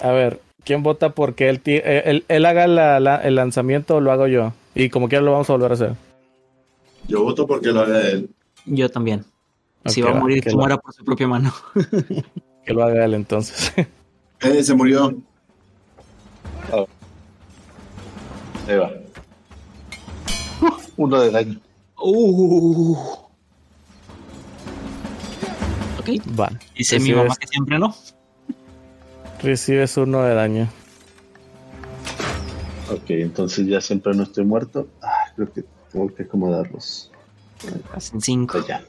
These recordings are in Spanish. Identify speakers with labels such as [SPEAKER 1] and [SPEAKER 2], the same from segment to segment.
[SPEAKER 1] A ver, ¿quién vota porque él, ti- eh, él, él haga la- la- el lanzamiento o lo hago yo? Y como quiera lo vamos a volver a hacer.
[SPEAKER 2] Yo voto porque lo haga él.
[SPEAKER 3] Yo también. si
[SPEAKER 1] Ok,
[SPEAKER 3] va a morir,
[SPEAKER 1] que
[SPEAKER 3] que
[SPEAKER 1] lo,
[SPEAKER 3] muera por su propia mano.
[SPEAKER 1] que lo haga él entonces.
[SPEAKER 2] Eh, se murió.
[SPEAKER 4] Ahí va. Uh, uno de daño.
[SPEAKER 3] Uh. Ok.
[SPEAKER 1] Va.
[SPEAKER 3] Dice mi
[SPEAKER 1] Recibes-
[SPEAKER 3] mamá que siempre no.
[SPEAKER 1] Recibes uno de daño.
[SPEAKER 4] Ok, entonces ya siempre no estoy muerto. Ah, creo que tengo que acomodarlos.
[SPEAKER 3] Hacen cinco.
[SPEAKER 4] Allá.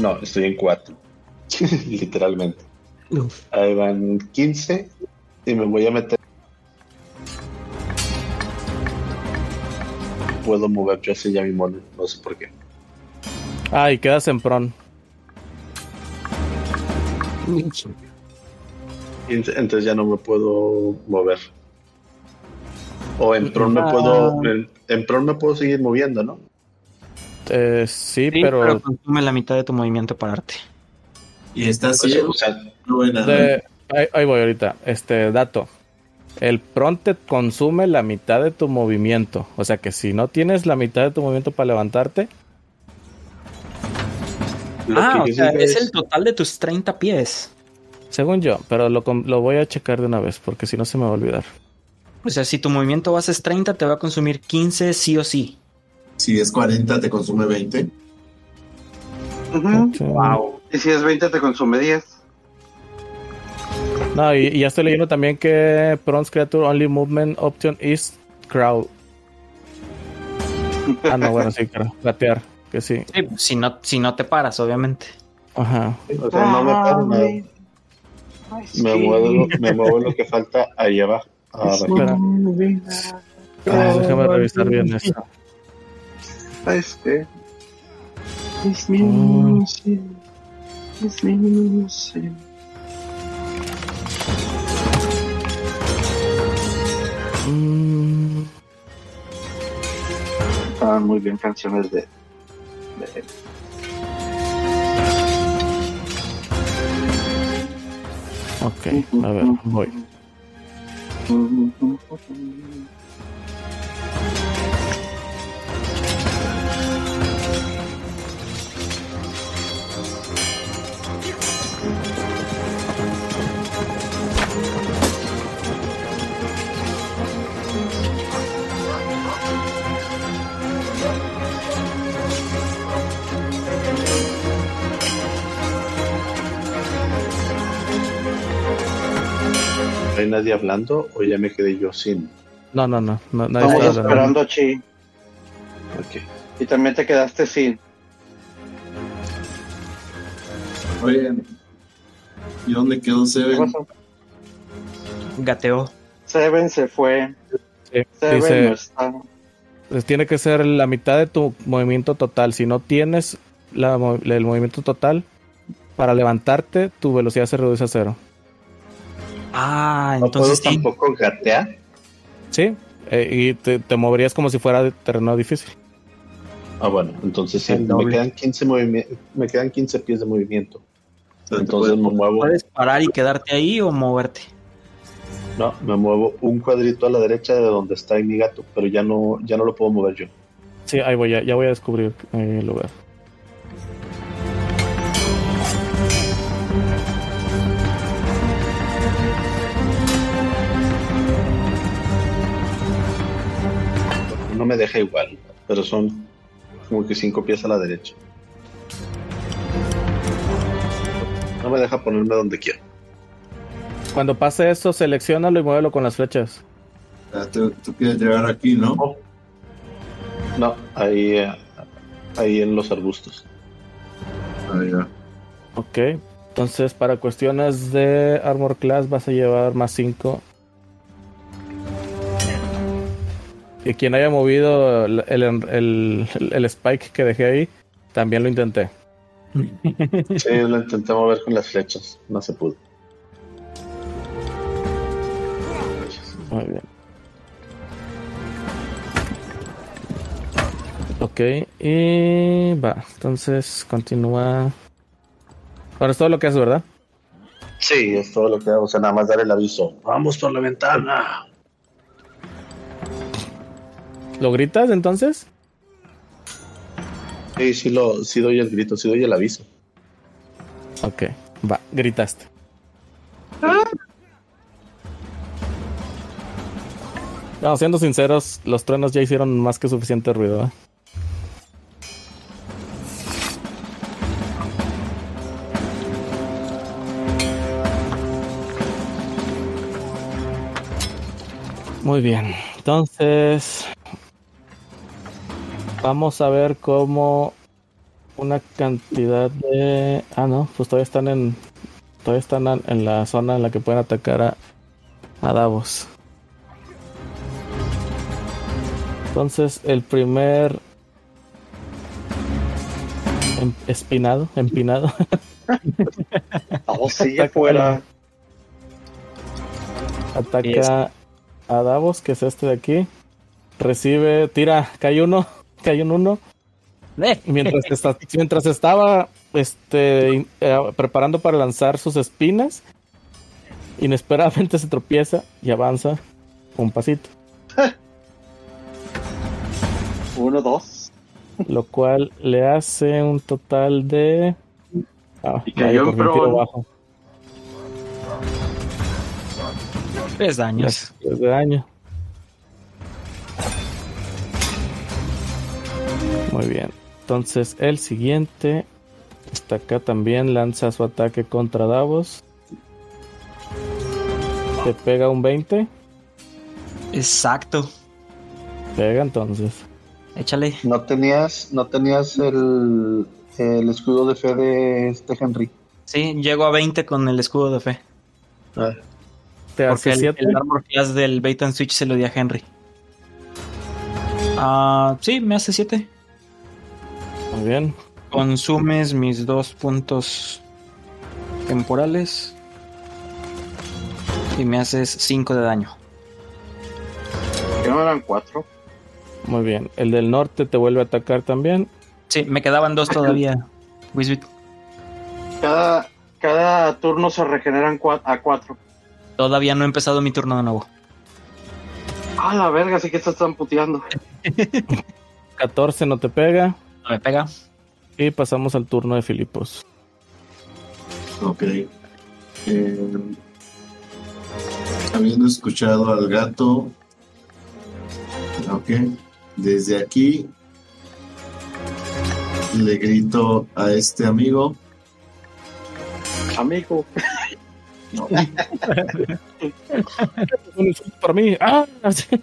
[SPEAKER 4] No, estoy en cuatro. Literalmente.
[SPEAKER 3] Uf.
[SPEAKER 4] Ahí van 15 y me voy a meter. Puedo mover yo así ya mi mono, no sé por qué.
[SPEAKER 1] Ah, y quedas en pron.
[SPEAKER 4] 15, Entonces ya no me puedo mover. O en pron me
[SPEAKER 3] Ah.
[SPEAKER 4] puedo. En, en pron me puedo seguir moviendo, ¿no?
[SPEAKER 1] Eh, sí,
[SPEAKER 3] Sí, pero...
[SPEAKER 1] pero,
[SPEAKER 3] consume la mitad de tu movimiento para arte.
[SPEAKER 2] Y está
[SPEAKER 4] O sea,
[SPEAKER 2] ciego.
[SPEAKER 4] o sea,
[SPEAKER 2] No ve nada.
[SPEAKER 1] de- ahí, ahí voy ahorita. Este dato. El pron te consume la mitad de tu movimiento. O sea que si no tienes la mitad de tu movimiento para levantarte,
[SPEAKER 4] lo
[SPEAKER 3] Ah,
[SPEAKER 4] que
[SPEAKER 3] o sea,
[SPEAKER 4] significa
[SPEAKER 3] es el total de tus 30 pies.
[SPEAKER 1] según yo, pero lo, com- lo voy a checar de una vez porque si no se me va a olvidar.
[SPEAKER 3] O sea, si tu movimiento base es 30, te va a consumir 15 sí o sí.
[SPEAKER 2] Si es 40, te consume 20.
[SPEAKER 5] Ujú.
[SPEAKER 1] Sí.
[SPEAKER 5] Wow. Y si es 20, te consume 10.
[SPEAKER 1] No, y, y ya estoy leyendo también que Prons Creature Only Movement Option is Crowd. Ah, no, bueno, sí, claro. Gatear, que sí.
[SPEAKER 3] Sí, si, no, si no te paras, obviamente.
[SPEAKER 1] Ajá. Ah,
[SPEAKER 4] O sea, no me
[SPEAKER 5] Ah,
[SPEAKER 4] paro, me, me muevo, lo- me muevo lo que falta ahí abajo. Ah, vale.
[SPEAKER 1] Espera. Ah, déjame revisar bien esto.
[SPEAKER 5] Este.
[SPEAKER 1] Ah. Mm,
[SPEAKER 5] Estaban Ah, muy bien canciones de. de-
[SPEAKER 1] ok, a ver, voy.
[SPEAKER 4] ¿No hay nadie hablando o ya me quedé yo sin?
[SPEAKER 1] No, no, no, no nadie
[SPEAKER 5] Estamos
[SPEAKER 1] está hablando.
[SPEAKER 5] esperando, Chi.
[SPEAKER 4] Ok.
[SPEAKER 5] Y también te quedaste sin.
[SPEAKER 2] Oigan. ¿Y dónde quedó
[SPEAKER 5] ¿Qué
[SPEAKER 2] Seven?
[SPEAKER 5] pasó?
[SPEAKER 3] Gateo.
[SPEAKER 5] Seven se fue.
[SPEAKER 1] Sí,
[SPEAKER 5] Seven
[SPEAKER 1] dice-
[SPEAKER 5] no está.
[SPEAKER 1] Pues tiene que ser la mitad de tu movimiento total. Si no tienes la mo- el movimiento total, para levantarte, tu velocidad se reduce a cero.
[SPEAKER 3] Ah,
[SPEAKER 4] No
[SPEAKER 3] entonces
[SPEAKER 4] puedo
[SPEAKER 3] sí.
[SPEAKER 4] tampoco gatear.
[SPEAKER 1] ¿Sí? Eh, y te, te moverías como si fuera de terreno difícil.
[SPEAKER 4] Ah, bueno, entonces sí,
[SPEAKER 3] El
[SPEAKER 4] me
[SPEAKER 3] doble.
[SPEAKER 4] quedan 15 movimi- me quedan 15 pies de movimiento.
[SPEAKER 2] O sea, te
[SPEAKER 4] Entonces me muevo,
[SPEAKER 3] Puedes parar y quedarte ahí o moverte.
[SPEAKER 4] no, me muevo un cuadrito a la derecha de donde está mi gato, pero ya no ya no lo puedo mover yo.
[SPEAKER 1] Sí, ahí voy, ya, ya voy a descubrir eh, el lugar.
[SPEAKER 4] No me deja igual, pero son como que 5 pies a la derecha. No me deja ponerme donde quiero.
[SPEAKER 1] Cuando pase eso, seleccionalo y muévelo con las flechas.
[SPEAKER 2] puede- Tú, Ah, tú quieres llegar aquí, ¿no?
[SPEAKER 4] No, ahí eh, ahí en los arbustos.
[SPEAKER 2] Ahí va.
[SPEAKER 1] Ok. Entonces, para cuestiones de Armor Class, vas a llevar más 5. Y quien haya movido el, el- el- el spike que dejé ahí, también lo intenté.
[SPEAKER 4] Sí, lo intenté mover con las flechas, no se pudo.
[SPEAKER 1] Muy bien. Ok, y va. Entonces, continúa. Ahora es todo lo que haces, ¿verdad?
[SPEAKER 4] Sí, es todo lo que hago. O sea, nada más dar el aviso. Vamos por la ventana.
[SPEAKER 1] ¿Lo gritas entonces?
[SPEAKER 4] Sí, sí, lo, sí doy el grito, sí doy el aviso.
[SPEAKER 1] Ok, va, gritaste. No, siendo sinceros, los truenos ya hicieron más que suficiente ruido. ¿eh? Muy bien, entonces vamos a ver cómo una cantidad de... Ah, no, pues todavía están en... Todavía están en- en la zona en la que pueden atacar a, a Davos. Entonces, el primer... em- Espinado, empinado.
[SPEAKER 5] No, sigue
[SPEAKER 1] Ataca
[SPEAKER 5] afuera.
[SPEAKER 1] Ataca a Davos, que es este de aquí. Recibe, tira, cae uno, cae un uno.
[SPEAKER 3] Eh,
[SPEAKER 1] Mientras, esta- mientras estaba este, in- eh, preparando para lanzar sus espinas, inesperadamente se tropieza y avanza un pasito.
[SPEAKER 5] Uno, dos.
[SPEAKER 1] lo cual le hace un total de. Ah,
[SPEAKER 5] Y cayó
[SPEAKER 1] ahí,
[SPEAKER 5] en
[SPEAKER 1] por fin,
[SPEAKER 5] pro,
[SPEAKER 1] tiro
[SPEAKER 5] ¿no?
[SPEAKER 1] bajo.
[SPEAKER 3] Tres daños.
[SPEAKER 1] Tres de daño. Muy bien. Entonces el siguiente. Está acá también. Lanza su ataque contra Davos. Te pega un 20.
[SPEAKER 3] Exacto.
[SPEAKER 1] Pega entonces.
[SPEAKER 3] Échale.
[SPEAKER 4] No tenías, no tenías el, el escudo de fe de este Henry.
[SPEAKER 3] Sí, llego a 20 con el escudo de fe.
[SPEAKER 4] Ah,
[SPEAKER 1] Te
[SPEAKER 3] Porque
[SPEAKER 1] hace
[SPEAKER 3] el,
[SPEAKER 1] 7.
[SPEAKER 3] el armor class del bait and switch se lo di a Henry. Ah, sí, me hace 7.
[SPEAKER 1] Muy bien.
[SPEAKER 3] Consumes mis dos puntos temporales. Y me haces 5 de daño.
[SPEAKER 5] ¿Que no eran cuatro?
[SPEAKER 1] Muy bien. El del norte te vuelve a atacar también.
[SPEAKER 3] Sí, me quedaban dos todavía. Wisbit.
[SPEAKER 5] Cada, cada turno se regeneran cua- a cuatro.
[SPEAKER 3] Todavía no he empezado mi turno de nuevo.
[SPEAKER 5] Ah, la verga, sí que te están puteando.
[SPEAKER 1] 14 no te pega.
[SPEAKER 3] No me pega.
[SPEAKER 1] Y pasamos al turno de Filipos.
[SPEAKER 2] Ok. Eh, habiendo escuchado al gato. Ok. Desde aquí. Le grito a este amigo.
[SPEAKER 5] Amigo.
[SPEAKER 1] Un insulto para mí. ¡Ah! Sí.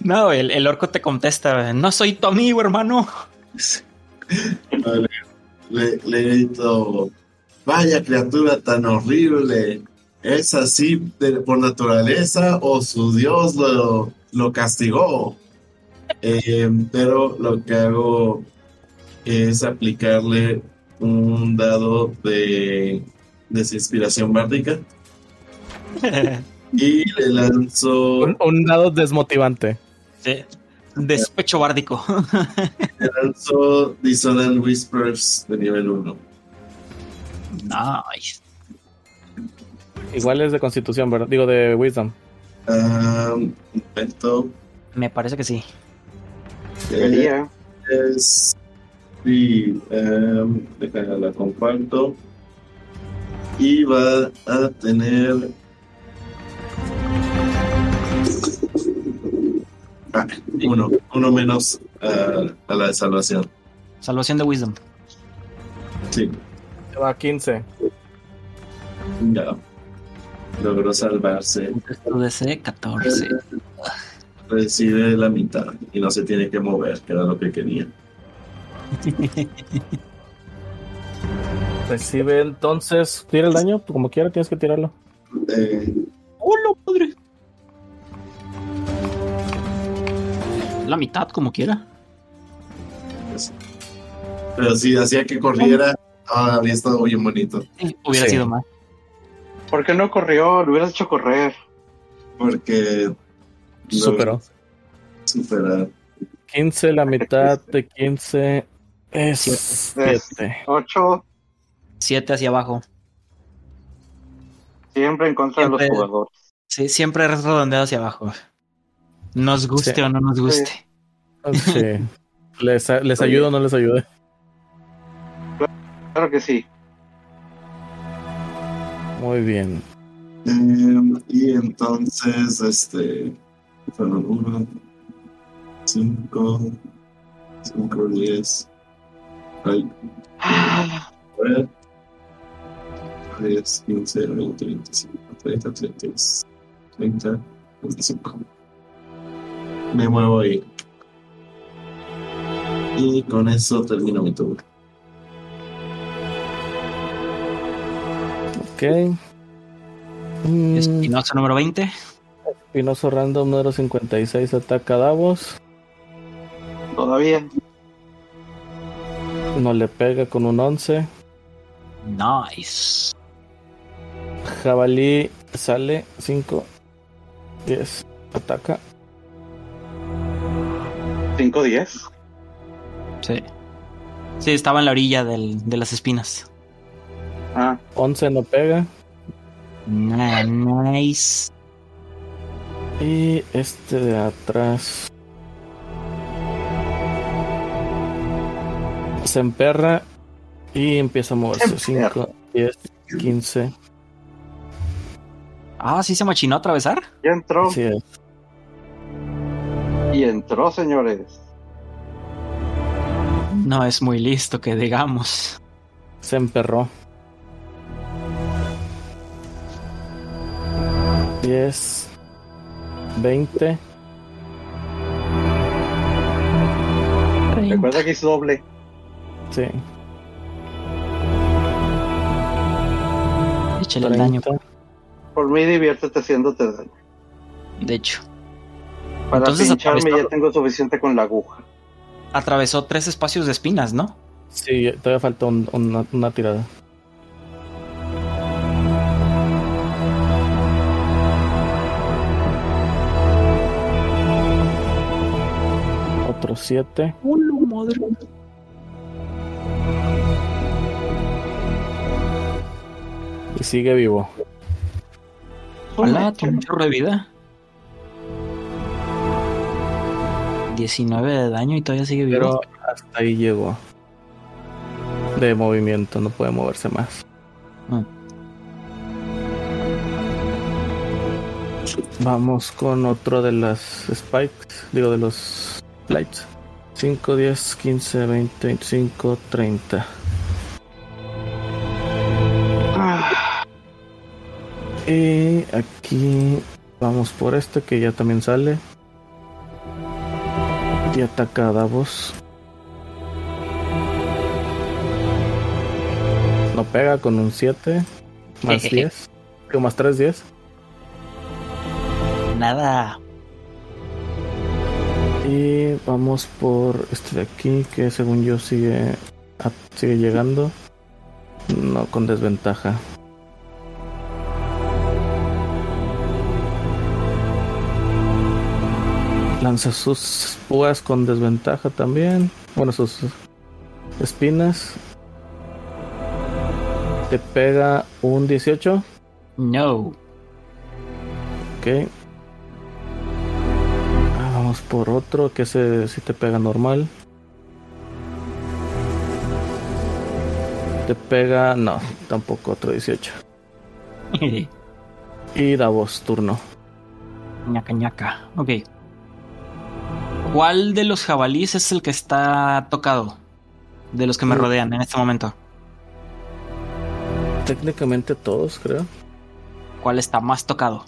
[SPEAKER 3] No, el, el orco te contesta. No soy tu amigo, hermano.
[SPEAKER 2] Vale. Le, le grito. Vaya criatura tan horrible. ¿Es así de- por naturaleza o su dios lo, lo castigó? Eh, pero lo que hago es aplicarle un dado de desinspiración bárdica y le lanzo,
[SPEAKER 1] Un, un dado desmotivante.
[SPEAKER 3] Sí. Despecho bárdico.
[SPEAKER 2] le lanzo Dissonant Whispers de nivel 1.
[SPEAKER 3] nice.
[SPEAKER 1] Igual es de constitución, ¿verdad? Digo, de wisdom.
[SPEAKER 2] Um,
[SPEAKER 3] Me parece que sí.
[SPEAKER 2] eh,
[SPEAKER 5] Quería.
[SPEAKER 2] Es- Sí, em, déjala, la comparto. Y va a tener. Ah, uno, uno menos ah, a la de salvación.
[SPEAKER 3] Salvación de Wisdom.
[SPEAKER 2] Sí,
[SPEAKER 1] Te va a 15.
[SPEAKER 2] ya. Logró salvarse.
[SPEAKER 3] Tu DC 14.
[SPEAKER 2] Recibe la mitad y no se tiene que mover, que era lo que quería.
[SPEAKER 1] Recibe entonces. Tira el daño, pues, como quiera, tienes que tirarlo.
[SPEAKER 2] Eh,
[SPEAKER 3] ¡Hola, padre! La mitad, como quiera.
[SPEAKER 2] pues, pero si hacía que corriera, ah, habría estado bien bonito.
[SPEAKER 3] Sí, hubiera
[SPEAKER 1] Sí.
[SPEAKER 3] sido más.
[SPEAKER 5] ¿Por qué no corrió? Lo hubieras hecho correr.
[SPEAKER 2] Porque. lo-
[SPEAKER 1] Superó.
[SPEAKER 2] Superar.
[SPEAKER 1] 15, la mitad de 15 es 7.
[SPEAKER 5] Ocho.
[SPEAKER 3] Siete hacia abajo.
[SPEAKER 5] Siempre en contra de los
[SPEAKER 3] Siempre.
[SPEAKER 5] jugadores.
[SPEAKER 3] Sí, siempre es redondeado hacia abajo. Nos guste
[SPEAKER 1] Sí.
[SPEAKER 3] o no nos guste.
[SPEAKER 1] Sí. ¿Les, les ayudo o no les ayudo?
[SPEAKER 5] Claro que sí.
[SPEAKER 1] Muy bien.
[SPEAKER 2] Em, y entonces, este. Fueron 1, 5, 5, 10. Ay, a ver. 10, 15, 20, 25, 30, 30, 30, 25. Me muevo ahí. Y con eso termino mi turno.
[SPEAKER 1] Ok. Mm,
[SPEAKER 3] Espinosa número 20.
[SPEAKER 1] Espinoso Random número 56 ataca a Davos.
[SPEAKER 5] Todavía.
[SPEAKER 1] No le pega con un 11.
[SPEAKER 3] Nice.
[SPEAKER 1] Jabalí sale 5, 10. Ataca.
[SPEAKER 5] 5 10.
[SPEAKER 3] Sí. Sí, estaba en la orilla del- de las espinas.
[SPEAKER 5] Ah,
[SPEAKER 1] 11 no pega.
[SPEAKER 3] Nah, nice.
[SPEAKER 1] Y este de atrás. Se emperra y empieza a moverse.
[SPEAKER 5] Se emperra.
[SPEAKER 1] 5, 10, 15.
[SPEAKER 3] Ah, sí se machinó a atravesar.
[SPEAKER 5] ya entró.
[SPEAKER 1] Así es.
[SPEAKER 5] Y entró, señores.
[SPEAKER 3] No es muy listo que digamos.
[SPEAKER 1] Se emperró. 10, 20.
[SPEAKER 5] Recuerda que es doble.
[SPEAKER 1] Sí,
[SPEAKER 3] Échale el daño,
[SPEAKER 1] 30.
[SPEAKER 5] Por mí diviértete haciéndote daño.
[SPEAKER 3] de hecho.
[SPEAKER 5] Para
[SPEAKER 3] Entonces,
[SPEAKER 5] pincharme
[SPEAKER 3] atravesó-
[SPEAKER 5] ya tengo suficiente con la aguja.
[SPEAKER 3] Atravesó tres espacios de espinas, ¿no?
[SPEAKER 1] Sí, todavía falta un- una, una tirada. Otro 7. Y sigue vivo.
[SPEAKER 3] Hola, tiene un chorro de vida. 19 de daño y todavía sigue vivo.
[SPEAKER 1] Pero hasta ahí llegó. De movimiento, no puede moverse más.
[SPEAKER 3] Mm.
[SPEAKER 1] Vamos con otro de las spikes, digo de los lights. 5, 10, 15, 20, 25, 30.
[SPEAKER 5] Ah.
[SPEAKER 1] Y aquí vamos por este que ya también sale. Y ataca a Davos. No pega con un 7. Más 10. Digo, más 3, 10.
[SPEAKER 3] Nada.
[SPEAKER 1] Y vamos por este de aquí que según yo sigue, a- sigue llegando. No con desventaja. Lanza sus púas con desventaja también. Bueno, sus espinas. Te pega un 18.
[SPEAKER 3] No.
[SPEAKER 1] Ok. Ah, Vamos por otro, que ese si te pega normal. Te pega, no, tampoco otro 18. Y Davos, turno.
[SPEAKER 3] ñaca ñaca. Ok. ¿Cuál de los jabalíes es el que está tocado? De los que me
[SPEAKER 1] Mm.
[SPEAKER 3] rodean en este momento.
[SPEAKER 1] Técnicamente todos, creo.
[SPEAKER 3] ¿Cuál está más tocado?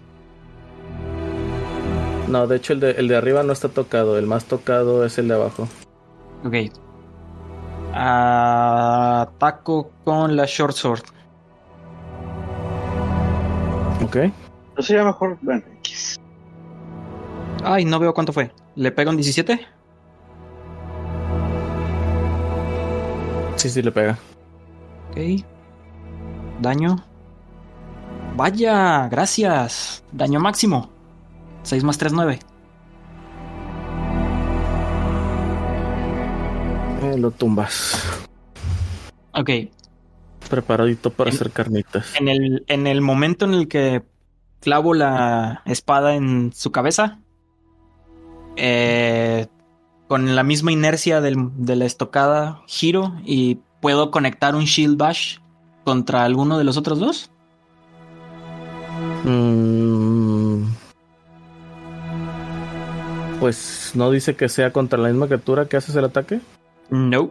[SPEAKER 1] No, de hecho el de, el de arriba no está tocado, el más tocado es el de abajo.
[SPEAKER 3] Ok. Ah, ataco con la short sword.
[SPEAKER 1] Ok.
[SPEAKER 5] No sería mejor. Bueno,
[SPEAKER 3] Ay, no veo cuánto fue. ¿Le pega un 17?
[SPEAKER 1] Sí, sí, le pega.
[SPEAKER 3] Ok. Daño. Vaya, gracias. Daño máximo. 6 más 3, 9.
[SPEAKER 1] Eh, lo tumbas.
[SPEAKER 3] Ok.
[SPEAKER 1] preparadito para
[SPEAKER 3] En-
[SPEAKER 1] hacer carnitas.
[SPEAKER 3] En el, en el momento en el que clavo la espada en su cabeza, eh, con la misma inercia del- de la estocada, giro y puedo conectar un shield bash contra alguno de los otros dos.
[SPEAKER 1] Mm. Pues no dice que sea contra la misma criatura que haces el ataque.
[SPEAKER 3] No.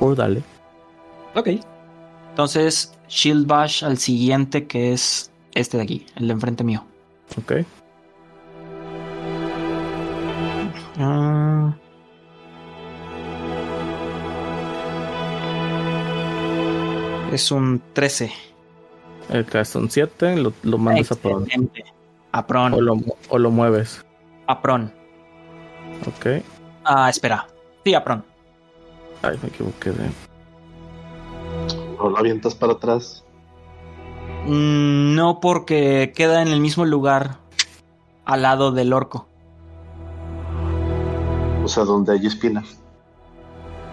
[SPEAKER 1] Oh, dale.
[SPEAKER 3] Ok. Entonces, shield bash al siguiente que es este de aquí, el de enfrente mío.
[SPEAKER 1] Ok.
[SPEAKER 3] Ah. Es un 13.
[SPEAKER 1] El castón 7 lo, lo mandas a probar.
[SPEAKER 3] Excelente. A
[SPEAKER 1] O
[SPEAKER 3] Pron.
[SPEAKER 1] lo, o lo mueves.
[SPEAKER 3] A Pron.
[SPEAKER 1] Ok.
[SPEAKER 3] Ah, espera. Sí, a Pron.
[SPEAKER 1] Ay, me equivoqué de.
[SPEAKER 4] No lo avientas para atrás.
[SPEAKER 3] Mm, No porque queda en el mismo lugar al lado del orco.
[SPEAKER 4] O sea, donde hay espinas.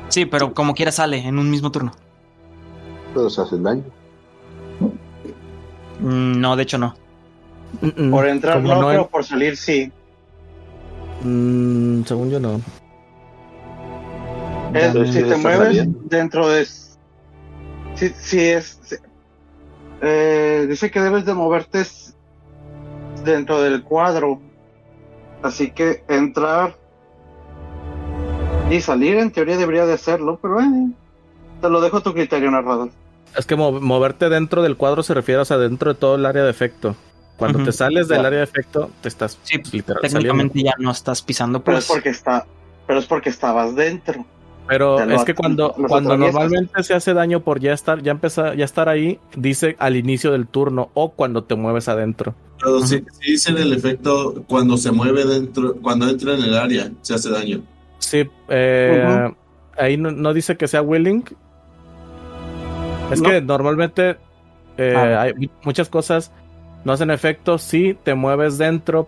[SPEAKER 3] Sí, pero como quiera sale en un mismo turno.
[SPEAKER 4] Pero se hacen daño.
[SPEAKER 3] Mm, No, de hecho no.
[SPEAKER 1] Mm, mm.
[SPEAKER 5] Por entrar
[SPEAKER 1] Como
[SPEAKER 5] no,
[SPEAKER 1] no en-
[SPEAKER 5] pero por salir sí.
[SPEAKER 1] Mm, según yo no.
[SPEAKER 5] Es-
[SPEAKER 4] Dame
[SPEAKER 5] si te
[SPEAKER 4] esa
[SPEAKER 5] mueves
[SPEAKER 4] salida.
[SPEAKER 5] dentro de... Si, si es... si- eh, dice que debes de moverte s- dentro del cuadro. Así que entrar y salir en teoría debería de hacerlo, pero eh, te lo dejo a tu criterio, narrador.
[SPEAKER 1] Es que mo- moverte dentro del cuadro se refiere, o sea, dentro de todo el área de efecto. Cuando
[SPEAKER 3] Ujú.
[SPEAKER 1] te sales del
[SPEAKER 5] Ya.
[SPEAKER 1] área de efecto, te estás
[SPEAKER 3] Sí,
[SPEAKER 1] literal saliendo.
[SPEAKER 3] Técnicamente ya no estás pisando,
[SPEAKER 5] Pero
[SPEAKER 3] pues.
[SPEAKER 5] es porque está... Pero es porque estabas dentro.
[SPEAKER 1] Pero
[SPEAKER 5] te lo
[SPEAKER 1] es que
[SPEAKER 5] at-
[SPEAKER 1] cuando,
[SPEAKER 5] los
[SPEAKER 1] cuando
[SPEAKER 5] atraviesas.
[SPEAKER 1] normalmente se hace daño por ya estar, ya empezar, ya estar ahí, dice al inicio del turno o cuando te mueves adentro.
[SPEAKER 2] Pero si, si dicen el efecto cuando se mueve dentro, cuando entra en el área, se hace daño.
[SPEAKER 1] Sí, eh, ahí no, no dice que sea willing. Es
[SPEAKER 5] No.
[SPEAKER 1] que normalmente eh,
[SPEAKER 3] Ah.
[SPEAKER 1] hay mu- muchas cosas no hacen efecto si te mueves dentro,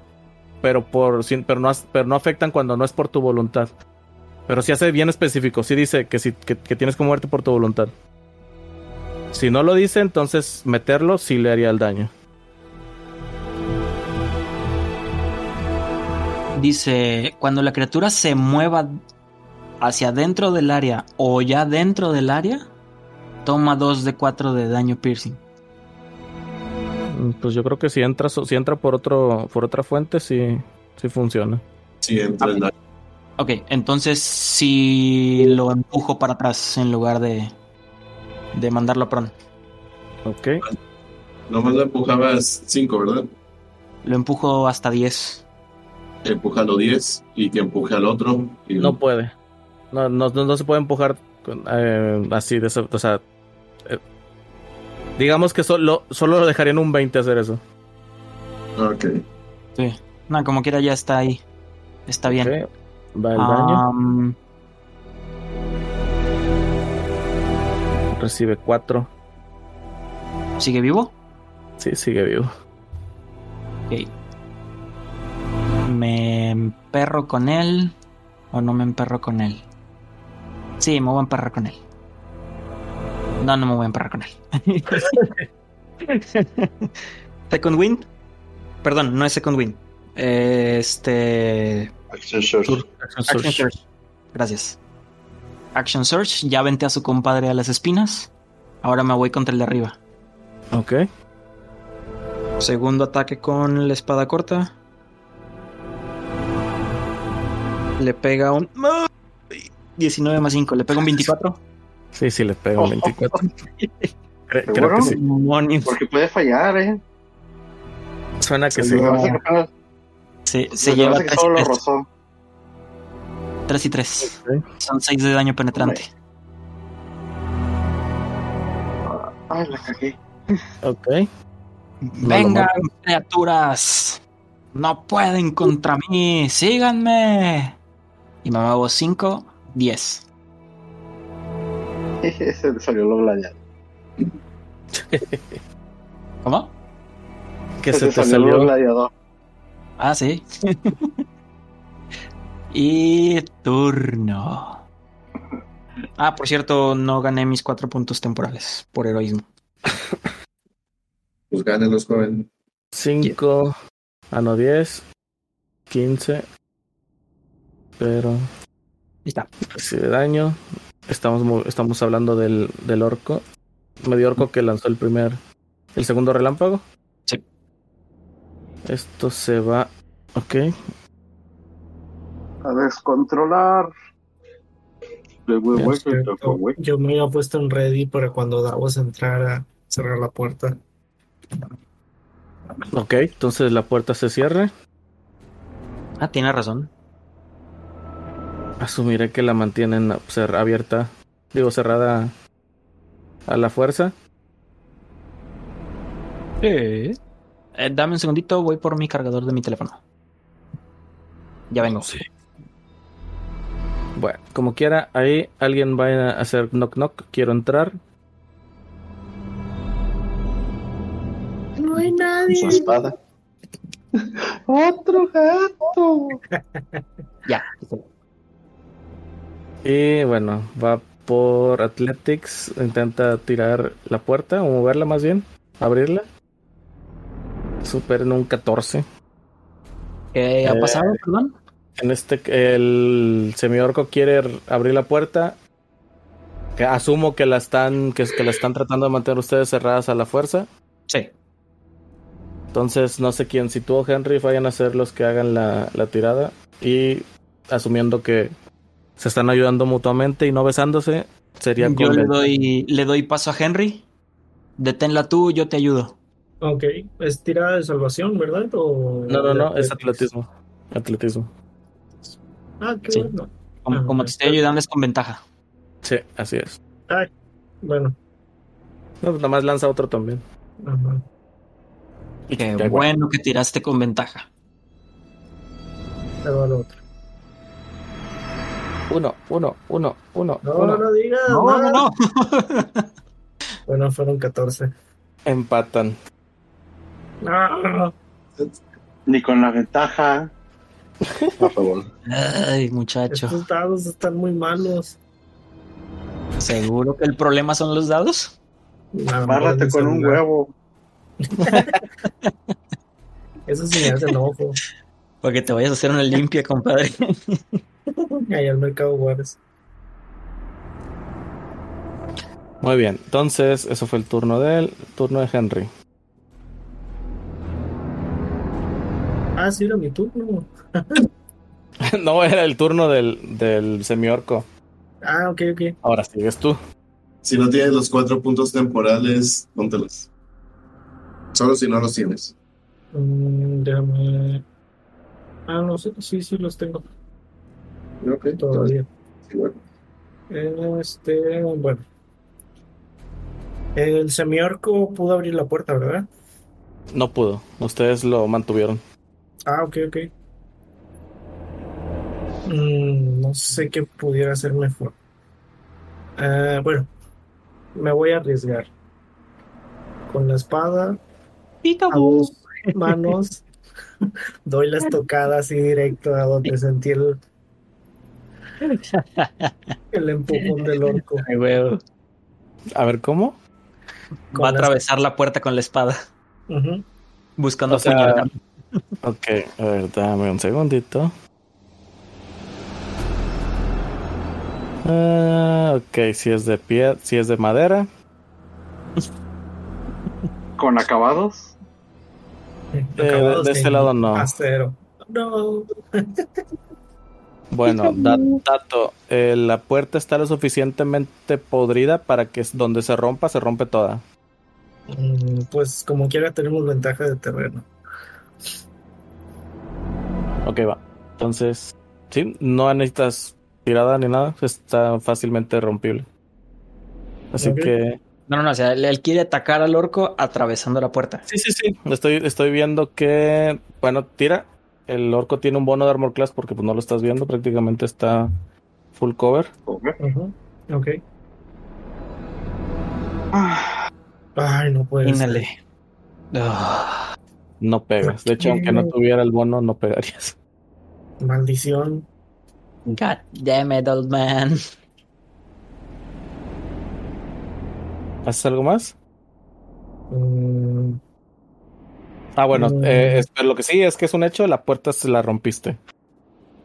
[SPEAKER 1] pero por sin- pero no has- pero no afectan cuando no es por tu voluntad. Pero si hace bien específico, si dice que si que, que tienes que moverte por tu voluntad. Si no lo dice, entonces meterlo sí le haría el daño.
[SPEAKER 3] Dice, cuando la criatura se mueva hacia dentro del área o ya dentro del área, toma 2 de 4 de daño piercing.
[SPEAKER 1] Mm, Pues yo creo que si entra so- si entra por otro por otra fuente sí sí funciona.
[SPEAKER 2] Si entra en el área.
[SPEAKER 3] Ok, entonces si lo empujo para atrás en lugar de, de mandarlo a pron.
[SPEAKER 1] Ok.
[SPEAKER 2] Nomás lo empujabas 5, ¿verdad?
[SPEAKER 3] Lo empujo hasta 10.
[SPEAKER 2] Empújalo 10 y que empuje al otro. Y
[SPEAKER 1] No puede. No, no, no, no se puede empujar con- eh, así de esa- O sea. eh, digamos que solo, solo lo dejarían un 20 hacer eso.
[SPEAKER 2] Ok.
[SPEAKER 3] Sí. No, como quiera ya está ahí. Está bien. Ah.
[SPEAKER 1] Ok, Va el daño.
[SPEAKER 3] Am,
[SPEAKER 1] Recibe 4.
[SPEAKER 3] ¿Sigue vivo?
[SPEAKER 1] Sí, sigue vivo.
[SPEAKER 3] Ok. ¿Me emperro con él o no me emperro con él? Sí, me voy a emperrar con él. No, no me voy a emperrar con él. Second Wind. Perdón, no es Second Wind. Eh, Este.
[SPEAKER 4] Action Surge.
[SPEAKER 1] Sur- action surge.
[SPEAKER 3] Action Surge. Gracias. Action Surge. Ya venté a su compadre a las espinas. Ahora me voy contra el de arriba.
[SPEAKER 1] Ok.
[SPEAKER 3] Segundo ataque con la espada corta. Le pega un... ¡Ay! 19 más 5, le pega un 24.
[SPEAKER 1] Sí, sí, le pego 24. Cre- creo
[SPEAKER 5] ¿Seguro?
[SPEAKER 1] que sí.
[SPEAKER 3] Demonios.
[SPEAKER 5] Porque puede fallar, ¿eh?
[SPEAKER 1] Suena que sí.
[SPEAKER 5] Lo que pasa es que apenas-
[SPEAKER 3] Se,
[SPEAKER 5] lo
[SPEAKER 3] se
[SPEAKER 5] que
[SPEAKER 3] lleva
[SPEAKER 5] pasa es que
[SPEAKER 3] 3
[SPEAKER 5] solo lo
[SPEAKER 3] y 3,
[SPEAKER 5] rozó.
[SPEAKER 3] y 3.
[SPEAKER 1] Ok.
[SPEAKER 3] Son 6 de daño penetrante.
[SPEAKER 5] Ay, la cagué.
[SPEAKER 1] Ok.
[SPEAKER 3] Vengan, criaturas. No pueden contra mí. Síganme. Y me muevo 5, 10.
[SPEAKER 5] Se le salió lo blañado.
[SPEAKER 3] ¿Cómo?
[SPEAKER 1] Que se
[SPEAKER 5] le
[SPEAKER 1] te
[SPEAKER 5] lo
[SPEAKER 1] salió.
[SPEAKER 5] gladiador.
[SPEAKER 3] Ah, sí. y turno. Ah, por cierto, no gané mis cuatro puntos temporales por heroísmo.
[SPEAKER 2] Pues ganen los jóvenes.
[SPEAKER 1] 5, ah, no, 10, 15. Pero.
[SPEAKER 3] Ahí está.
[SPEAKER 1] Si de daño. Estamos, mu- estamos hablando del, del orco. Medio orco que lanzó el primer. El segundo relámpago.
[SPEAKER 3] Sí.
[SPEAKER 1] Esto se va. Ok.
[SPEAKER 5] A descontrolar.
[SPEAKER 4] Le voy, güey,
[SPEAKER 6] Por
[SPEAKER 4] güey,
[SPEAKER 6] cierto,
[SPEAKER 4] güey, güey.
[SPEAKER 6] Yo me había puesto en ready para cuando Davos entrara, cerrar la puerta.
[SPEAKER 1] Ok. Entonces la puerta se cierra.
[SPEAKER 3] Ah, tiene razón.
[SPEAKER 1] Asumiré que la mantienen cer- abierta. Digo, cerrada a la fuerza.
[SPEAKER 3] Eh, dame un segundito, voy por mi cargador de mi teléfono. Ya vengo.
[SPEAKER 1] Bueno, como quiera, ahí alguien va a hacer knock knock. Quiero entrar.
[SPEAKER 7] No hay
[SPEAKER 4] Con su
[SPEAKER 7] nadie.
[SPEAKER 4] espada.
[SPEAKER 5] Otro gato.
[SPEAKER 3] Ya.
[SPEAKER 1] Y bueno, va por Athletics. Intenta tirar la puerta o moverla más bien. Abrirla. Super en un 14.
[SPEAKER 3] ¿Qué ha
[SPEAKER 1] Eh.
[SPEAKER 3] pasado, perdón?
[SPEAKER 1] En este, el semiorco quiere r- abrir la puerta. Que asumo que la están, que, que la están tratando de mantener ustedes cerradas a la fuerza.
[SPEAKER 3] Sí.
[SPEAKER 1] Entonces, no sé quién, si tú o Henry vayan a ser los que hagan la, la tirada. Y asumiendo que se están ayudando mutuamente y no besándose, sería
[SPEAKER 3] Yo
[SPEAKER 1] con
[SPEAKER 3] le
[SPEAKER 1] el-
[SPEAKER 3] doy, le doy paso a Henry. Deténla tú, yo te ayudo.
[SPEAKER 6] Ok, es tirada de salvación, ¿verdad? O...
[SPEAKER 1] No, no, no, es atletismo. Atletismo.
[SPEAKER 6] Ah, qué
[SPEAKER 3] Sí.
[SPEAKER 6] bueno.
[SPEAKER 3] Como,
[SPEAKER 6] Ah,
[SPEAKER 3] como
[SPEAKER 6] ok.
[SPEAKER 3] te estoy ayudando es con ventaja.
[SPEAKER 1] Sí, así es.
[SPEAKER 6] Bueno,
[SPEAKER 1] No, pues nada más lanza otro también.
[SPEAKER 6] ajá.
[SPEAKER 1] Y
[SPEAKER 3] Qué
[SPEAKER 1] cae,
[SPEAKER 3] bueno que tiraste con ventaja.
[SPEAKER 6] Ahí va el otro.
[SPEAKER 1] Uno, uno, uno, uno,
[SPEAKER 6] No,
[SPEAKER 1] uno.
[SPEAKER 6] no digas.
[SPEAKER 3] No,
[SPEAKER 6] nada.
[SPEAKER 3] no, no.
[SPEAKER 6] Bueno, fueron 14.
[SPEAKER 1] Empatan.
[SPEAKER 6] Ah,
[SPEAKER 5] Ni con la ventaja.
[SPEAKER 4] Por favor.
[SPEAKER 3] Ay, muchacho.
[SPEAKER 6] estos dados están muy malos.
[SPEAKER 3] ¿Seguro que el problema son los dados?
[SPEAKER 6] No,
[SPEAKER 5] Bárrate
[SPEAKER 6] no,
[SPEAKER 5] con un
[SPEAKER 6] no.
[SPEAKER 5] huevo.
[SPEAKER 6] Eso sí me hace enojo.
[SPEAKER 3] Porque te vayas a hacer una limpia, compadre.
[SPEAKER 6] Allá al mercado Juárez.
[SPEAKER 1] Muy bien. Entonces, eso fue el turno de él, el turno de Henry.
[SPEAKER 6] Ah, sí, era mi turno.
[SPEAKER 1] no, era el turno del, del semiorco.
[SPEAKER 6] Ah, ok, ok.
[SPEAKER 1] Ahora sigues tú.
[SPEAKER 2] Si no tienes los cuatro puntos temporales, póntelos. Solo si no los tienes.
[SPEAKER 6] Mm, déjame. Ah, no sé, sí, sí, los tengo
[SPEAKER 2] Ok, entonces,
[SPEAKER 6] todavía.
[SPEAKER 2] igual.
[SPEAKER 6] Este, bueno. El semiorco pudo abrir la puerta, ¿verdad?
[SPEAKER 1] No pudo. Ustedes lo mantuvieron.
[SPEAKER 6] Ah, ok, ok. Mm, no sé qué pudiera hacer mejor. Ah, bueno, me voy a arriesgar. Con la espada, a dos manos, doy las tocadas así directo a donde sentí el, el empujón del orco.
[SPEAKER 3] Ay, huevo.
[SPEAKER 1] A ver, ¿cómo?
[SPEAKER 6] Con
[SPEAKER 3] Va a
[SPEAKER 6] las-
[SPEAKER 3] atravesar la puerta con la espada,
[SPEAKER 6] Ujú.
[SPEAKER 3] buscando
[SPEAKER 1] O sea,
[SPEAKER 3] apuñalar.
[SPEAKER 1] Ok, a ver, dame un segundito. Ah, ok, si es de pie, si es de madera.
[SPEAKER 5] Con acabados.
[SPEAKER 1] de-
[SPEAKER 6] Acabados
[SPEAKER 1] de este lado no.
[SPEAKER 6] Acero. No.
[SPEAKER 1] Bueno, da- dato, eh, la puerta está lo suficientemente podrida para que s- donde se rompa, se rompe toda.
[SPEAKER 6] Mm, Pues como quiera tenemos ventaja de terreno.
[SPEAKER 1] Ok, va. Entonces, sí, no necesitas tirada ni nada, está fácilmente rompible. Así
[SPEAKER 6] Ok.
[SPEAKER 1] que...
[SPEAKER 3] No, no, no. O sea, él, él quiere atacar al orco atravesando la puerta.
[SPEAKER 1] Sí, sí, sí. Estoy, estoy viendo que. Bueno, tira. El orco tiene un bono de armor class porque pues, no lo estás viendo. Prácticamente está full cover.
[SPEAKER 6] Ujú, Ok.
[SPEAKER 1] Ah.
[SPEAKER 6] Ay, no puede ser.
[SPEAKER 3] Ínale. Ah,
[SPEAKER 1] No pegas. De hecho, aunque no tuviera el bono, no pegarías.
[SPEAKER 6] Maldición.
[SPEAKER 3] God damn it, old man.
[SPEAKER 1] ¿Haces algo más?
[SPEAKER 6] Mm,
[SPEAKER 1] Ah, bueno,
[SPEAKER 6] Mm.
[SPEAKER 1] eh, es- pero lo que sí es que es un hecho, la puerta se la rompiste.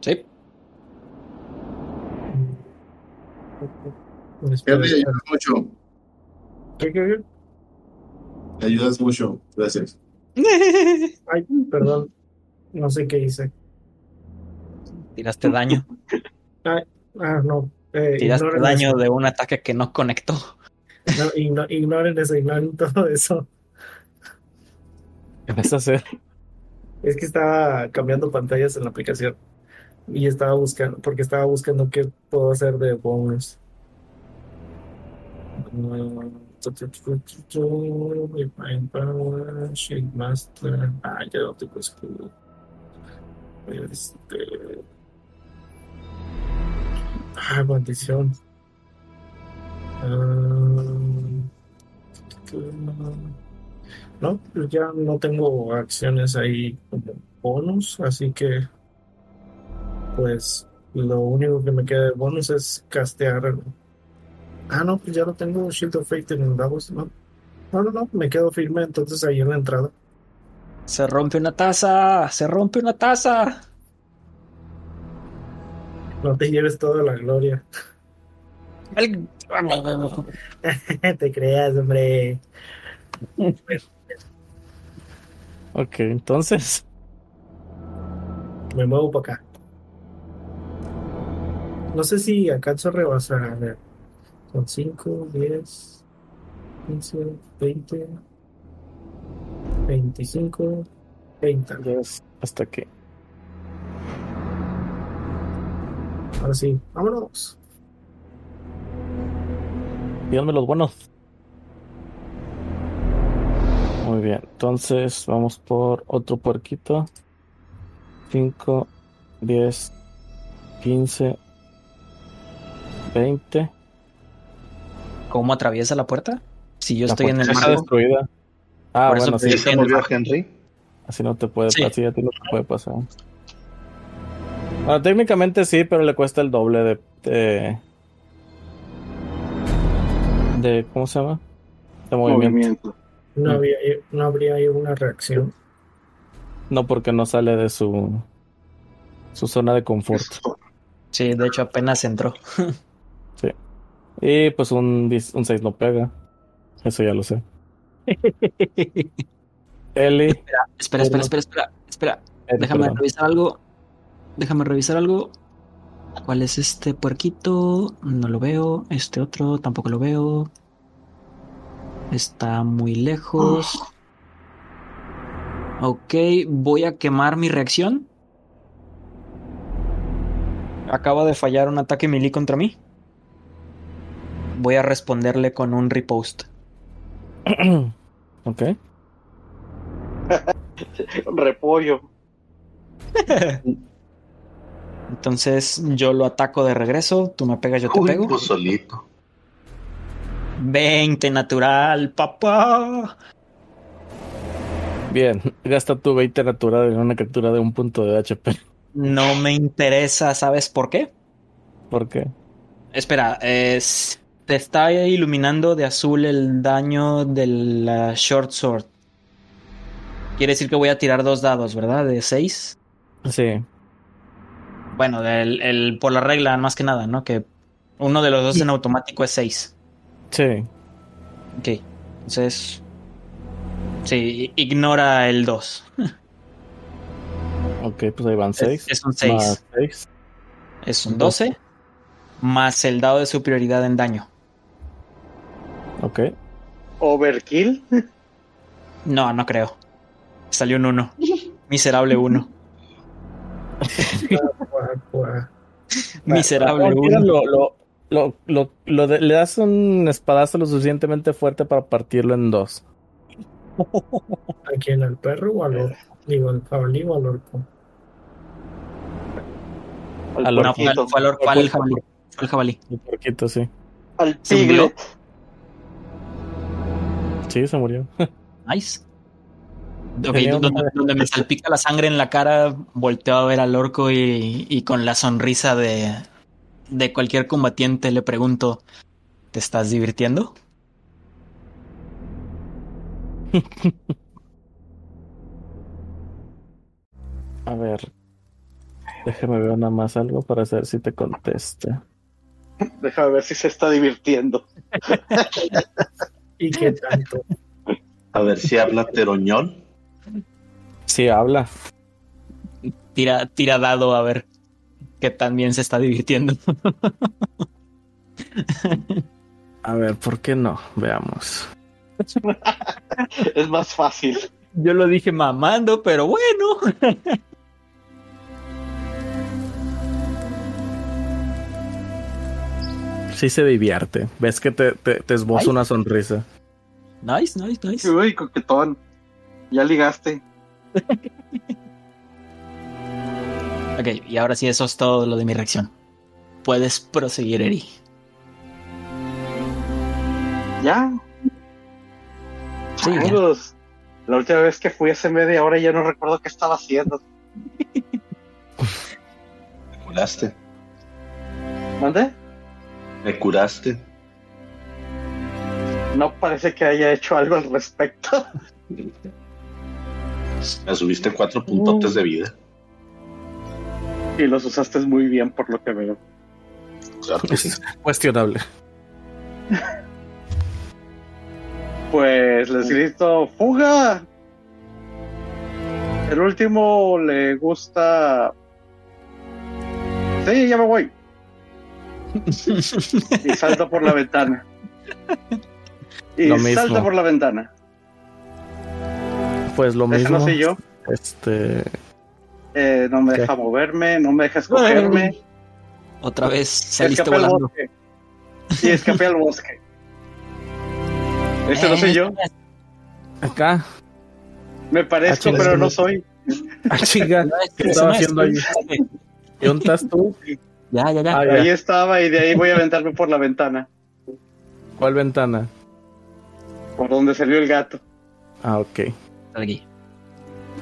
[SPEAKER 3] Sí.
[SPEAKER 6] mm,
[SPEAKER 2] Él
[SPEAKER 6] espera,
[SPEAKER 2] me
[SPEAKER 6] espera.
[SPEAKER 2] ayudas mucho.
[SPEAKER 6] ¿Qué, qué, qué?
[SPEAKER 2] Me ayudas mucho. Gracias.
[SPEAKER 6] Ay, perdón. No sé qué hice.
[SPEAKER 3] Tiraste daño.
[SPEAKER 6] Ah, no. Eh,
[SPEAKER 3] Tiraste
[SPEAKER 6] ignoren
[SPEAKER 3] daño de un ataque que no conectó.
[SPEAKER 6] eso. No, igno- ignoren eso, ignoren todo eso.
[SPEAKER 1] ¿Qué vas a hacer?
[SPEAKER 6] Es que estaba cambiando pantallas en la aplicación. Y estaba buscando, porque estaba buscando qué puedo hacer de bonus. Mm, tu, tu, tu, tu, tu, Divine Power, Shield Master. Ah, ya no tengo escudo. Este. Ah, maldición. Ah, tu, tu, tu. No, pues ya no tengo acciones ahí como bonus, así que pues lo único que me queda de bonus es castear. Ah, no, pues ya lo tengo Shield of Fate en Davos, ¿no? No, no, no, me quedo firme entonces ahí en la entrada.
[SPEAKER 3] Se rompe una taza. Se rompe una taza.
[SPEAKER 6] No te lleves toda la gloria.
[SPEAKER 3] El-
[SPEAKER 6] te creas, hombre.
[SPEAKER 1] Ok, entonces.
[SPEAKER 6] Me muevo para acá. No sé si alcanzo a rebasar. A ver. Son 5, 10, 15, 20, 25, 30.
[SPEAKER 1] llegas Hasta aquí.
[SPEAKER 6] Ahora sí, vámonos.
[SPEAKER 1] Díganme los buenos. Muy bien, entonces vamos por otro puerquito. 5, 10, 15, 20.
[SPEAKER 3] ¿Cómo atraviesa la puerta? Si yo
[SPEAKER 1] La
[SPEAKER 3] estoy en el
[SPEAKER 1] puerta está
[SPEAKER 3] marco.
[SPEAKER 1] destruida. Ah,
[SPEAKER 3] Por eso
[SPEAKER 1] bueno,
[SPEAKER 3] te
[SPEAKER 1] sí,
[SPEAKER 4] ¿Y se
[SPEAKER 3] en-
[SPEAKER 4] movió Henry?
[SPEAKER 1] así no te puede
[SPEAKER 3] Sí.
[SPEAKER 1] pasar. a ti no te puede pasar. Bueno, técnicamente sí, pero le cuesta el doble de. de, de- ¿Cómo se llama? De movimiento.
[SPEAKER 5] movimiento.
[SPEAKER 6] No,
[SPEAKER 1] Mm.
[SPEAKER 6] había, no habría ahí una reacción.
[SPEAKER 1] No, porque no sale de su su zona de confort.
[SPEAKER 3] Sí, de hecho apenas entró.
[SPEAKER 1] Y pues un 10 un 6 no pega. Eso ya lo sé. Eli, eh,
[SPEAKER 3] Espera, espera, espera, espera, espera.
[SPEAKER 1] Eli,
[SPEAKER 3] Déjame
[SPEAKER 1] perdón.
[SPEAKER 3] revisar algo. Déjame revisar algo. ¿Cuál es este puerquito? No lo veo. Este otro tampoco lo veo. Está muy lejos. Ok, voy a quemar mi reacción. Acaba de fallar un ataque melee contra mí. Voy a responderle con un repost.
[SPEAKER 1] ok.
[SPEAKER 5] Repollo.
[SPEAKER 3] Entonces yo lo ataco de regreso. Tú me pegas, yo te
[SPEAKER 4] Uy, pues
[SPEAKER 3] pego.
[SPEAKER 4] tú solito.
[SPEAKER 3] 20 natural, papá.
[SPEAKER 1] Bien, gasta tu 20 natural en una captura de un punto de HP.
[SPEAKER 3] No me interesa, ¿sabes por qué?
[SPEAKER 1] ¿Por qué?
[SPEAKER 3] Espera, es- te está iluminando de azul el daño de la short sword. Quiere decir que voy a tirar dos dados, ¿verdad? De seis.
[SPEAKER 1] Sí.
[SPEAKER 3] Bueno, del- el- por la regla, más que nada, ¿no? Que uno de los dos en automático es seis.
[SPEAKER 1] Sí.
[SPEAKER 3] Ok, entonces... Sí, ignora el 2.
[SPEAKER 1] Ok, pues ahí van 6.
[SPEAKER 3] Es, es un 6. Es un 12. Más el dado de superioridad en daño.
[SPEAKER 1] Ok.
[SPEAKER 5] Overkill.
[SPEAKER 3] No, no creo. Salió un 1. Miserable 1.
[SPEAKER 6] Cuá, cuá.
[SPEAKER 3] Miserable
[SPEAKER 1] Ahora,
[SPEAKER 3] 1.
[SPEAKER 1] lo, lo, lo, lo- lo de- le das un espadazo lo suficientemente fuerte para partirlo en dos.
[SPEAKER 6] ¿A quién? ¿Al perro o al orco? Digo, al jabalí o al orco.
[SPEAKER 5] Al,
[SPEAKER 1] Al
[SPEAKER 3] No, fue
[SPEAKER 5] puerquito,
[SPEAKER 3] al- fue al or- fue al jabalí. Fue al jabalí.
[SPEAKER 1] Un poquito, sí.
[SPEAKER 5] al
[SPEAKER 3] ¿se murió?
[SPEAKER 5] piglet.
[SPEAKER 1] Sí, se murió.
[SPEAKER 3] Nice. Ok,
[SPEAKER 1] Tenía
[SPEAKER 3] donde,
[SPEAKER 1] una-
[SPEAKER 3] donde me salpica la sangre en la cara, volteo a ver al orco y, y con la sonrisa de, de cualquier combatiente le pregunto, ¿te estás divirtiendo?
[SPEAKER 1] A ver. Déjame ver nada más algo para saber si te contesta.
[SPEAKER 5] Déjame ver si se está divirtiendo.
[SPEAKER 6] ¿Y qué tanto?
[SPEAKER 4] A ver si habla Teroñón.
[SPEAKER 1] Sí, habla.
[SPEAKER 3] Tira, tira dado a ver que también se está divirtiendo.
[SPEAKER 1] a ver, ¿por qué no? Veamos.
[SPEAKER 5] es más fácil.
[SPEAKER 3] Yo lo dije mamando, pero bueno.
[SPEAKER 1] sí se divierte. Ves que te, te, te esboza nice. una sonrisa.
[SPEAKER 3] Nice, nice, nice.
[SPEAKER 5] Uy, coquetón. Ya ligaste.
[SPEAKER 3] ok, y ahora sí, eso es todo lo de mi reacción. Puedes proseguir, Eri.
[SPEAKER 5] ¿Ya? Sí, Ay, ya. La última vez que fui hace media hora ya no recuerdo qué estaba haciendo.
[SPEAKER 4] Me curaste.
[SPEAKER 5] ¿Dónde?
[SPEAKER 4] Me curaste.
[SPEAKER 5] No parece que haya hecho algo al respecto.
[SPEAKER 4] Me subiste cuatro puntotes de vida.
[SPEAKER 5] Y los usaste muy bien, por lo que veo.
[SPEAKER 1] Claro que sí. Cuestionable.
[SPEAKER 5] Pues les grito, ¡fuga! El último le gusta... Sí, ya me voy. y salta por la ventana. Y
[SPEAKER 1] Lo
[SPEAKER 5] salta
[SPEAKER 1] mismo.
[SPEAKER 5] por la ventana.
[SPEAKER 1] Pues lo
[SPEAKER 5] Ese
[SPEAKER 1] mismo.
[SPEAKER 5] no soy yo.
[SPEAKER 1] Este.
[SPEAKER 5] Eh, no me
[SPEAKER 1] ¿Qué?
[SPEAKER 5] deja moverme, no me deja escogerme.
[SPEAKER 3] Otra vez saliste
[SPEAKER 5] escapé al
[SPEAKER 3] volando.
[SPEAKER 5] bosque. Sí, escapé al bosque. Ese no soy yo.
[SPEAKER 3] Eh,
[SPEAKER 1] Acá.
[SPEAKER 5] Me parezco,
[SPEAKER 1] Ah, chinga,
[SPEAKER 5] pero
[SPEAKER 1] sí.
[SPEAKER 5] no soy.
[SPEAKER 1] Ah, chinga.
[SPEAKER 3] no,
[SPEAKER 1] ¿Qué
[SPEAKER 3] ese
[SPEAKER 1] estaba
[SPEAKER 3] no es,
[SPEAKER 1] haciendo ahí? ¿Y dónde estás tú?
[SPEAKER 3] Ya, ya, ya.
[SPEAKER 1] Ah,
[SPEAKER 5] Ahí
[SPEAKER 1] ya.
[SPEAKER 5] estaba y de ahí voy a aventarme por la ventana.
[SPEAKER 1] ¿Cuál ventana?
[SPEAKER 5] Por donde salió el gato.
[SPEAKER 1] Ah, ok.
[SPEAKER 3] Sal aquí.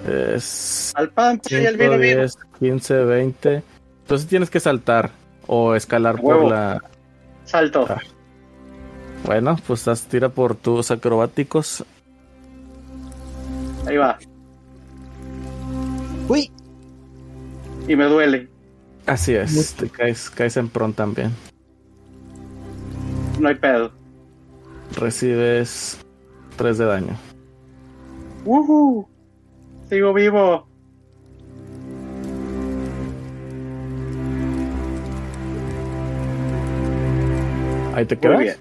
[SPEAKER 1] Es.
[SPEAKER 5] Al pancho y al
[SPEAKER 1] 5,
[SPEAKER 5] vino vino.
[SPEAKER 1] 10, 15, 20. Entonces tienes que saltar o escalar por
[SPEAKER 5] Huevo.
[SPEAKER 1] la.
[SPEAKER 5] Salto.
[SPEAKER 1] Ah. Bueno, pues haz tira por tus acrobáticos.
[SPEAKER 5] Ahí va.
[SPEAKER 3] Uy,
[SPEAKER 5] Y me duele.
[SPEAKER 1] Así es. Te caes, caes en pron también.
[SPEAKER 5] No hay pedo.
[SPEAKER 1] Recibes 3 de daño.
[SPEAKER 5] ¡Wuhu! Sigo vivo.
[SPEAKER 1] Ahí te
[SPEAKER 5] Muy
[SPEAKER 1] quedas.
[SPEAKER 5] bien.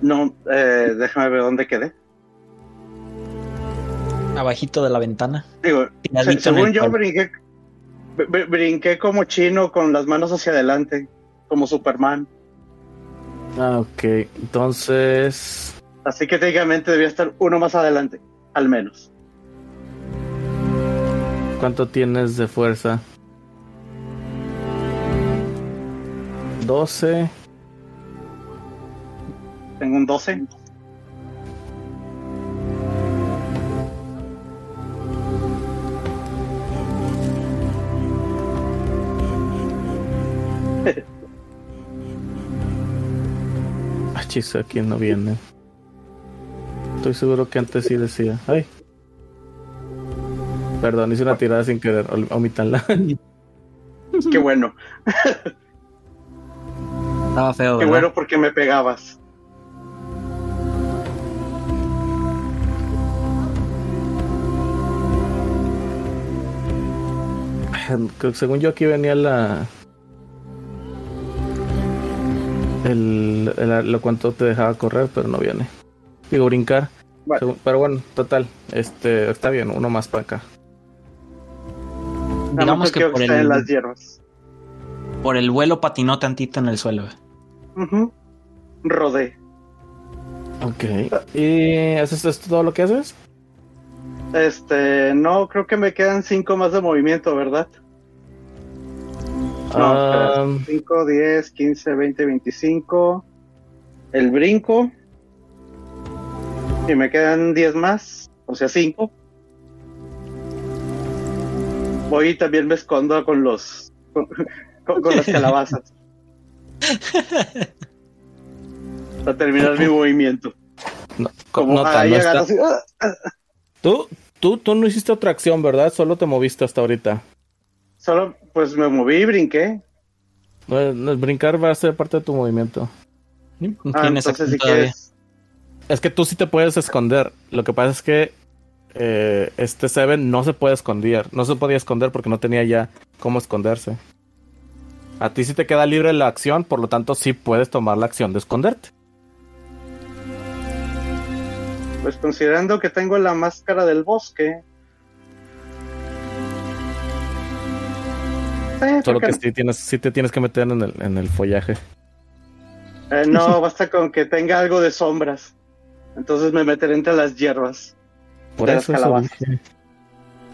[SPEAKER 5] No, eh, déjame ver dónde quedé.
[SPEAKER 3] abajito de la ventana.
[SPEAKER 5] Digo, se-
[SPEAKER 3] Tiradito en
[SPEAKER 5] según
[SPEAKER 3] el
[SPEAKER 5] yo
[SPEAKER 3] palo.
[SPEAKER 5] brinqué, br- br- brinqué como chino con las manos hacia adelante, como Superman.
[SPEAKER 1] Ah, ok. Entonces.
[SPEAKER 5] Así que técnicamente debía estar uno más adelante, al menos.
[SPEAKER 1] ¿Cuánto tienes de fuerza? 12.
[SPEAKER 5] Tengo un 12.
[SPEAKER 1] Ah, chis, aquí no viene. Estoy seguro que antes sí decía. Ay. Perdón, hice una tirada sin querer. ol- Omítanla.
[SPEAKER 5] Qué bueno.
[SPEAKER 3] Estaba feo,
[SPEAKER 5] Qué
[SPEAKER 3] ¿verdad?
[SPEAKER 5] bueno porque me pegabas.
[SPEAKER 1] Creo que Según yo, aquí venía la. El, el- lo cuánto te dejaba correr, pero no viene. Digo, brincar.
[SPEAKER 5] Bueno.
[SPEAKER 1] Según- pero bueno, total. Este, está bien, uno más para acá.
[SPEAKER 5] Nada
[SPEAKER 3] Digamos
[SPEAKER 5] más
[SPEAKER 3] que
[SPEAKER 5] quiero
[SPEAKER 3] por
[SPEAKER 5] esté en las
[SPEAKER 3] el,
[SPEAKER 5] hierbas.
[SPEAKER 3] por el vuelo patinó tantito en el suelo.
[SPEAKER 5] Ujú. Rodé.
[SPEAKER 1] Ok. ¿Y haces esto todo lo que haces?
[SPEAKER 5] Este, no, creo que me quedan cinco más de movimiento, ¿verdad?
[SPEAKER 1] Ah,
[SPEAKER 5] 5, 10, 15, 20, 25. El brinco. Y me quedan 10 más, o sea, 5. Voy y también me escondo con los. con, con- con las calabazas. Para terminar mi movimiento.
[SPEAKER 1] No, no,
[SPEAKER 5] ahí
[SPEAKER 1] no está.
[SPEAKER 5] agarra así, ¡ah!
[SPEAKER 1] Tú, tú, tú no hiciste otra acción, ¿verdad? Solo te moviste hasta ahorita.
[SPEAKER 5] Solo pues me moví y brinqué.
[SPEAKER 1] No, no, Brincar va a ser parte de tu movimiento.
[SPEAKER 5] Ah,
[SPEAKER 3] Tienes
[SPEAKER 5] entonces
[SPEAKER 3] acción
[SPEAKER 5] si
[SPEAKER 3] todavía.
[SPEAKER 5] quieres.
[SPEAKER 1] Es que tú sí te puedes esconder. Lo que pasa es que eh, este Seven no se puede esconder. No se podía esconder porque no tenía ya cómo esconderse. A ti sí te queda libre la acción, por lo tanto sí puedes tomar la acción de esconderte.
[SPEAKER 5] Pues considerando que tengo la máscara del bosque. Sí,
[SPEAKER 1] Solo
[SPEAKER 5] ¿por qué
[SPEAKER 1] que
[SPEAKER 5] no?
[SPEAKER 1] sí, tienes, sí te tienes que meter en el, en el follaje.
[SPEAKER 5] Eh, no, basta con que tenga algo de sombras. Entonces me meteré entre las hierbas.
[SPEAKER 1] Por
[SPEAKER 5] De las
[SPEAKER 1] eso, eso
[SPEAKER 5] calabazas.
[SPEAKER 1] dije.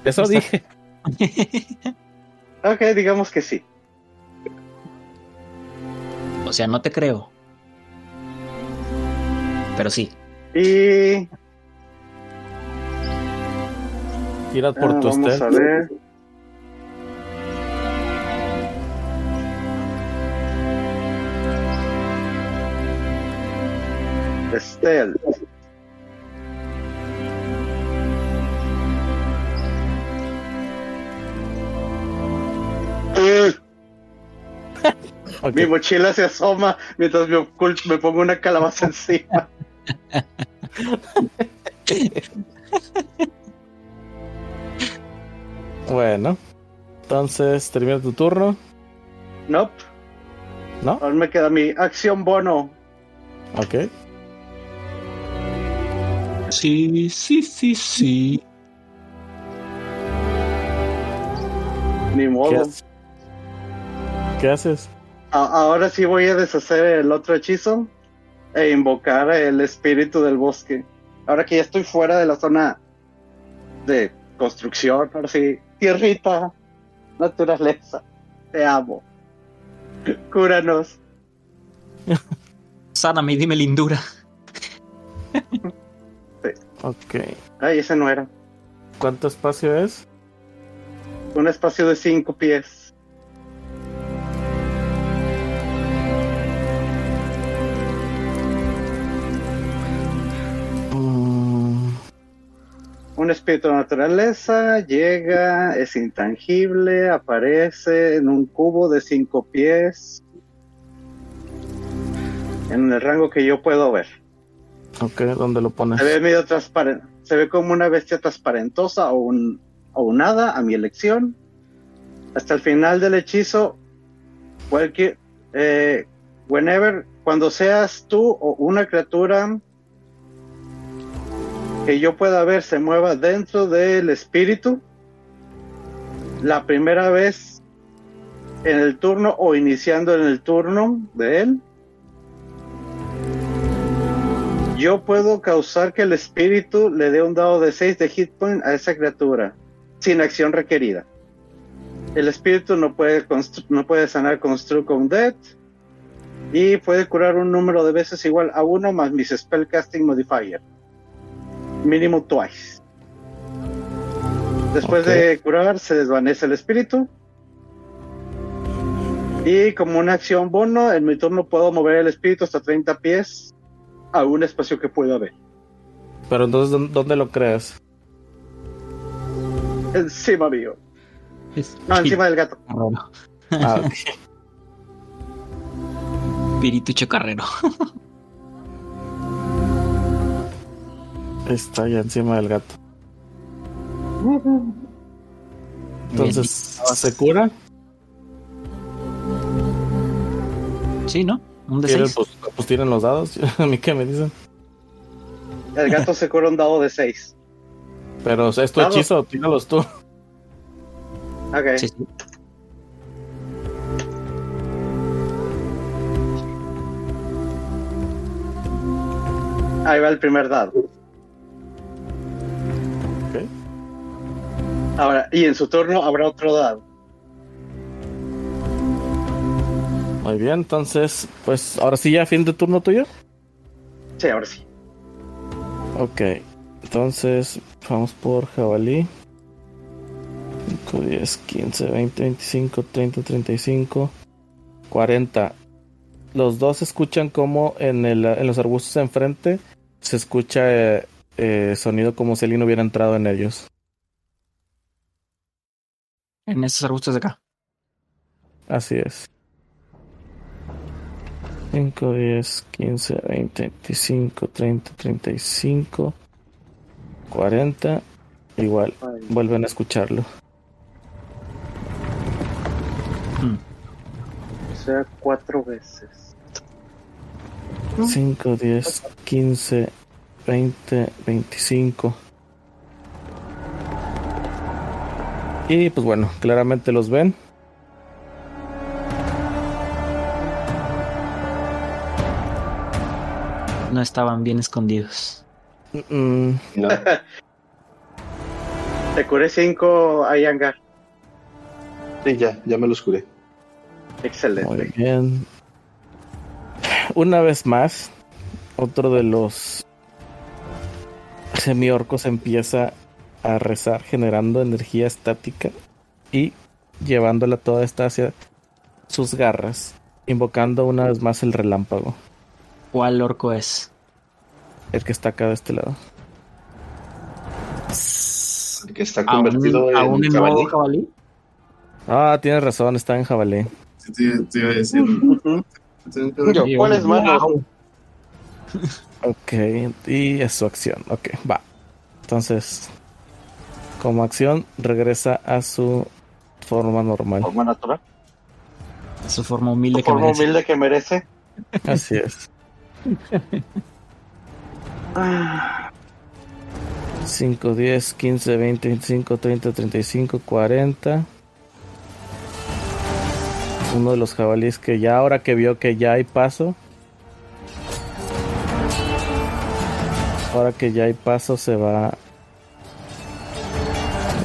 [SPEAKER 1] Eso
[SPEAKER 3] Está-
[SPEAKER 1] dije.
[SPEAKER 5] Ok, digamos que sí.
[SPEAKER 3] O sea, no te creo. Pero sí.
[SPEAKER 5] Y
[SPEAKER 1] Tira por
[SPEAKER 5] Ah,
[SPEAKER 1] tu
[SPEAKER 5] vamos
[SPEAKER 1] stealth.
[SPEAKER 5] a ver. Estel. Eh,
[SPEAKER 1] Ok.
[SPEAKER 5] Mi mochila se asoma mientras me, ocul- me pongo una calabaza encima.
[SPEAKER 1] Bueno. Entonces, termina tu turno.
[SPEAKER 5] Nope.
[SPEAKER 1] ¿No?
[SPEAKER 5] Ahora me queda mi acción bono.
[SPEAKER 1] Ok.
[SPEAKER 4] Sí, sí, sí, sí.
[SPEAKER 5] Ni
[SPEAKER 1] ¿Qué,
[SPEAKER 5] modo.
[SPEAKER 1] haces? ¿Qué haces?
[SPEAKER 5] A- ahora sí voy a deshacer el otro hechizo e invocar el espíritu del bosque. Ahora que ya estoy fuera de la zona de construcción, ahora sí, tierrita, naturaleza, te amo. Cúranos.
[SPEAKER 3] Sáname y dime lindura.
[SPEAKER 1] Ok.
[SPEAKER 5] Ay, ese no era.
[SPEAKER 1] ¿Cuánto espacio es?
[SPEAKER 5] Un espacio de cinco pies.
[SPEAKER 3] Mm,
[SPEAKER 5] Un espíritu de naturaleza llega, es intangible, aparece en un cubo de cinco pies. En el rango que yo puedo ver.
[SPEAKER 1] Ok, ¿dónde lo pones?
[SPEAKER 5] Se ve medio transparente. Se ve como una bestia transparentosa o un, o un hada, a mi elección. Hasta el final del hechizo, cualquier. eh, whenever, cuando seas tú o una criatura que yo pueda ver se mueva dentro del espíritu, la primera vez en el turno o iniciando en el turno de él, Yo puedo causar que el espíritu le dé un dado de 6 de hit point a esa criatura, sin acción requerida. El espíritu no puede, constru- no puede sanar Construct on Death y puede curar un número de veces igual a uno más mis Spellcasting Modifier. Mínimo twice. Después
[SPEAKER 1] Ok.
[SPEAKER 5] de curar, se desvanece el espíritu. Y como una acción bono, en mi turno puedo mover el espíritu hasta 30 pies a un espacio que pueda ver.
[SPEAKER 1] Pero entonces, ¿dó- ¿dónde lo creas?
[SPEAKER 5] Encima mío.
[SPEAKER 3] Es
[SPEAKER 5] No, encima del gato.
[SPEAKER 3] chocarrero.
[SPEAKER 1] Ah,
[SPEAKER 3] Espíritu chocarrero.
[SPEAKER 1] está allá encima del gato. Entonces, ¿se cura?
[SPEAKER 3] Sí, ¿no? Un de
[SPEAKER 1] ¿Quieres?
[SPEAKER 3] seis.
[SPEAKER 1] Pues, pues tiren los dados. ¿A mí qué me dicen?
[SPEAKER 5] El gato se cura un dado de 6.
[SPEAKER 1] Pero es tu
[SPEAKER 5] Dados.
[SPEAKER 1] hechizo, tíralos tú.
[SPEAKER 5] Ok.
[SPEAKER 3] Sí, sí.
[SPEAKER 5] Ahí va el primer dado. Ahora, y en su turno habrá otro dado.
[SPEAKER 1] Muy bien, entonces, pues ahora sí ya fin de turno tuyo.
[SPEAKER 5] Sí, ahora sí.
[SPEAKER 1] Ok, entonces vamos por jabalí. 5, 10, 15, 20, 25, 30, 35, 40. Los dos escuchan como en, el- en los arbustos enfrente se escucha eh, eh, sonido como si alguien hubiera entrado en ellos.
[SPEAKER 3] En estos arbustos de acá.
[SPEAKER 1] Así es. 5, 10, 15, 20, 25, 30, 35, 40. Igual, vuelven a escucharlo.
[SPEAKER 5] O sea, cuatro veces.
[SPEAKER 1] 5, 10, 15, 20, 25. Y pues bueno, claramente los ven.
[SPEAKER 3] No estaban bien escondidos.
[SPEAKER 1] Mm,
[SPEAKER 4] No.
[SPEAKER 5] Te curé cinco ahí hangar.
[SPEAKER 4] Sí, ya, ya me los curé.
[SPEAKER 5] Excelente.
[SPEAKER 1] muy bien. Una vez más, otro de los semiorcos empieza a rezar generando energía estática y llevándola toda esta hacia sus garras, invocando una vez más el relámpago,
[SPEAKER 3] ¿Cuál orco es?
[SPEAKER 1] el que está acá de este lado.
[SPEAKER 4] El Que está
[SPEAKER 3] ¿Aún,
[SPEAKER 4] convertido
[SPEAKER 3] aún
[SPEAKER 4] en
[SPEAKER 3] en
[SPEAKER 4] cabalí.
[SPEAKER 3] nuevo jabalí?
[SPEAKER 1] Ah, tienes razón, está en jabalí.
[SPEAKER 2] Sí, Te, te iba a decir. Te- te-
[SPEAKER 4] Yo, ¿Cuál es mano?
[SPEAKER 1] Ok, y es su acción. Ok, va. Entonces, como acción, regresa a su forma normal.
[SPEAKER 4] Forma natural.
[SPEAKER 3] A su forma humilde
[SPEAKER 5] Pues Tu
[SPEAKER 3] que
[SPEAKER 5] forma
[SPEAKER 3] merece.
[SPEAKER 5] humilde que merece.
[SPEAKER 1] Así es. 5, 10, 15, 20, 25, 30, 35, 40. Uno de los jabalíes que ya ahora que vio que ya hay paso. Ahora que ya hay paso se va...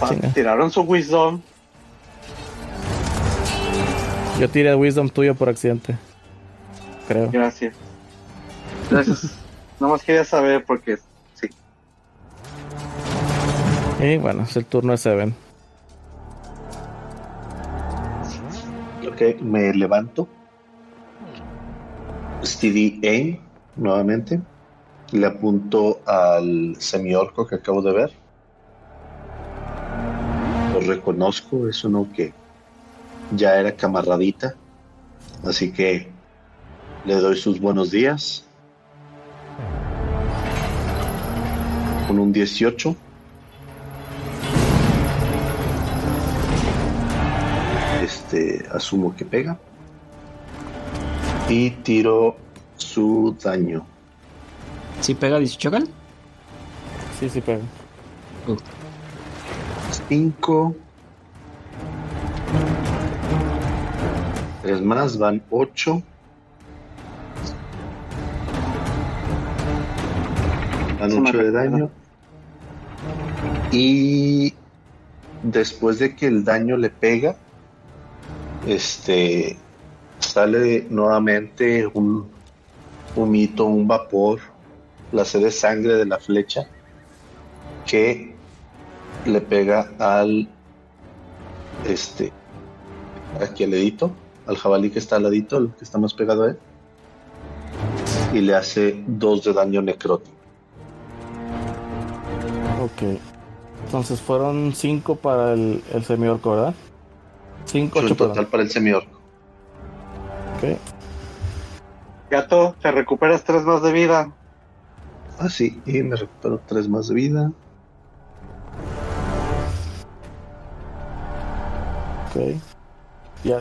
[SPEAKER 5] Ah,
[SPEAKER 1] Chinga.
[SPEAKER 5] Tiraron su wisdom.
[SPEAKER 1] Yo tiré Wisdom tuyo por accidente. Creo.
[SPEAKER 5] Gracias. Gracias. Nomás quería saber porque
[SPEAKER 1] Y bueno, es el turno de Seven.
[SPEAKER 4] Ok, me levanto. Steady aim E, nuevamente. Le apunto al semiorco que acabo de ver. Lo reconozco, es uno que ya era camaradita. Así que le doy sus buenos días. Con un 18. este asumo que pega y tiro su daño
[SPEAKER 3] ¿Sí pega 18 cal?
[SPEAKER 1] Sí, sí, pero.
[SPEAKER 4] 5 3 más van 8 van
[SPEAKER 5] Es una
[SPEAKER 4] 8 de
[SPEAKER 5] retirada.
[SPEAKER 4] daño y después de que el daño le pega este sale nuevamente un humito, un vapor la sed de sangre de la flecha que le pega al este aquí al ladito, al jabalí que está al ladito, el que está más pegado a él, y le hace dos de daño necrótico.
[SPEAKER 1] Ok. Entonces fueron 5 para el, el semiorco, ¿verdad? 5,
[SPEAKER 4] Eso
[SPEAKER 1] 8
[SPEAKER 4] en total para el semiorco.
[SPEAKER 5] gato, te recuperas tres más de vida.
[SPEAKER 4] Ah, sí, y me recupero tres más de vida.
[SPEAKER 1] Ok. Ya.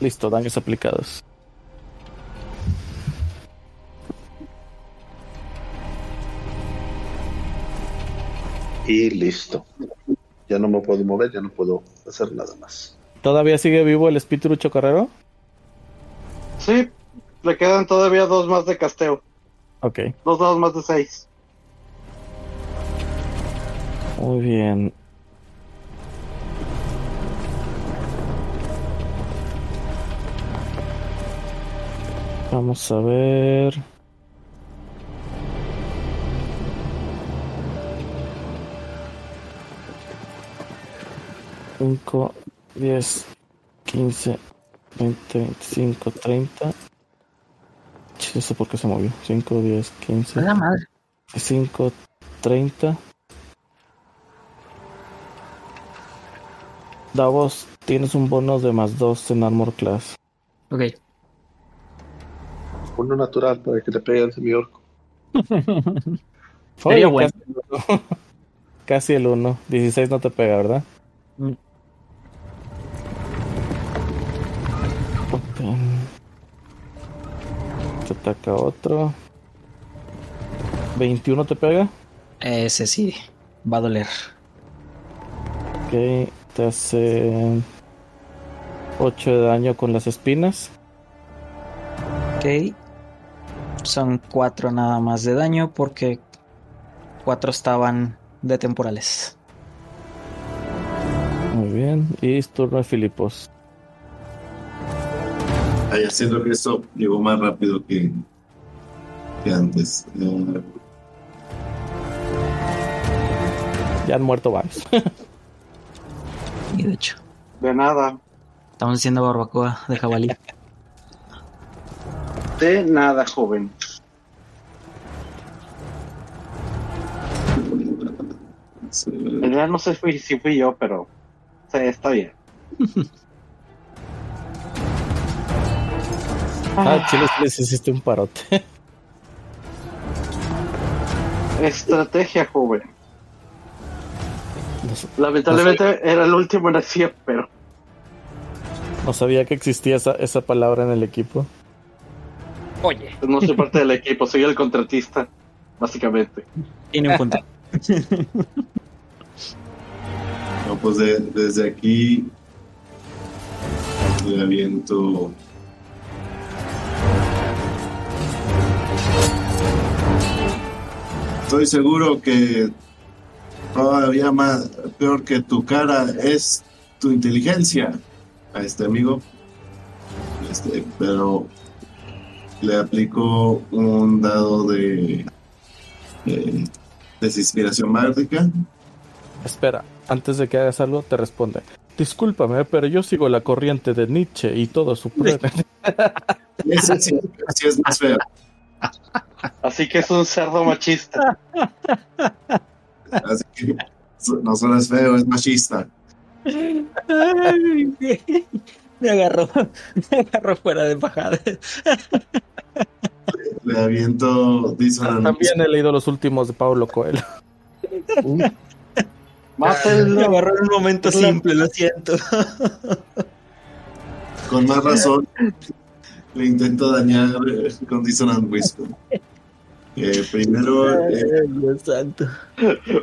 [SPEAKER 1] Listo, daños aplicados.
[SPEAKER 4] Y listo. Ya no me puedo mover, ya no puedo hacer nada más.
[SPEAKER 1] ¿Todavía sigue vivo el espíritu chocarrero?
[SPEAKER 5] Sí, le quedan todavía dos más de casteo.
[SPEAKER 1] Ok.
[SPEAKER 5] Dos dados más de seis.
[SPEAKER 1] Muy bien. Vamos a ver. Cinco, diez, quince, veinte, veinticinco, treinta. Chis, eso porque se movió. Cinco, diez, quince.
[SPEAKER 3] A la madre.
[SPEAKER 1] 5, 30. Davos, tienes un bonus de más 2 en Armor Class.
[SPEAKER 3] Ok.
[SPEAKER 4] Uno natural para que te pegue el semiorco.
[SPEAKER 1] Oye,
[SPEAKER 3] Sería bueno.
[SPEAKER 1] casi, el uno. Casi el 1. 16 no te pega, ¿verdad?
[SPEAKER 3] Mm.
[SPEAKER 1] Ok. Te ataca otro. 21 te pega.
[SPEAKER 3] Ese sí, va a doler.
[SPEAKER 1] Ok, te hace 8 de daño con las espinas.
[SPEAKER 3] Ok. Son cuatro nada más de daño porque cuatro estaban de temporales.
[SPEAKER 1] Muy bien. Y es turno de Filipos.
[SPEAKER 2] Ay, haciendo que esto llegó más rápido que, que antes. Eh,
[SPEAKER 1] Ya han muerto varios.
[SPEAKER 3] Y de hecho,
[SPEAKER 5] De nada.
[SPEAKER 3] estamos haciendo barbacoa de jabalí.
[SPEAKER 5] De nada, joven.
[SPEAKER 2] sí.
[SPEAKER 5] En realidad no sé fui- si fui yo, pero. O sea, está bien.
[SPEAKER 1] Ah, chile, sí les hiciste un parote.
[SPEAKER 5] Estrategia, joven. Lamentablemente era el último en acción, pero.
[SPEAKER 1] No sabía que existía esa, esa palabra en el equipo.
[SPEAKER 3] Oye,
[SPEAKER 5] No soy parte del equipo, soy el contratista, básicamente.
[SPEAKER 3] tiene un punto.
[SPEAKER 2] No, pues de- desde aquí le aviento. Estoy seguro que todavía más peor que tu cara es tu inteligencia a este amigo. Este, pero le aplico un dado de eh, desinspiración bárdica.
[SPEAKER 1] Espera, antes de que hagas algo, te responde. Discúlpame, pero yo sigo la corriente de Nietzsche y todo su prueba.
[SPEAKER 2] Ese sí, sí es más feo.
[SPEAKER 5] Así que es un cerdo machista.
[SPEAKER 2] Así que so- no solo es feo, es machista.
[SPEAKER 3] me agarró, me agarró fuera de bajada.
[SPEAKER 2] Le aviento Dissonance.
[SPEAKER 1] Ah, También he leído los últimos de Pablo Coelho.
[SPEAKER 4] Ah,
[SPEAKER 3] Me
[SPEAKER 5] Mátenlo.
[SPEAKER 3] agarró en un momento simple, lo siento.
[SPEAKER 2] Con más razón, le intento dañar eh, con Dissonant Whisper. Eh, primero eh,
[SPEAKER 3] Dios santo.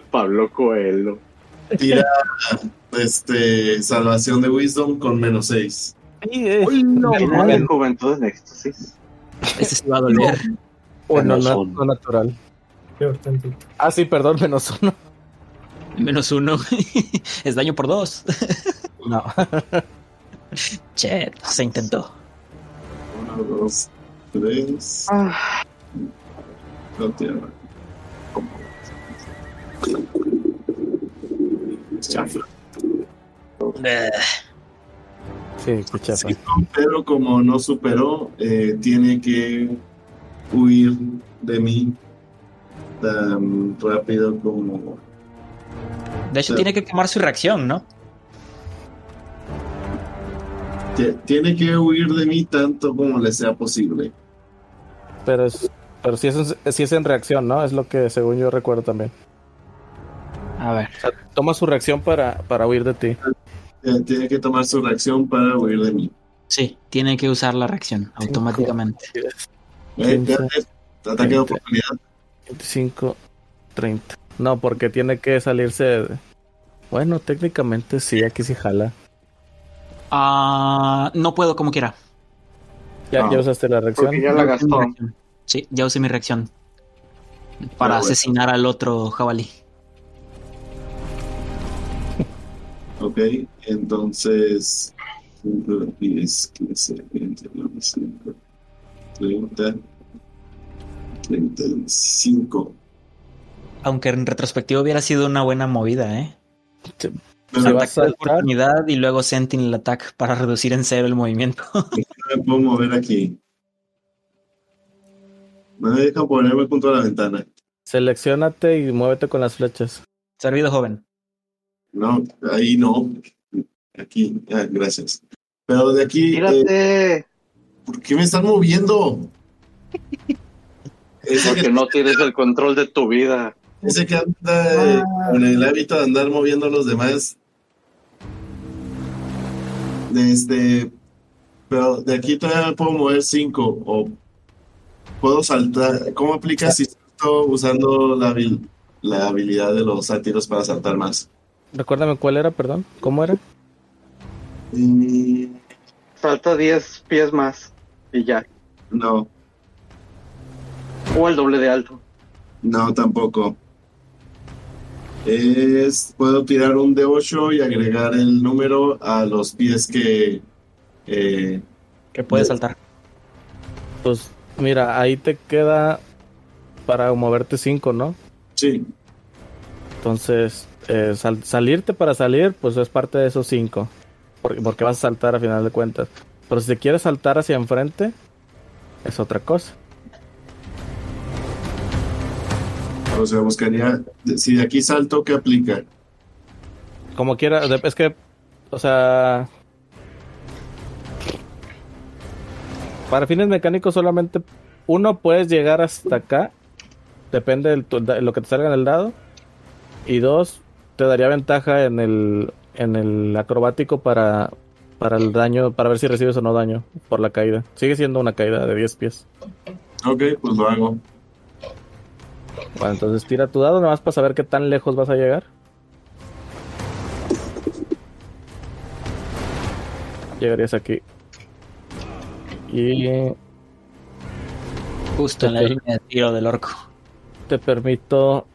[SPEAKER 5] Pablo Coelho.
[SPEAKER 2] tira este, salvación de Wisdom con menos 6.
[SPEAKER 5] No,
[SPEAKER 1] mames.
[SPEAKER 5] juventud en éxtasis.
[SPEAKER 3] Este sí va a doler.
[SPEAKER 1] Bueno,
[SPEAKER 4] Menos
[SPEAKER 1] no,
[SPEAKER 4] uno.
[SPEAKER 1] no natural.
[SPEAKER 6] Peor tantito.
[SPEAKER 1] Ah, sí, perdón, menos uno.
[SPEAKER 3] Menos uno. es daño por dos.
[SPEAKER 1] No.
[SPEAKER 3] Che, se intentó.
[SPEAKER 2] 1, 2, 3. No tierra. Chafa.
[SPEAKER 3] Eh,
[SPEAKER 1] Sí, pues. qué chafa.
[SPEAKER 2] Sí, no, pero como no superó, eh, tiene que huir de mí tan rápido como...
[SPEAKER 3] De hecho, tiene que quemar su reacción, ¿no?
[SPEAKER 2] Ti- Tiene que huir de mí tanto como le sea posible.
[SPEAKER 1] Pero, es, pero sí, es en, sí es en reacción, ¿no? Es lo que según yo recuerdo también.
[SPEAKER 3] A ver.
[SPEAKER 1] Toma su reacción para, para huir de ti.
[SPEAKER 2] Eh, Tiene que tomar su reacción para huir de mí.
[SPEAKER 3] Sí, tiene que usar la reacción automáticamente.
[SPEAKER 2] Eh,
[SPEAKER 1] Quince,
[SPEAKER 2] eh, Ataque de
[SPEAKER 1] veinte.
[SPEAKER 2] oportunidad.
[SPEAKER 1] 25, 30. No, porque tiene que salirse. de- Bueno, técnicamente sí, aquí sí jala.
[SPEAKER 3] Ah, no puedo como quiera.
[SPEAKER 1] Ya,
[SPEAKER 2] Ah.
[SPEAKER 1] ya usaste la reacción.
[SPEAKER 5] Porque ya la
[SPEAKER 3] Ya usé mi
[SPEAKER 5] gastó.
[SPEAKER 3] reacción. Sí, ya usé mi reacción. Para
[SPEAKER 2] Ah, bueno.
[SPEAKER 3] asesinar al otro jabalí.
[SPEAKER 2] Ok, entonces... 5, 10, 15, 20, 25, 30, 35.
[SPEAKER 3] Aunque en retrospectivo hubiera sido una buena movida, ¿eh?
[SPEAKER 1] Se
[SPEAKER 2] Pero
[SPEAKER 1] va a
[SPEAKER 3] Ataque de
[SPEAKER 1] saltar.
[SPEAKER 3] oportunidad y luego Sentinel Attack para reducir en cero el movimiento.
[SPEAKER 2] me puedo mover aquí. No me dejan ponerme junto a la ventana.
[SPEAKER 1] Seleccionate y muévete con las flechas.
[SPEAKER 3] Servido, joven.
[SPEAKER 2] No, ahí no. Aquí, ah, gracias. Pero de aquí.
[SPEAKER 4] Tírate.
[SPEAKER 2] eh, ¿Por qué me están moviendo? Ese
[SPEAKER 4] Porque
[SPEAKER 2] que,
[SPEAKER 4] no tienes el control de tu vida.
[SPEAKER 2] ese que anda eh, con el hábito de andar moviendo a los demás. Desde. este, Pero de aquí todavía me puedo mover cinco. O puedo saltar. ¿Cómo aplicas si salto usando la, habil- la habilidad de los sátiros para saltar más?
[SPEAKER 1] Recuérdame cuál era, perdón. ¿Cómo era?
[SPEAKER 2] Y-
[SPEAKER 5] Salta 10 pies más y ya.
[SPEAKER 2] No,
[SPEAKER 5] O el doble de alto.
[SPEAKER 2] no, tampoco. Es, puedo tirar un D8 y agregar el número a los pies que... eh,
[SPEAKER 3] Que puede
[SPEAKER 2] Sí.
[SPEAKER 3] saltar.
[SPEAKER 1] Pues mira, ahí te queda para moverte 5, ¿no?
[SPEAKER 2] sí,
[SPEAKER 1] Entonces, eh, sal- salirte para salir, pues es parte de esos 5. Porque, porque vas a saltar a final de cuentas. Pero si te quieres saltar hacia enfrente, es otra cosa.
[SPEAKER 2] o sea, buscaría... Si de aquí salto, ¿qué aplica?
[SPEAKER 1] Como quiera, de- es que, o sea... Para fines mecánicos solamente uno puedes llegar hasta acá, depende de lo que te salga en el dado, y dos, te daría ventaja en el, en el acrobático para, para el daño, para ver si recibes o no daño por la caída. Sigue siendo una caída de 10 pies.
[SPEAKER 2] Ok, pues lo hago.
[SPEAKER 1] Bueno, entonces tira tu dado nomás para saber qué tan lejos vas a llegar. Llegarías aquí. Y
[SPEAKER 3] Justo en la
[SPEAKER 1] Ok.
[SPEAKER 3] línea de tiro del orco.
[SPEAKER 1] te permito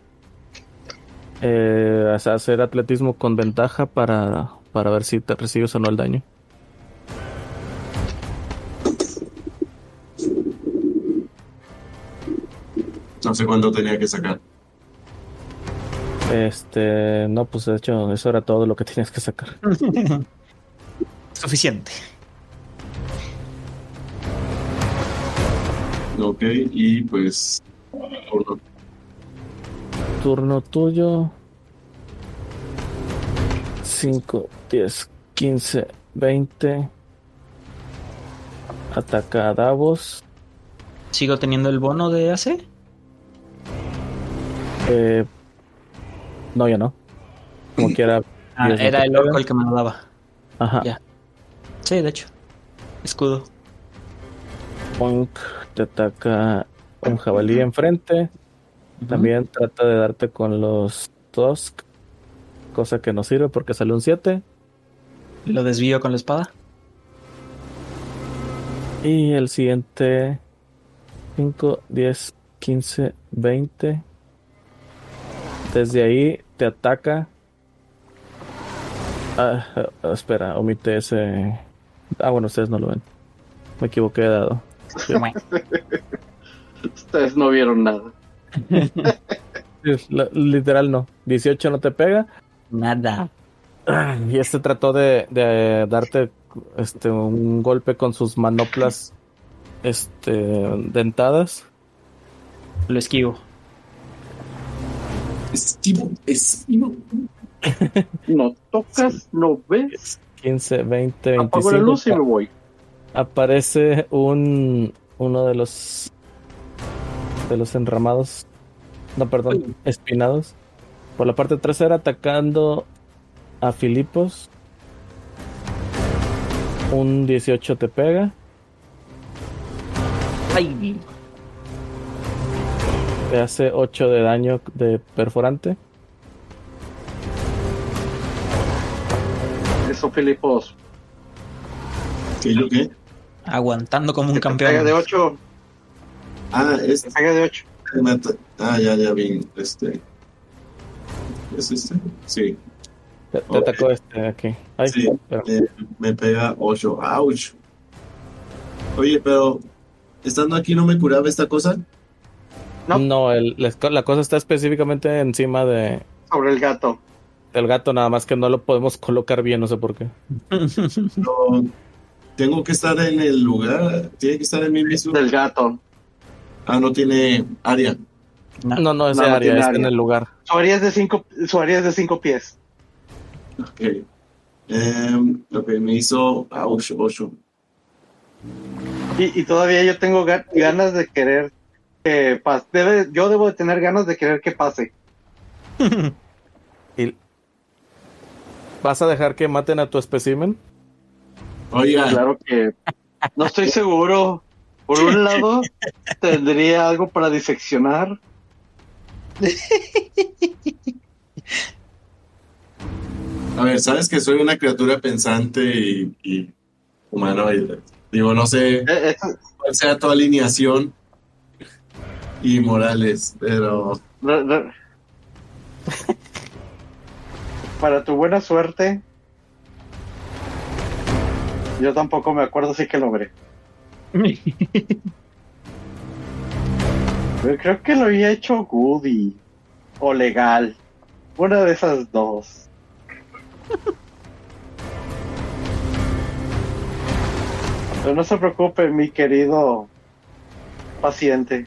[SPEAKER 1] eh, hacer- hacer atletismo con ventaja para, para ver si te recibes o no el daño.
[SPEAKER 2] No sé cuánto tenía que sacar.
[SPEAKER 1] Este, no, pues de hecho, eso era todo lo que tenías que sacar.
[SPEAKER 3] Suficiente.
[SPEAKER 2] Ok, y pues... uno.
[SPEAKER 1] Turno tuyo. 5, 10, 15, 20. Ataca a Davos.
[SPEAKER 3] ¿Sigo teniendo el bono de AC?
[SPEAKER 1] Eh, no, ya no. Como quiera.
[SPEAKER 3] Ah,
[SPEAKER 1] Dios, no
[SPEAKER 3] era
[SPEAKER 1] te
[SPEAKER 3] el orco
[SPEAKER 1] pega.
[SPEAKER 3] el que me lo daba.
[SPEAKER 1] Ajá.
[SPEAKER 3] ya. Sí, de hecho. Escudo.
[SPEAKER 1] Punk te ataca un jabalí enfrente. También trata de darte con los Tusk. Cosa que no sirve porque sale un 7.
[SPEAKER 3] Lo desvío con la espada.
[SPEAKER 1] Y el siguiente 5, 10, 15, 20. Desde ahí te ataca. Ah, ah, espera, omite ese. Ah, bueno, ustedes no lo ven. Me equivoqué de dado.
[SPEAKER 5] Ustedes no vieron nada.
[SPEAKER 1] Sí, la- Literal no. 18 no te pega.
[SPEAKER 3] Nada.
[SPEAKER 1] Y este trató de, de darte este, un golpe con sus manoplas este, dentadas.
[SPEAKER 3] Lo esquivo.
[SPEAKER 2] Esquivo, esquivo.
[SPEAKER 5] No tocas, no ves.
[SPEAKER 1] 15, 20, 25.
[SPEAKER 5] Apago la luz y me voy.
[SPEAKER 1] aparece un uno de los de los enramados no perdón espinados por la parte trasera atacando a Filipos un 18 te pega
[SPEAKER 3] Ay.
[SPEAKER 1] te hace 8 de daño de perforante
[SPEAKER 5] Eso, Filipos.
[SPEAKER 2] ¿Qué yo qué?
[SPEAKER 3] Aguantando como un
[SPEAKER 5] Que te pega
[SPEAKER 3] campeón.
[SPEAKER 5] de 8.
[SPEAKER 2] Ah, es...
[SPEAKER 5] Te pega de 8.
[SPEAKER 2] me ata- Ah, ya, ya vi. Este... ¿Es este? Sí.
[SPEAKER 1] te, te atacó este de aquí Ay,
[SPEAKER 2] Sí.
[SPEAKER 1] pero-
[SPEAKER 2] Eh, me pega 8. ¡Auch! Oye, pero estando aquí no me curaba esta cosa.
[SPEAKER 5] No.
[SPEAKER 1] no, el- la, la cosa está específicamente encima de,
[SPEAKER 5] Sobre el gato.
[SPEAKER 1] del gato nada más que no lo podemos colocar bien no sé por qué
[SPEAKER 2] No, tengo que estar en el lugar. Tiene que estar en mi mismo.
[SPEAKER 5] Del gato.
[SPEAKER 2] Ah, no tiene área.
[SPEAKER 1] No, no, no es de
[SPEAKER 5] No, no
[SPEAKER 1] área,
[SPEAKER 5] tiene
[SPEAKER 1] es en
[SPEAKER 5] área.
[SPEAKER 1] el lugar.
[SPEAKER 5] Su área es de cinco, su área es de cinco pies.
[SPEAKER 2] Ok. Em, ok, me hizo. Ah, 8, 8.
[SPEAKER 5] Y, y todavía yo tengo ga- ganas de querer que pase. Debe- yo debo de tener ganas de querer que pase.
[SPEAKER 1] Y- ¿Vas a dejar que maten a tu espécimen?
[SPEAKER 2] Oiga,
[SPEAKER 5] Claro que no estoy seguro. Por un lado, tendría algo para diseccionar.
[SPEAKER 2] a ver, sabes que soy una criatura pensante y, y humanoide. Digo, no sé
[SPEAKER 5] Eh, eso-
[SPEAKER 2] cuál sea tu alineación y morales, pero.
[SPEAKER 5] re- re- Para tu buena suerte, yo tampoco me acuerdo si que logré. Yo creo que lo había hecho Goody o legal. Una de esas dos. Pero no se preocupe, mi querido paciente.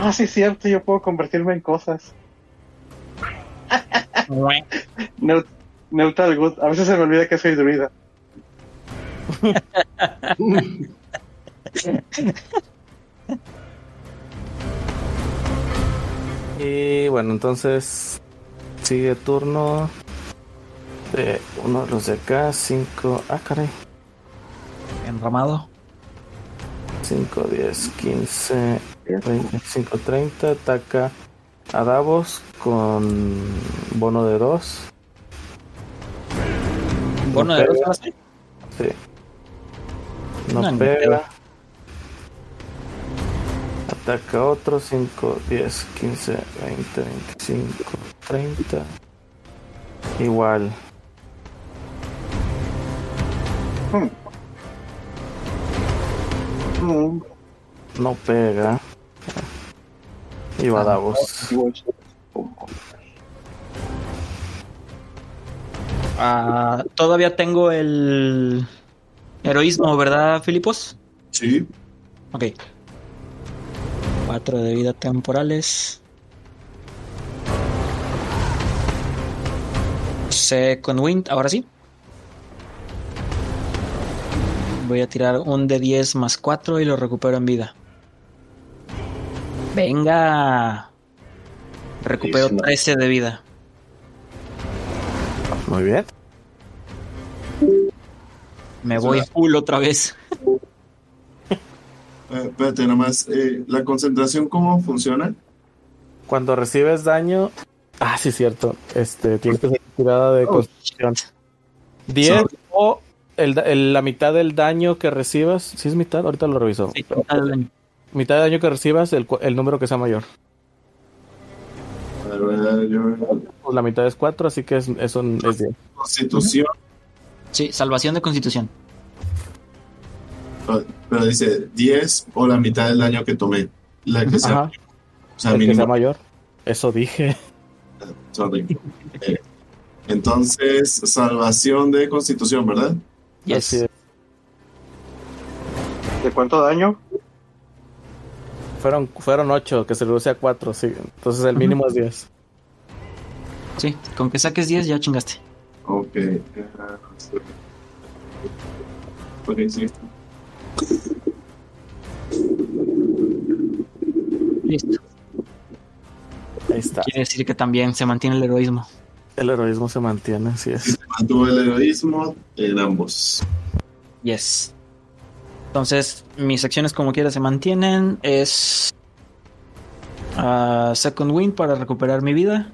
[SPEAKER 5] Ah, sí, es cierto, yo puedo convertirme en cosas. Neu- neutral good. A veces se me olvida que soy druida.
[SPEAKER 1] Y bueno, entonces sigue turno de uno de los de acá, 5, ah caray,
[SPEAKER 3] Enramado.
[SPEAKER 1] 5, 10, 15, 25, 30, ataca a Davos con bono de 2.
[SPEAKER 3] Bueno, de dos ¿eh? ahora sí.
[SPEAKER 1] Sí. No,
[SPEAKER 3] No, ni
[SPEAKER 1] pega.
[SPEAKER 3] pedo.
[SPEAKER 1] Ataca otro 5, 10, 15, 20, 25, 30. Igual.
[SPEAKER 5] Mm,
[SPEAKER 1] No pega. Y va Davos.
[SPEAKER 3] Ah, todavía tengo el heroísmo, ¿verdad, Filipos?
[SPEAKER 2] Sí,
[SPEAKER 3] Ok. Cuatro de vida temporales. Second Wind, ahora sí. Voy a tirar un de 10 más 4 y lo recupero en vida. Venga. Recupero
[SPEAKER 4] Buenísimo.
[SPEAKER 3] 13 de vida.
[SPEAKER 1] Muy bien.
[SPEAKER 3] Me voy full otra vez.
[SPEAKER 2] Eh, espérate, nomás. eh, ¿La concentración cómo funciona?
[SPEAKER 1] Cuando recibes daño. Ah, sí, cierto. Este, tienes que hacer tirada
[SPEAKER 3] Oh,
[SPEAKER 1] de constitución. 10 o el da- el- la mitad del daño que recibas. Si es mitad, ahorita lo reviso.
[SPEAKER 3] Sí, total daño.
[SPEAKER 1] mitad de daño que recibas, el, cu- el número que sea mayor.
[SPEAKER 2] A ver, voy a dar yo-
[SPEAKER 1] Pues la mitad es 4, así que es, es, un- es 10.
[SPEAKER 2] Constitución,
[SPEAKER 3] Sí, salvación de constitución.
[SPEAKER 2] pero dice 10 o la mitad del daño que tomé. La que sea,
[SPEAKER 1] Ajá,
[SPEAKER 2] o sea,
[SPEAKER 1] el que sea
[SPEAKER 2] mínimo.
[SPEAKER 1] mayor. Eso dije.
[SPEAKER 2] Sorry. Eh, entonces, salvación de constitución, ¿verdad?
[SPEAKER 3] Yes.
[SPEAKER 1] Así es.
[SPEAKER 5] ¿De cuánto daño?
[SPEAKER 1] Fueron, fueron 8, que se reduce a 4, sí. Entonces el mínimo es 10.
[SPEAKER 3] Sí, con que saques 10 ya chingaste.
[SPEAKER 2] Ok. eh, Ok, sí.
[SPEAKER 3] Listo.
[SPEAKER 1] Ahí está.
[SPEAKER 3] Quiere decir que también se mantiene el heroísmo.
[SPEAKER 1] El heroísmo se mantiene, así es.
[SPEAKER 2] Mantuvo el heroísmo en ambos.
[SPEAKER 3] Yes. Entonces, mis acciones como quiera se mantienen. Es ah, Second Wind para recuperar mi vida.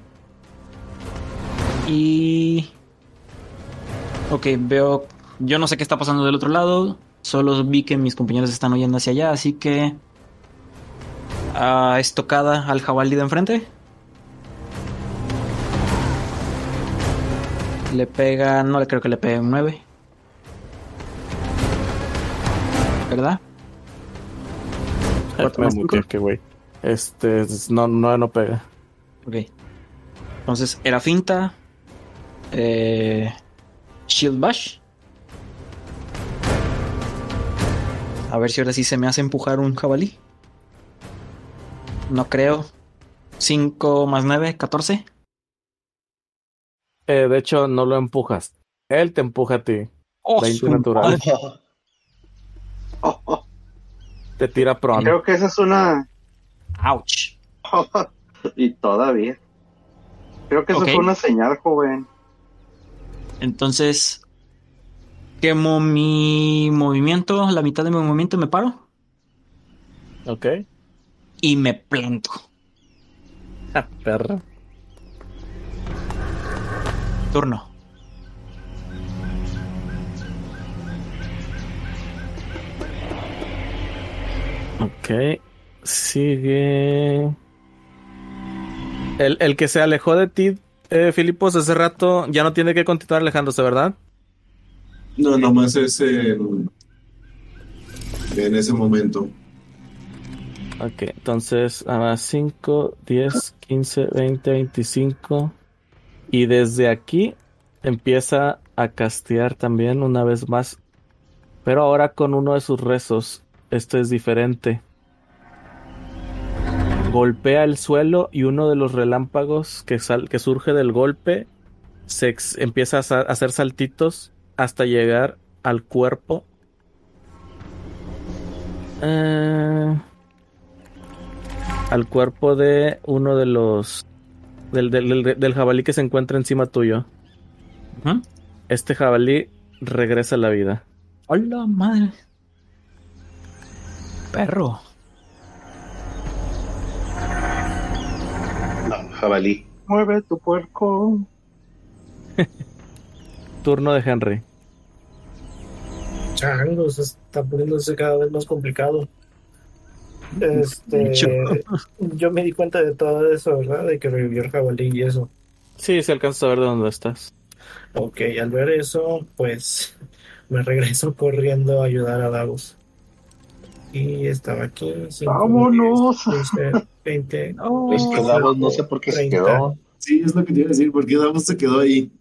[SPEAKER 3] Y... Ok, veo... Yo no sé qué está pasando del otro lado. Solo vi que mis compañeros están huyendo hacia allá, así que... ah, estocada al jabalí de enfrente. Le pega... No le creo que le pegue un 9. ¿Verdad?
[SPEAKER 1] Me
[SPEAKER 3] más
[SPEAKER 1] muteé, que güey. Este, es- no, no, no pega.
[SPEAKER 3] Ok. Entonces, era finta. Eh, shield Bash. A ver si ahora sí se me hace empujar un jabalí. No creo. 5 más 9, 14.
[SPEAKER 1] Eh, de hecho, no lo empujas. Él te empuja a ti.
[SPEAKER 3] ¡Oh,
[SPEAKER 1] 20
[SPEAKER 3] su
[SPEAKER 1] natural.
[SPEAKER 3] madre!
[SPEAKER 5] Oh, oh,
[SPEAKER 1] Te tira pronto.
[SPEAKER 5] creo que esa es una.
[SPEAKER 3] Ouch.
[SPEAKER 5] y todavía. Creo que eso
[SPEAKER 3] Ok.
[SPEAKER 5] fue una señal, joven.
[SPEAKER 3] Entonces, quemo mi movimiento, la mitad de mi movimiento me paro
[SPEAKER 1] Ok.
[SPEAKER 3] y me planto.
[SPEAKER 1] Ja, perro.
[SPEAKER 3] Turno.
[SPEAKER 1] Ok. Sigue. El, el que se alejó de ti, eh, Filipos, hace rato, ya no tiene que continuar alejándose, ¿verdad?
[SPEAKER 2] No, nomás es en, en ese momento.
[SPEAKER 1] Ok, entonces a 5, 10, 15, 20, 25. Y desde aquí empieza a castear también una vez más. Pero ahora con uno de sus rezos. Esto es diferente. Golpea el suelo y uno de los relámpagos que, sal- que surge del golpe se ex- empieza a sa- a hacer saltitos hasta llegar al cuerpo. Eh al cuerpo de uno de los del, del, del- del jabalí que se encuentra encima tuyo.
[SPEAKER 3] Ujú.
[SPEAKER 1] Este jabalí regresa a la vida.
[SPEAKER 3] Hola, madre. Perro.
[SPEAKER 4] No, jabalí.
[SPEAKER 5] Mueve tu puerco.
[SPEAKER 1] Turno de Henry.
[SPEAKER 6] Changos, está poniéndose cada vez más complicado. Este,
[SPEAKER 3] Mucho.
[SPEAKER 6] yo me di cuenta de todo eso, ¿verdad? De que revivió el jabalí y eso.
[SPEAKER 1] Sí, se alcanza a ver de dónde estás.
[SPEAKER 6] Ok, al ver eso, pues me regreso corriendo a ayudar a Davos. Y estaba aquí. cinco,
[SPEAKER 5] Vámonos.
[SPEAKER 6] 10, 15, 20.
[SPEAKER 4] Los
[SPEAKER 6] Oh,
[SPEAKER 4] quedamos, no sé por qué se
[SPEAKER 6] 30.
[SPEAKER 4] quedó.
[SPEAKER 2] Sí, es lo que te iba a decir, porque Davos se quedó ahí.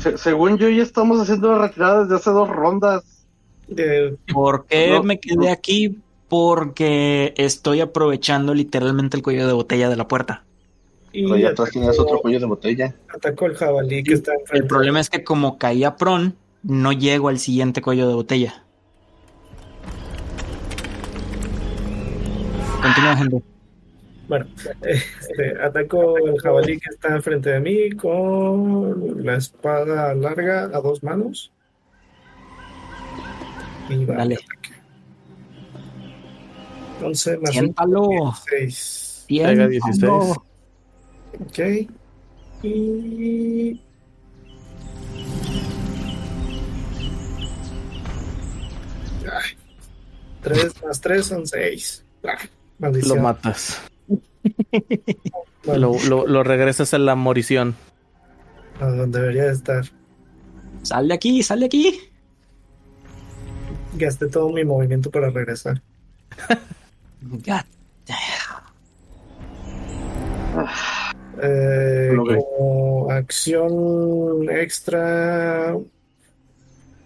[SPEAKER 5] Se- según yo, ya estamos haciendo la retirada desde hace dos rondas.
[SPEAKER 6] De-
[SPEAKER 3] ¿Por qué
[SPEAKER 5] No,
[SPEAKER 3] me quedé aquí? Porque estoy aprovechando literalmente el cuello de botella de la puerta.
[SPEAKER 6] y
[SPEAKER 4] Pero ya atrás tienes otro
[SPEAKER 6] atacó,
[SPEAKER 4] cuello de botella.
[SPEAKER 6] atacó el jabalí que está enfrente.
[SPEAKER 3] El problema es que como caí a pron, no llego al siguiente cuello de botella. Continúa, gente.
[SPEAKER 6] Bueno, este, ataco el jabalí que está enfrente de mí con la espada larga a dos manos. Y va.
[SPEAKER 3] Dale.
[SPEAKER 6] 11 más un
[SPEAKER 3] Siéntalo.
[SPEAKER 6] 6.
[SPEAKER 1] Pega
[SPEAKER 3] Siéntalo.
[SPEAKER 1] 16.
[SPEAKER 6] Ok. Y. Ay, 3 más 3 son 6.
[SPEAKER 1] Lo
[SPEAKER 6] Maldición.
[SPEAKER 1] matas.
[SPEAKER 6] Bueno,
[SPEAKER 1] Lo, lo- lo regresas a la morición.
[SPEAKER 6] a donde debería de estar.
[SPEAKER 3] Sal de aquí, sal de aquí.
[SPEAKER 6] Gasté todo mi movimiento para regresar.
[SPEAKER 3] God.
[SPEAKER 6] Eh,
[SPEAKER 4] Logré.
[SPEAKER 6] como acción extra.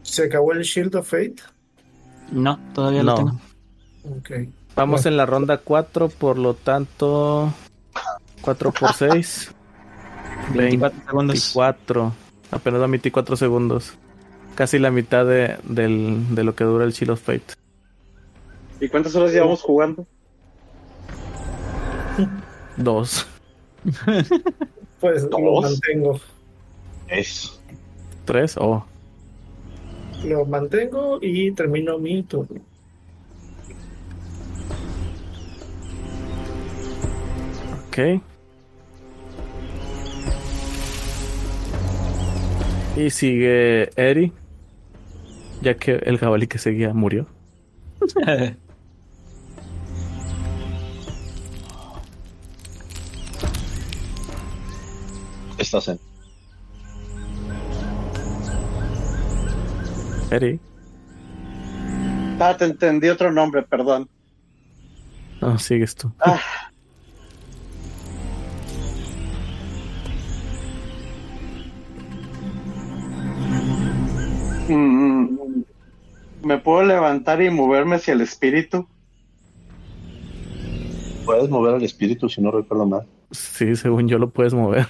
[SPEAKER 6] Se acabó el Shield of Fate.
[SPEAKER 3] No, todavía
[SPEAKER 1] No.
[SPEAKER 3] lo tengo.
[SPEAKER 6] Ok.
[SPEAKER 1] Vamos en la ronda 4, por lo tanto. 4 por 6.
[SPEAKER 3] 24 segundos.
[SPEAKER 1] 24. Apenas da 24 segundos. Casi la mitad de, del- de lo que dura el Shield of Fate.
[SPEAKER 5] ¿Y cuántas horas llevamos jugando?
[SPEAKER 1] 2.
[SPEAKER 6] Pues lo
[SPEAKER 4] Dos.
[SPEAKER 6] mantengo.
[SPEAKER 4] Es.
[SPEAKER 1] 3. Oh.
[SPEAKER 6] Lo mantengo y termino mi turno.
[SPEAKER 1] Ok. Y sigue Eri. Ya que el jabalí que seguía murió.
[SPEAKER 4] Estás en.
[SPEAKER 1] Eri.
[SPEAKER 5] Ah, te entendí otro nombre, perdón.
[SPEAKER 1] No, sigues tú.
[SPEAKER 5] Mm, mm. ¿Me puedo levantar y moverme hacia el espíritu?
[SPEAKER 4] Puedes mover al espíritu si no recuerdo mal.
[SPEAKER 1] Sí, según yo lo puedes mover.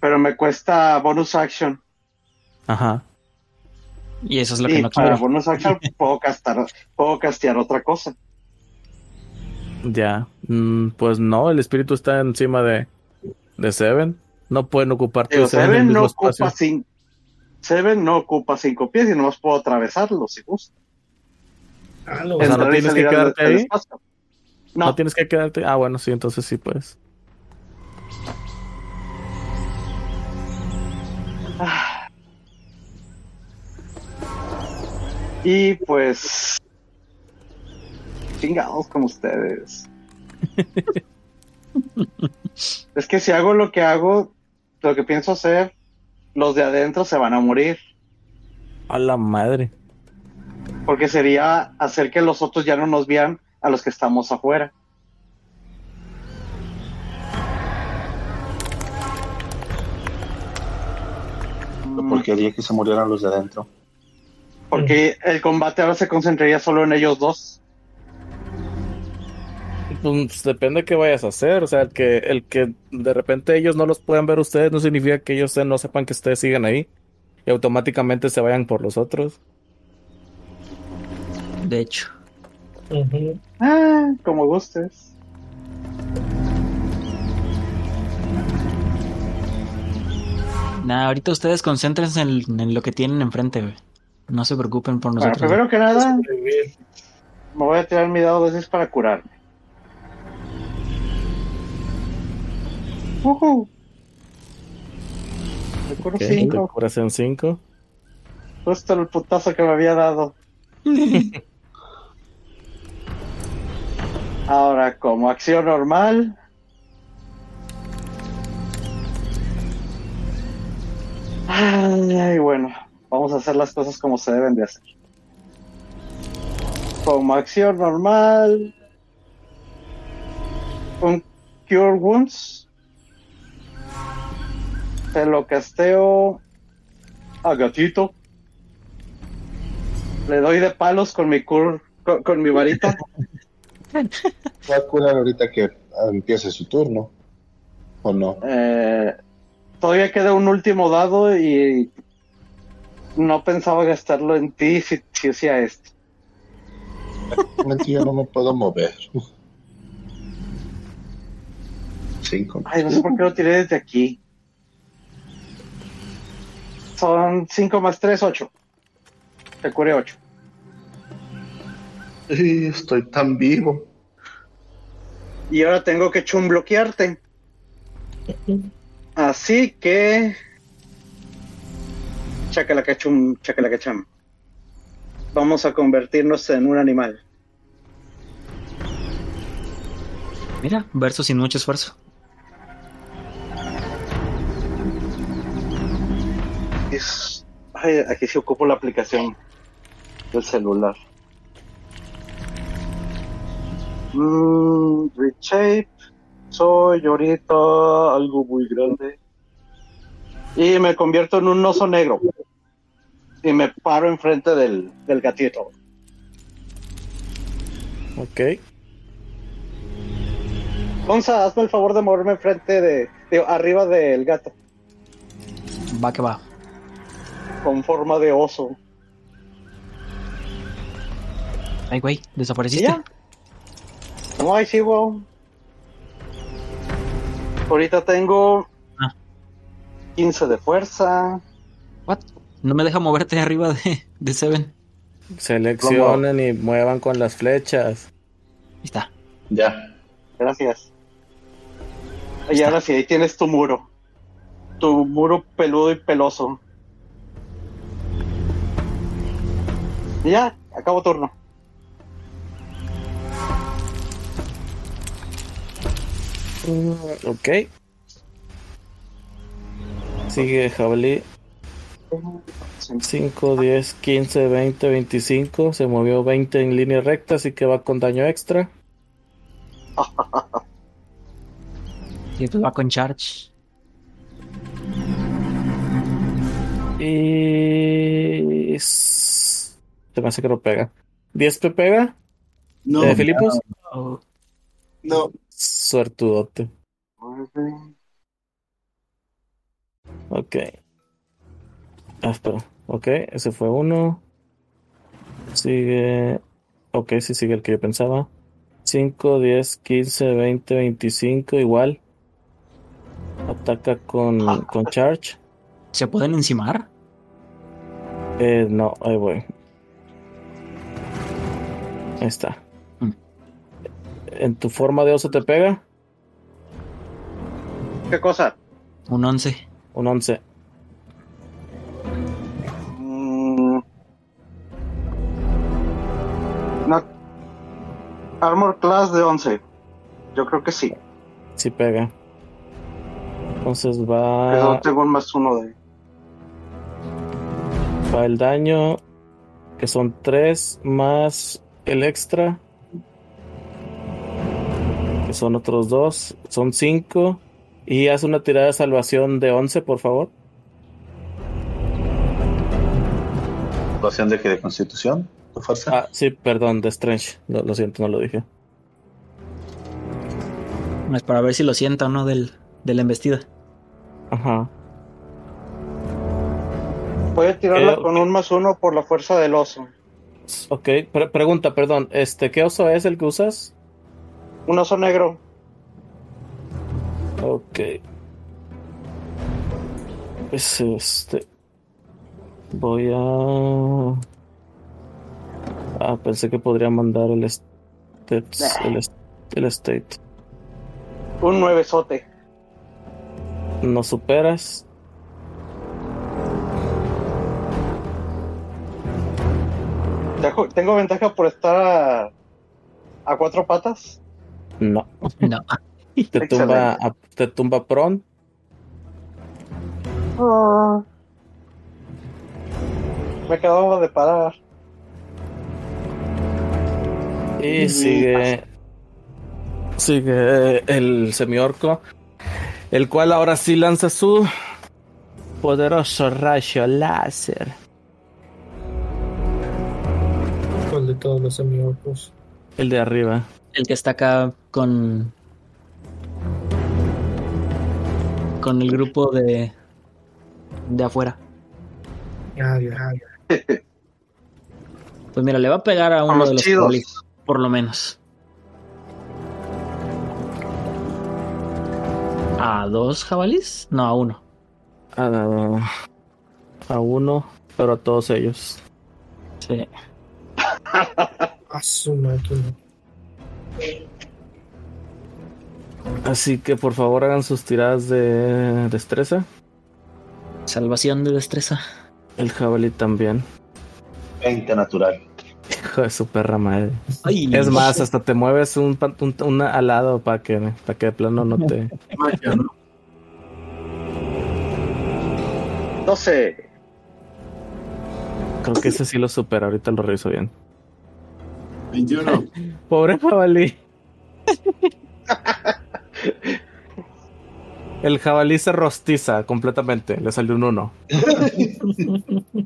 [SPEAKER 5] Pero me cuesta bonus action.
[SPEAKER 1] Ajá.
[SPEAKER 3] Y eso es lo
[SPEAKER 5] y
[SPEAKER 3] que no
[SPEAKER 5] para
[SPEAKER 3] quiero.
[SPEAKER 5] bonus action puedo, castar, puedo castear otra cosa.
[SPEAKER 1] Ya. Mm, pues no, el espíritu está encima de, de Seven. No pueden ocupar
[SPEAKER 5] Digo,
[SPEAKER 1] todos en el
[SPEAKER 5] Seven,
[SPEAKER 1] mismo
[SPEAKER 5] no ocupa
[SPEAKER 1] espacio.
[SPEAKER 5] cinco, Seven no ocupa cinco pies y nomás puedo atravesarlo si gusta.
[SPEAKER 6] Ah, lo-
[SPEAKER 1] sea, no
[SPEAKER 5] Entrar y
[SPEAKER 1] tienes que
[SPEAKER 5] salir al-
[SPEAKER 1] quedarte
[SPEAKER 5] al
[SPEAKER 1] ahí.
[SPEAKER 5] espacio.
[SPEAKER 1] No.
[SPEAKER 5] No,
[SPEAKER 1] tienes que quedarte. Ah, bueno, sí, entonces sí puedes.
[SPEAKER 5] y pues. Chingados como ustedes. es que si hago lo que hago, lo que pienso hacer, los de adentro se van a morir.
[SPEAKER 1] A la madre.
[SPEAKER 5] Porque sería hacer que los otros ya no nos vean a los que estamos afuera.
[SPEAKER 4] Porque haría que se murieran los de adentro.
[SPEAKER 5] Porque el combate ahora se concentraría solo en ellos dos.
[SPEAKER 1] Pues depende de qué vayas a hacer. O sea, el que, el que de repente ellos no los puedan ver ustedes no significa que ellos se- no sepan que ustedes siguen ahí. Y automáticamente se vayan por los otros.
[SPEAKER 3] De hecho.
[SPEAKER 6] Ujú.
[SPEAKER 5] Ah, como gustes.
[SPEAKER 3] Nah, ahorita ustedes concéntrense en, en lo que tienen enfrente, güey. No se preocupen por
[SPEAKER 5] Bueno,
[SPEAKER 3] nosotros.
[SPEAKER 5] primero que nada,
[SPEAKER 6] Sobrevivir.
[SPEAKER 5] me voy a tirar mi dado de 6 para curarme. Ujú. Me curo
[SPEAKER 1] Ok, te
[SPEAKER 5] 5,
[SPEAKER 1] curas en 5.
[SPEAKER 5] justo el putazo que me había dado. Ahora, como acción normal. Ay, bueno, vamos a hacer las cosas como se deben de hacer. Como acción normal. Un Cure Wounds. Se lo casteo a gatito. Le doy de palos con mi cur, con- con mi varita.
[SPEAKER 4] Va a curar ahorita que ah, empiece su turno. ¿O no?
[SPEAKER 5] Eh, todavía queda un último dado y no pensaba gastarlo en ti si, si hacía esto.
[SPEAKER 4] Realmente yo no me puedo mover. Cinco.
[SPEAKER 5] Ay, no sé por qué lo tiré desde aquí. Son 5 más 3, 8. Te curé 8.
[SPEAKER 4] Sí, estoy tan vivo.
[SPEAKER 5] Y ahora tengo que chumbloquearte. Así que. Chacalacachum, chacalacacham. Vamos a convertirnos en un animal.
[SPEAKER 3] Mira, verso sin mucho esfuerzo.
[SPEAKER 5] Es- ay, aquí se ocupo la aplicación del celular. Mm, reshape. Soy ahorita algo muy grande. Y me convierto en un oso negro. Y me paro enfrente del, del gatito.
[SPEAKER 1] Ok.
[SPEAKER 5] Gonza, hazme el favor de moverme enfrente de, de- arriba del gato.
[SPEAKER 3] Va que va.
[SPEAKER 5] Con forma de oso.
[SPEAKER 3] Ay, güey,
[SPEAKER 5] ¿Y
[SPEAKER 3] desapareciste.
[SPEAKER 5] ya? No, ahí sigo. Ahorita tengo
[SPEAKER 3] Ah.
[SPEAKER 5] 15 de fuerza.
[SPEAKER 3] What? No me deja moverte arriba de, de Seven.
[SPEAKER 1] Seleccionen y muevan con las flechas.
[SPEAKER 3] Ahí está.
[SPEAKER 4] Ya.
[SPEAKER 5] Gracias. Y ahora sí, ahí tienes tu muro. Tu muro peludo y peloso. Y ya, acabo turno.
[SPEAKER 1] Ok. Sigue Jabalí. 5, 10, 15, 20, 25. Se movió 20 en línea recta, así que va con daño extra.
[SPEAKER 3] Y después va con Charge.
[SPEAKER 1] Y. s- Eh, Se me hace que no pega. ¿10 te pega?
[SPEAKER 2] No,
[SPEAKER 1] ¿Eh, Filipos?
[SPEAKER 3] Oh,
[SPEAKER 2] no.
[SPEAKER 1] Suertudote. Ok. Ah, espera. Ok, ese fue uno. Sigue. Ok, sí sigue el que yo pensaba. 5, 10, 15, 20, 25, igual. Ataca con, con charge.
[SPEAKER 3] ¿Se pueden encimar?
[SPEAKER 1] Eh, no, ahí voy. Ahí está.
[SPEAKER 3] Mm.
[SPEAKER 1] ¿En tu forma de oso te pega?
[SPEAKER 5] ¿Qué cosa?
[SPEAKER 3] Un 11.
[SPEAKER 1] Un 11.
[SPEAKER 5] Mm. No. Armor class de 11. Yo creo que sí.
[SPEAKER 1] Sí pega. Entonces
[SPEAKER 5] Pero
[SPEAKER 1] va,
[SPEAKER 5] tengo un más uno de.
[SPEAKER 1] va el daño, que son 3 más el extra, que son otros 2, son 5. Y haz una tirada de salvación de 11, por favor.
[SPEAKER 4] ¿Situación de que de constitución? ¿Tu fuerza?
[SPEAKER 1] Ah, sí, perdón, de Strange. Lo, lo siento, no lo dije.
[SPEAKER 3] Es para ver si lo sienta o no del, de la embestida.
[SPEAKER 1] Ajá.
[SPEAKER 5] Puedes tirarla
[SPEAKER 1] Eh,
[SPEAKER 5] con un más uno por la fuerza del oso.
[SPEAKER 1] Ok, pre- pregunta, perdón. Este, ¿Qué oso es el que usas?
[SPEAKER 5] Un oso negro.
[SPEAKER 1] Ok. Es este. Voy a. Ah, pensé que podría mandar el stats- el, est- el state.
[SPEAKER 5] Un nuevezote.
[SPEAKER 1] No superas.
[SPEAKER 5] Tejo- Tengo ventaja por estar a, a cuatro patas.
[SPEAKER 1] No.
[SPEAKER 3] No.
[SPEAKER 1] Te tumba, a- te tumba pron.
[SPEAKER 5] Ah. Me acababa de parar.
[SPEAKER 1] Y sigue. Sigue el semiorco. El cual ahora sí lanza su poderoso rayo láser.
[SPEAKER 6] ¿Cuál de todos los semiorcos?
[SPEAKER 1] El de arriba.
[SPEAKER 3] El que está acá con. Con el grupo de. De afuera.
[SPEAKER 6] Ah, ya, ya.
[SPEAKER 3] Pues mira, le va a pegar a
[SPEAKER 5] Con
[SPEAKER 3] uno
[SPEAKER 5] los
[SPEAKER 3] de los
[SPEAKER 5] chidos.
[SPEAKER 3] polis, por lo menos. ¿A dos jabalís? No, a uno.
[SPEAKER 1] A, a uno, pero a todos ellos.
[SPEAKER 3] Sí.
[SPEAKER 6] A Ah, su máquina.
[SPEAKER 1] Así que por favor hagan sus tiradas de destreza.
[SPEAKER 3] Salvación de destreza.
[SPEAKER 1] El jabalí también.
[SPEAKER 4] 20 natural.
[SPEAKER 1] Hijo de su perra madre.
[SPEAKER 3] Ay,
[SPEAKER 1] Es más, hasta te mueves un, pan- un- un alado para que, para que de plano no te.
[SPEAKER 2] Magia, ¿no?
[SPEAKER 5] 12.
[SPEAKER 1] Creo que ese sí lo supera. Ahorita lo reviso bien.
[SPEAKER 2] 21.
[SPEAKER 1] Pobre jabalí. El jabalí se rostiza completamente. Le salió un uno.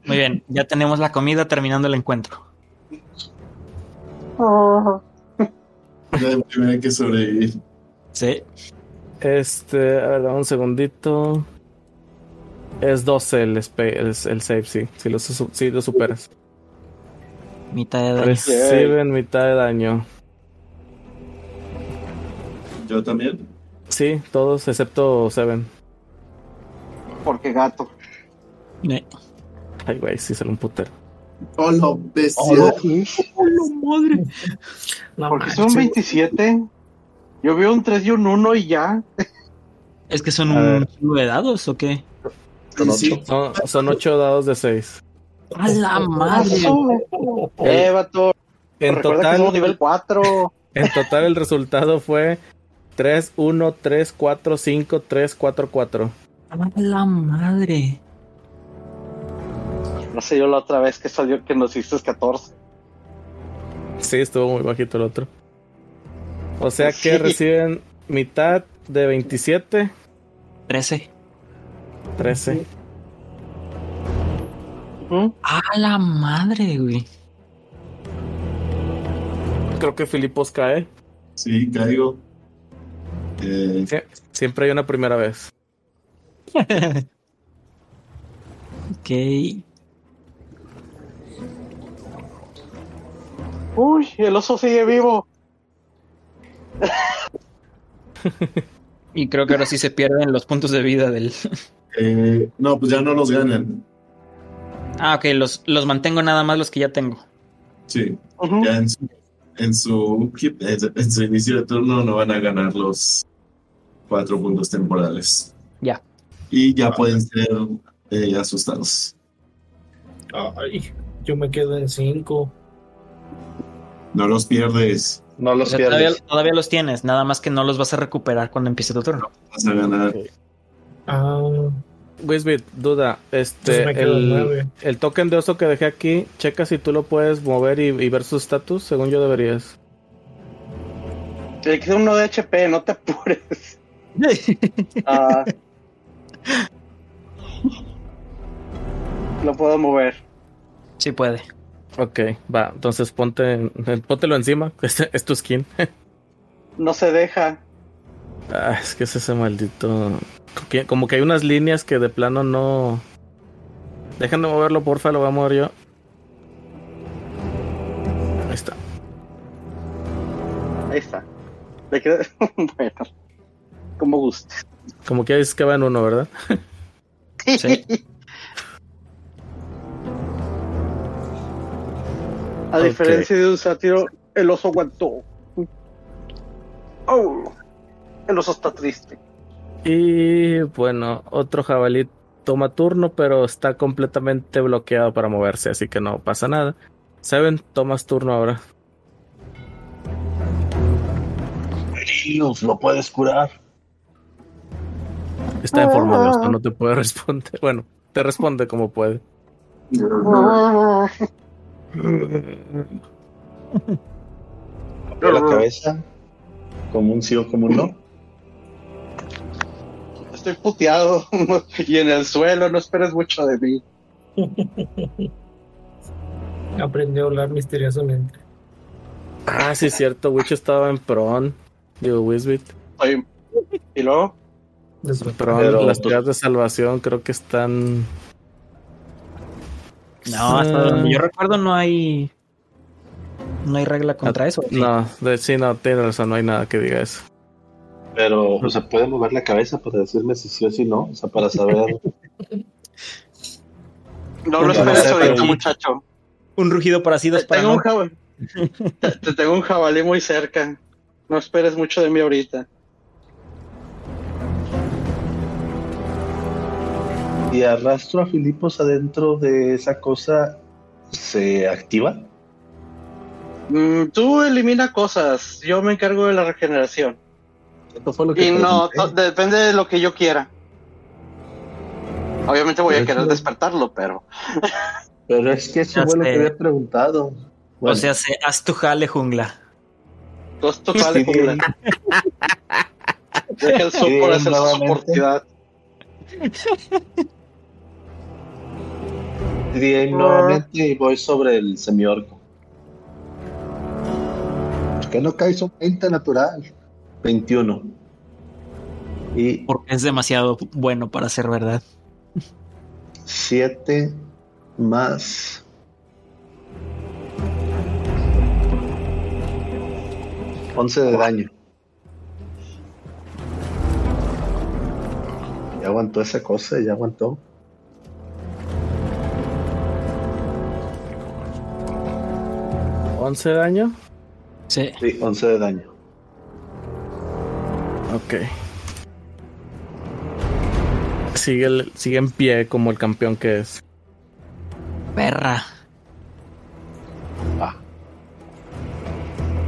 [SPEAKER 3] Muy bien, ya tenemos la comida terminando el encuentro.
[SPEAKER 2] La primera que sobrevivir.
[SPEAKER 3] Sí.
[SPEAKER 1] Este, a ver, dame un segundito. Es 12 el, spa- el, el save, sí. Si lo, su- si lo superas.
[SPEAKER 3] Mitad de daño.
[SPEAKER 1] Reciben mitad de daño.
[SPEAKER 2] Yo también.
[SPEAKER 1] Sí, todos excepto Seven.
[SPEAKER 5] Porque gato.
[SPEAKER 3] Eh,
[SPEAKER 1] Ay, güey, sí, sale un putero.
[SPEAKER 2] Oh, lo bestia.
[SPEAKER 6] No
[SPEAKER 5] Porque son
[SPEAKER 6] manches.
[SPEAKER 5] 27. Yo vi un 3 y un 1 y ya.
[SPEAKER 3] ¿Es que son
[SPEAKER 4] A
[SPEAKER 3] un
[SPEAKER 4] ver.
[SPEAKER 3] chingo de dados o qué?
[SPEAKER 2] Sí, sí.
[SPEAKER 1] Son, son 8 dados de 6.
[SPEAKER 3] ¡A la madre!
[SPEAKER 5] Eh, vato.
[SPEAKER 1] En
[SPEAKER 5] recuerda que somos nivel
[SPEAKER 1] total,
[SPEAKER 5] 4.
[SPEAKER 1] en total el resultado fue 3, 1, 3, 4, 5, 3, 4, 4.
[SPEAKER 3] ¡A la madre!
[SPEAKER 5] No sé, yo la otra vez que salió que nos hiciste 14.
[SPEAKER 1] Sí, estuvo muy bajito el otro. O sea que
[SPEAKER 5] Sí.
[SPEAKER 1] reciben mitad de 27.
[SPEAKER 3] Trece.
[SPEAKER 1] 13.
[SPEAKER 5] ¿Mm?
[SPEAKER 3] ¡A la madre, güey!
[SPEAKER 1] Creo que Filipos cae.
[SPEAKER 2] Sí, caigo. Eh,
[SPEAKER 1] Sie- Siempre hay una primera vez.
[SPEAKER 3] Ok.
[SPEAKER 5] Uy, el oso sigue vivo.
[SPEAKER 3] Y creo que ahora sí se pierden los puntos de vida del.
[SPEAKER 2] eh, no, pues ya no los ganan.
[SPEAKER 3] Ah, ok, los, los mantengo nada más los que ya tengo.
[SPEAKER 2] Sí,
[SPEAKER 5] Ujú.
[SPEAKER 2] ya en su, en su, en su inicio de turno no van a ganar los cuatro puntos temporales.
[SPEAKER 3] Ya.
[SPEAKER 2] Y ya pueden ser eh, asustados.
[SPEAKER 6] Ay, yo me quedo en 5.
[SPEAKER 2] No los pierdes.
[SPEAKER 4] No
[SPEAKER 3] O
[SPEAKER 4] los
[SPEAKER 3] sea, todavía,
[SPEAKER 4] pierdes.
[SPEAKER 3] todavía los tienes, nada más que no los vas a recuperar cuando empiece tu turno.
[SPEAKER 2] Vas a ganar.
[SPEAKER 6] Ah,
[SPEAKER 1] Wisbit, duda. Este,
[SPEAKER 6] entonces me quedo en
[SPEAKER 1] el,
[SPEAKER 6] 9.
[SPEAKER 1] el token de oso que dejé aquí, checa si tú lo puedes mover y, y ver su estatus. Según yo deberías.
[SPEAKER 5] Le queda uno de HP, no te apures. Ah. Lo puedo mover.
[SPEAKER 3] sí puede.
[SPEAKER 1] Ok, va. Entonces ponte, en- en- póntelo encima. Este es tu skin.
[SPEAKER 5] No se deja.
[SPEAKER 1] Ah, es que es ese maldito. que- Como que hay unas líneas que de plano no. Dejen de moverlo, porfa, lo voy a mover yo. Ahí está.
[SPEAKER 5] Ahí está. Le queda. bueno. Como guste.
[SPEAKER 1] Como que es que va en uno, ¿verdad?
[SPEAKER 3] Sí.
[SPEAKER 5] A
[SPEAKER 1] Ok.
[SPEAKER 5] diferencia de un sátiro, el oso aguantó. Oh, el oso está triste.
[SPEAKER 1] Y bueno, otro jabalí toma turno, pero está completamente bloqueado para moverse, así que no pasa nada. Seven, tomas turno ahora.
[SPEAKER 4] Dios, lo puedes curar.
[SPEAKER 1] Está en forma de oso, no te puede responder. Bueno, te responde como puede.
[SPEAKER 5] Ah.
[SPEAKER 4] Abre la cabeza. Como un sí o como un no.
[SPEAKER 5] Estoy puteado y en el suelo, no esperes mucho de mí.
[SPEAKER 6] Aprendí a hablar misteriosamente.
[SPEAKER 1] Ah, sí, cierto, Witch estaba en Pron. Digo, Wisbit.
[SPEAKER 5] Estoy- Y luego,
[SPEAKER 6] Después-
[SPEAKER 1] Pron,
[SPEAKER 4] Pero-
[SPEAKER 1] las tiras de salvación creo que están.
[SPEAKER 3] No, hasta
[SPEAKER 1] Ah,
[SPEAKER 3] donde yo recuerdo no hay. No hay regla contra eso. ¿o sí?
[SPEAKER 1] Ah, No, de sí, no, tienes razón, no hay nada que diga eso.
[SPEAKER 4] Pero, o sea, puede mover la cabeza para decirme si sí o si no. O sea, para saber.
[SPEAKER 5] no lo
[SPEAKER 4] Ya lo
[SPEAKER 5] esperes
[SPEAKER 4] sé,
[SPEAKER 5] ahorita,
[SPEAKER 4] pero-
[SPEAKER 5] muchacho.
[SPEAKER 3] Un rugido para sí,
[SPEAKER 5] Te
[SPEAKER 3] dos para
[SPEAKER 5] tengo,
[SPEAKER 3] no.
[SPEAKER 5] un jaba- te, te tengo un jabalí muy cerca. No esperes mucho de mí ahorita.
[SPEAKER 4] Y arrastro a Filipos adentro de esa cosa. ¿Se activa?
[SPEAKER 5] Mm, tú elimina cosas. Yo me encargo de la regeneración.
[SPEAKER 4] Esto fue lo que
[SPEAKER 5] Y no, to-
[SPEAKER 4] pregunté.
[SPEAKER 5] depende de lo que yo quiera. Obviamente voy a
[SPEAKER 4] Pero
[SPEAKER 5] querer
[SPEAKER 4] sí.
[SPEAKER 5] despertarlo, pero.
[SPEAKER 4] Pero es que eso
[SPEAKER 3] Ya
[SPEAKER 4] fue lo que
[SPEAKER 3] sé.
[SPEAKER 4] había preguntado.
[SPEAKER 3] O
[SPEAKER 4] Bueno,
[SPEAKER 3] sea, se- haz tu jale jungla.
[SPEAKER 5] Tú es total.
[SPEAKER 4] Sí.
[SPEAKER 5] Julián. Deja el sur por hacer su
[SPEAKER 4] nuevamente.
[SPEAKER 5] oportunidad.
[SPEAKER 4] diría ahí nuevamente y voy sobre el semiorco. ¿Por qué no cae? Son 20 natural. 21. Y
[SPEAKER 3] Porque es demasiado bueno para ser verdad.
[SPEAKER 4] 7 más. Once de daño. Ya aguantó esa cosa, ya aguantó.
[SPEAKER 1] ¿11 daño?
[SPEAKER 3] Sí.
[SPEAKER 4] Sí, 11 de daño.
[SPEAKER 1] Ok. Sigue, el- sigue en pie como el campeón que es.
[SPEAKER 3] Perra.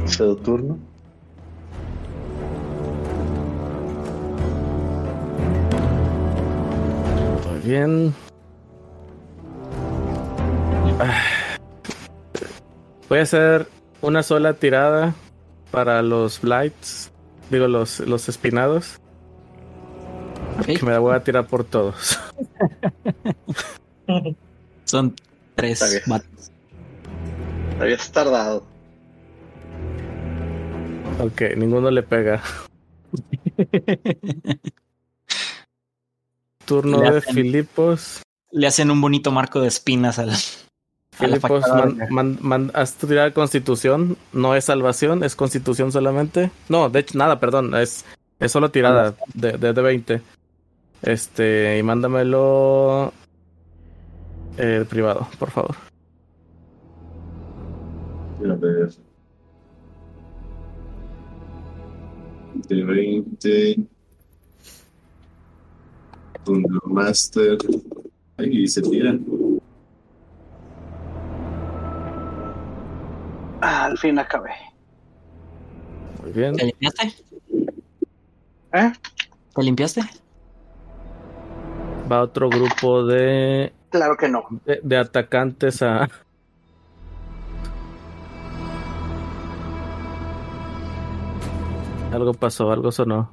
[SPEAKER 4] Cedo turno.
[SPEAKER 1] Muy bien. Ah. Voy a hacer una sola tirada para los blights. Digo, los, los espinados. Que me la voy a tirar por todos.
[SPEAKER 3] Son
[SPEAKER 5] Está bien.
[SPEAKER 3] tres. Mat-
[SPEAKER 5] Te habías tardado.
[SPEAKER 1] Ok, ninguno le pega. Turno
[SPEAKER 3] Le
[SPEAKER 1] de
[SPEAKER 3] hacen-
[SPEAKER 1] Filipos.
[SPEAKER 3] Le hacen un bonito marco de espinas al. a la
[SPEAKER 1] Filipos,
[SPEAKER 3] fachada
[SPEAKER 1] man- man- man- haz tu tirada de constitución. No es salvación, es constitución solamente. No, de hecho, nada, perdón. Es, es solo tirada
[SPEAKER 3] Ah,
[SPEAKER 1] de, de, de 20. Este, y mándamelo. eh, privado, por favor.
[SPEAKER 2] Mira, ver. De 20. Dungeon Master. Ay, se tira.
[SPEAKER 5] Ah, al fin acabé.
[SPEAKER 1] Muy bien.
[SPEAKER 3] ¿Te limpiaste?
[SPEAKER 5] ¿Eh?
[SPEAKER 3] ¿Te limpiaste?
[SPEAKER 1] Va otro grupo de,
[SPEAKER 5] Claro que no.
[SPEAKER 1] de, de atacantes a. Algo pasó, algo sonó.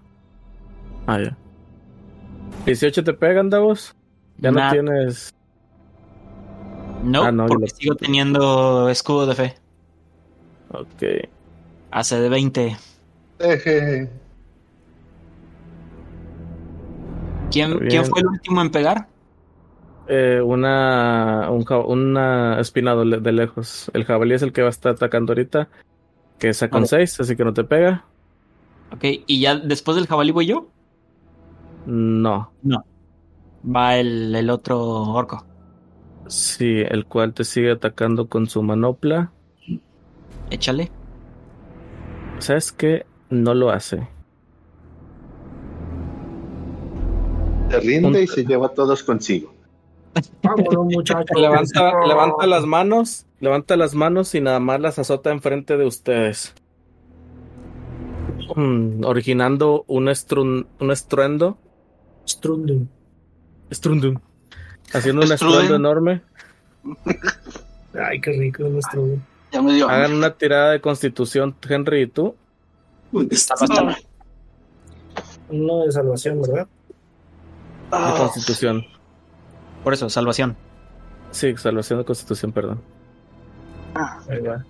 [SPEAKER 1] Ah, ya. 18 te pegan, Davos. Ya no
[SPEAKER 3] Nah.
[SPEAKER 1] tienes.
[SPEAKER 3] No,
[SPEAKER 1] Ah, no,
[SPEAKER 3] porque
[SPEAKER 1] yo-
[SPEAKER 3] sigo teniendo escudo de fe.
[SPEAKER 1] Ok.
[SPEAKER 3] Hace de 20.
[SPEAKER 4] Eje.
[SPEAKER 3] ¿Quién,
[SPEAKER 1] Está
[SPEAKER 3] ¿quién
[SPEAKER 1] bien.
[SPEAKER 3] fue el último en pegar?
[SPEAKER 1] Eh, una, un ja- una espinado le- de lejos. El jabalí es el que va a estar atacando ahorita. Que saca con
[SPEAKER 3] Vale.
[SPEAKER 1] 6, así que no te pega.
[SPEAKER 3] Ok, y ya después del jabalí voy yo.
[SPEAKER 1] No.
[SPEAKER 3] Va el, el otro orco.
[SPEAKER 1] Sí, el cual te sigue atacando con su manopla.
[SPEAKER 3] Échale.
[SPEAKER 1] ¿Sabes qué? No lo hace.
[SPEAKER 4] Se rinde y se lleva a todos consigo.
[SPEAKER 6] Vámonos, muchachos.
[SPEAKER 1] Levanta, levanta las manos, levanta las manos y nada más las azota enfrente de ustedes. Mm, originando un, estrun- un estruendo.
[SPEAKER 6] Strundum.
[SPEAKER 1] Estrundum. Haciendo un
[SPEAKER 5] Estruden.
[SPEAKER 1] estruendo enorme.
[SPEAKER 6] Ay, qué rico un Strundum.
[SPEAKER 5] Ya me dio.
[SPEAKER 1] Hagan una tirada de constitución, Henry y tú.
[SPEAKER 2] Un
[SPEAKER 5] Bastante.
[SPEAKER 6] Uno de salvación, ¿verdad?
[SPEAKER 1] De
[SPEAKER 5] Ah,
[SPEAKER 1] constitución.
[SPEAKER 3] Por eso, salvación.
[SPEAKER 1] Sí, salvación de constitución, perdón.
[SPEAKER 6] Ahí va.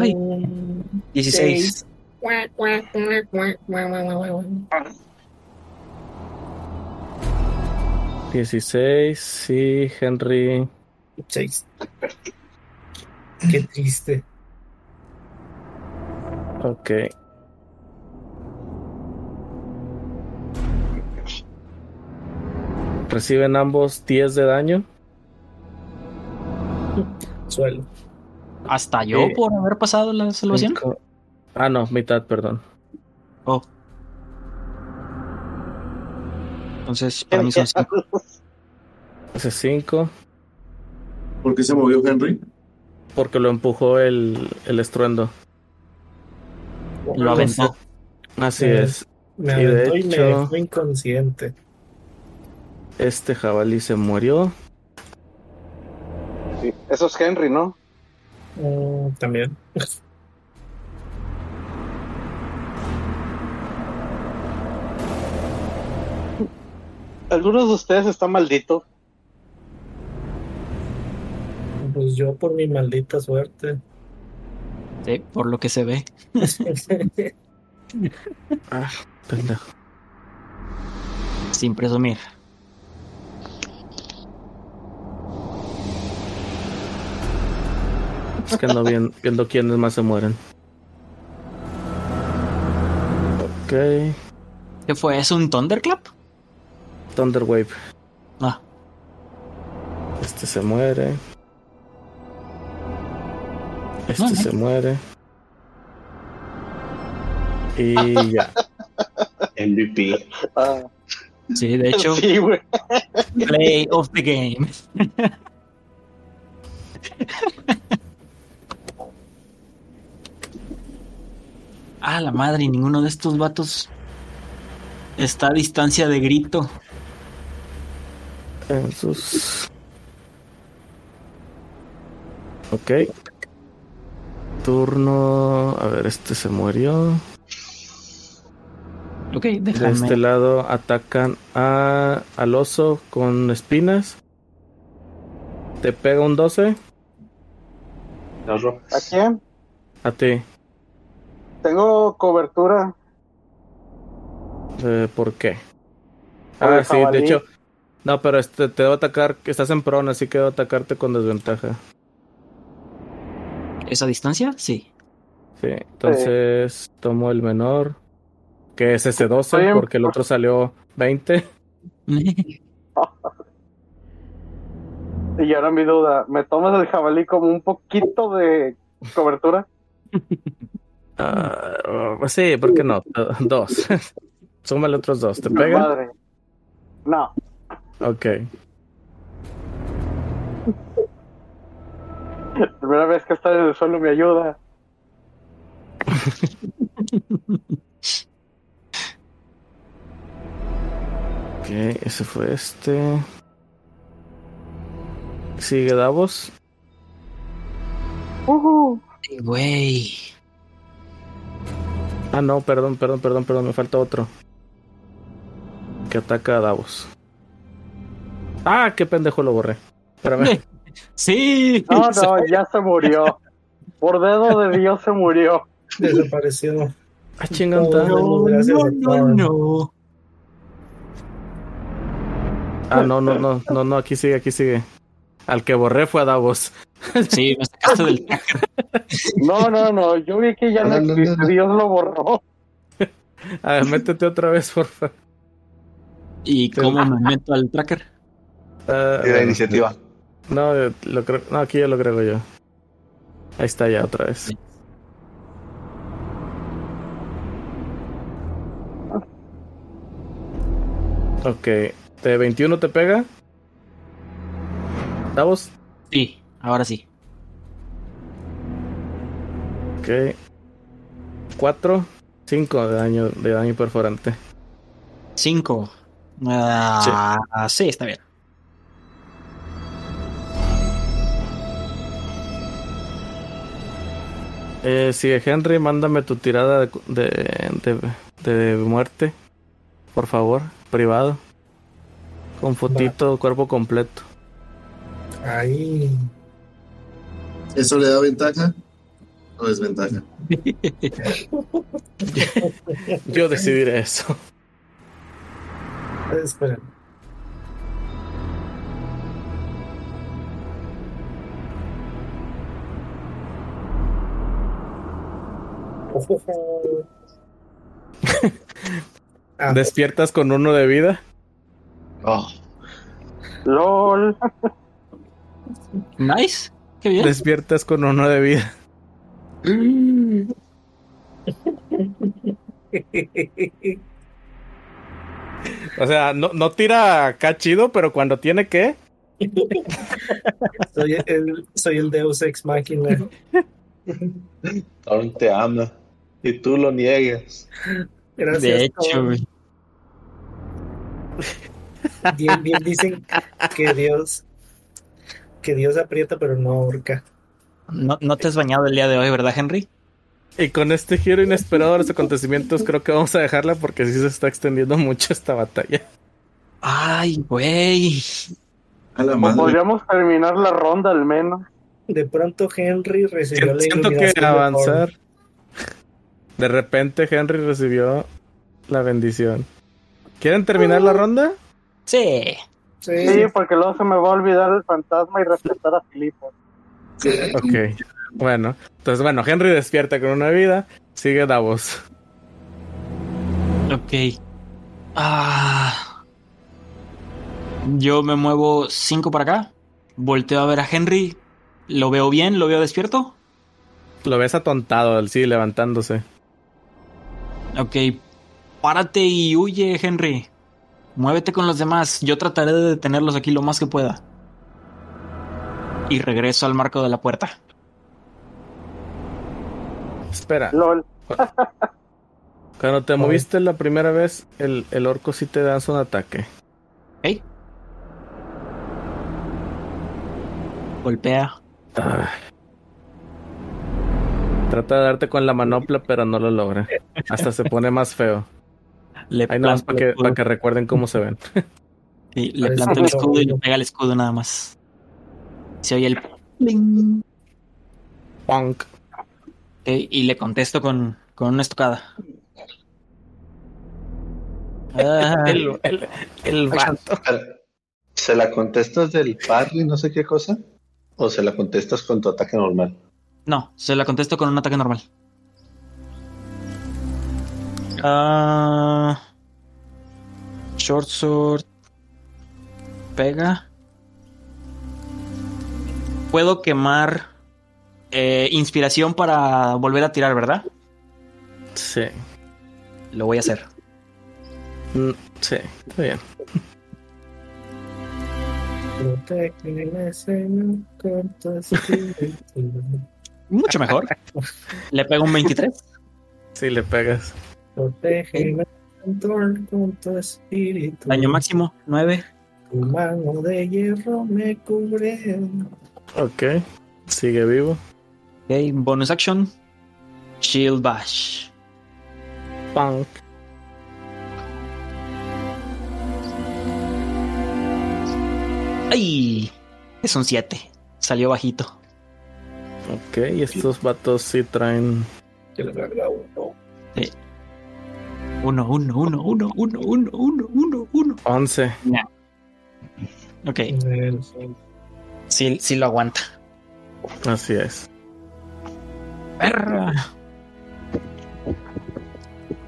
[SPEAKER 3] Ay. 16.
[SPEAKER 7] Ay.
[SPEAKER 1] 16, sí, Henry.
[SPEAKER 6] Seis. Qué triste.
[SPEAKER 1] Ok. Reciben ambos 10 de daño.
[SPEAKER 6] Suelo.
[SPEAKER 3] Hasta yo
[SPEAKER 1] Eh,
[SPEAKER 3] por haber pasado la salvación.
[SPEAKER 1] Cinco- Ah, no, mitad, perdón.
[SPEAKER 3] Oh. Entonces, para mí son cinco.
[SPEAKER 1] Hace 5.
[SPEAKER 2] ¿Por qué se movió Henry?
[SPEAKER 1] Porque lo empujó el, el estruendo.
[SPEAKER 3] Lo aventó.
[SPEAKER 1] Así
[SPEAKER 6] Eh.
[SPEAKER 1] es.
[SPEAKER 6] Pues, Me
[SPEAKER 1] Y de
[SPEAKER 6] aventó y me
[SPEAKER 1] hecho-
[SPEAKER 6] dejó inconsciente.
[SPEAKER 1] Este jabalí se murió.
[SPEAKER 4] Sí, Eso es Henry, ¿no?
[SPEAKER 6] Mm, También.
[SPEAKER 5] Algunos de ustedes están malditos.
[SPEAKER 6] Pues yo por mi maldita suerte.
[SPEAKER 3] Sí, por lo que se ve.
[SPEAKER 1] Pendejo.
[SPEAKER 3] Sin presumir.
[SPEAKER 1] Es que ando bien- viendo quiénes más se mueren. Ok.
[SPEAKER 3] ¿Qué fue? ¿Es un Thunderclap?
[SPEAKER 1] Thunderwave.
[SPEAKER 3] Ah,
[SPEAKER 1] Este se muere. Este
[SPEAKER 3] No, no.
[SPEAKER 1] se muere. Y ya.
[SPEAKER 4] MVP.
[SPEAKER 5] Ah,
[SPEAKER 3] sí, de hecho,
[SPEAKER 5] sí, güey.
[SPEAKER 3] play of the game. ah, la madre, ninguno de estos vatos está a distancia de grito.
[SPEAKER 1] En sus- Ok. Turno. A ver, este se murió.
[SPEAKER 3] Ok,
[SPEAKER 1] De
[SPEAKER 3] déjame.
[SPEAKER 1] este lado atacan a, al oso con espinas. Te pega un 12
[SPEAKER 4] No, Ro-
[SPEAKER 5] ¿A quién?
[SPEAKER 1] a ti.
[SPEAKER 5] Tengo cobertura.
[SPEAKER 1] Eh, ¿Por qué?
[SPEAKER 5] A ver,
[SPEAKER 1] Ah, sí,
[SPEAKER 5] jabalí.
[SPEAKER 1] de hecho. No, pero este, te debo atacar. que Estás en prone, así que debo atacarte con desventaja.
[SPEAKER 3] ¿Esa distancia? Sí.
[SPEAKER 1] Sí, entonces tomo el menor, que es ese 12,
[SPEAKER 5] Estoy en-
[SPEAKER 1] porque el otro salió 20.
[SPEAKER 5] Y ahora mi duda, ¿me tomas el jabalí como un poquito de cobertura?
[SPEAKER 1] Ah, sí, ¿por qué no? Do- Dos. Súmale otros dos. ¿Te pegan?
[SPEAKER 5] Madre. No.
[SPEAKER 1] Ok.
[SPEAKER 5] Primera vez que está en el suelo me ayuda.
[SPEAKER 1] Ok, ese fue este. Sigue Davos.
[SPEAKER 3] Ay, Güey.
[SPEAKER 1] Ah, no, perdón, perdón, perdón, perdón, me falta otro. Que ataca a Davos. Ah, qué pendejo lo borré. Espérame.
[SPEAKER 3] Sí.
[SPEAKER 5] No, no, ya se murió. Por dedo de Dios se murió.
[SPEAKER 6] Desaparecido.
[SPEAKER 1] Ah, chingada.
[SPEAKER 6] No, gracias a
[SPEAKER 3] no,
[SPEAKER 6] Clara.
[SPEAKER 3] no.
[SPEAKER 1] Ah, no, no, no, no, no, aquí sigue, aquí sigue. Al que borré fue a Davos.
[SPEAKER 3] Sí, me sacaste del.
[SPEAKER 5] No, no, no, yo vi que ya no
[SPEAKER 4] No, no, no,
[SPEAKER 5] existe,
[SPEAKER 4] no.
[SPEAKER 5] Dios lo borró.
[SPEAKER 1] A ver, Ah, métete otra vez, porfa.
[SPEAKER 3] ¿Y cómo me meto al tracker?
[SPEAKER 1] Ah,
[SPEAKER 4] Y la
[SPEAKER 1] bueno.
[SPEAKER 4] iniciativa.
[SPEAKER 1] No, eh, lo creo- no, aquí ya lo agrego yo. Ahí está ya otra vez. Ok, ¿de 21 te pega? Davos,
[SPEAKER 3] Sí, ahora sí.
[SPEAKER 1] ok. 4, 5 de daño, de daño perforante.
[SPEAKER 3] Cinco. Ah, sí, está bien.
[SPEAKER 1] Eh, sigue Henry, mándame tu tirada de, de, de- de muerte, por favor, privado. Con fotito, cuerpo completo.
[SPEAKER 6] Ahí.
[SPEAKER 2] ¿Eso le da ventaja o desventaja?
[SPEAKER 1] Yo decidiré eso.
[SPEAKER 6] Esperen. Ah,
[SPEAKER 1] Despiertas con uno de vida.
[SPEAKER 4] Oh,
[SPEAKER 5] LOL.
[SPEAKER 3] Nice. Qué
[SPEAKER 1] ¿Eh?
[SPEAKER 3] bien.
[SPEAKER 1] Despiertas con uno de vida. O sea, no, no tira acá chido, pero cuando tiene que.
[SPEAKER 6] soy, el, soy el Deus Ex Machina.
[SPEAKER 4] Thorn te ama. Y tú lo niegas.
[SPEAKER 6] Gracias.
[SPEAKER 3] de hecho,
[SPEAKER 6] Thor.
[SPEAKER 3] güey.
[SPEAKER 6] Bien, bien dicen que Dios que Dios aprieta pero no ahorca.
[SPEAKER 3] No, no te has bañado el día de hoy, ¿verdad, Henry?
[SPEAKER 1] Y con este giro inesperado de los acontecimientos, creo que vamos a dejarla porque sí se está extendiendo mucho esta batalla.
[SPEAKER 3] Ay, güey.
[SPEAKER 2] A la
[SPEAKER 5] O
[SPEAKER 2] madre.
[SPEAKER 5] podríamos terminar la ronda al menos.
[SPEAKER 6] De pronto Henry recibió la
[SPEAKER 1] Siento que
[SPEAKER 6] iluminación de
[SPEAKER 1] avanzar. De repente Henry recibió la bendición. ¿Quieren terminar la ronda?
[SPEAKER 3] Sí.
[SPEAKER 6] Thor. Sí,
[SPEAKER 5] Sí, porque luego se me va a olvidar el fantasma y respetar a Filipo.
[SPEAKER 1] Ok. Bueno, entonces bueno, Henry despierta con una vida. Sigue Davos.
[SPEAKER 3] Ok. Ah. Yo me muevo cinco para acá. Volteo a ver a Henry. ¿Lo veo bien? ¿Lo veo despierto?
[SPEAKER 1] Lo ves atontado, sí, levantándose.
[SPEAKER 3] Ok. Párate y huye, Henry. Muévete con los demás. Yo trataré de detenerlos aquí lo más que pueda. Y regreso al marco de la puerta.
[SPEAKER 1] Espera.
[SPEAKER 5] LOL.
[SPEAKER 1] Cuando te moviste la primera vez, el, el orco sí te danza un ataque.
[SPEAKER 3] Ok. Golpea.
[SPEAKER 1] Ah. Trata de darte con la manopla, pero no lo logra. Hasta se pone más feo.
[SPEAKER 3] Le
[SPEAKER 1] Ahí nada más
[SPEAKER 3] planta
[SPEAKER 1] para
[SPEAKER 3] el
[SPEAKER 1] que,
[SPEAKER 3] escudo.
[SPEAKER 1] para que recuerden cómo se ven.
[SPEAKER 3] Sí, le planta el escudo y le pega el escudo nada más. Se oye el pling.
[SPEAKER 1] Punk.
[SPEAKER 3] Ok, y le contesto con con una estocada. Ah,
[SPEAKER 8] El, el, el vato.
[SPEAKER 4] ¿Se la contestas del parry, no sé qué cosa? ¿O se la contestas con tu ataque normal?
[SPEAKER 3] no, se la contesto con un ataque normal. Ah, short sword. Pega. Puedo quemar eh, inspiración para volver a tirar, ¿verdad?
[SPEAKER 1] Sí.
[SPEAKER 3] Lo voy a hacer.
[SPEAKER 1] Mm, Sí, está bien.
[SPEAKER 6] Protégeme, Señor, con tu espíritu.
[SPEAKER 3] Mucho mejor. Le pego un 23.
[SPEAKER 1] Sí, le pegas.
[SPEAKER 6] Protégeme, Señor, con tu espíritu.
[SPEAKER 3] Daño máximo, 9.
[SPEAKER 6] Tu mano de hierro me cubre.
[SPEAKER 1] Ok. Sigue vivo.
[SPEAKER 3] Ok, bonus action. Shield Bash.
[SPEAKER 1] Punk.
[SPEAKER 3] ¡Ay! Es un 7. Salió bajito.
[SPEAKER 1] Ok, y estos vatos sí traen.
[SPEAKER 6] Que le haga uno.
[SPEAKER 3] 1, 1, 1, 1, 1, 1, 1, 1, 1.
[SPEAKER 1] 11.
[SPEAKER 3] Ok,
[SPEAKER 6] Él,
[SPEAKER 3] sí, sí lo aguanta.
[SPEAKER 1] Así es.
[SPEAKER 3] Perra.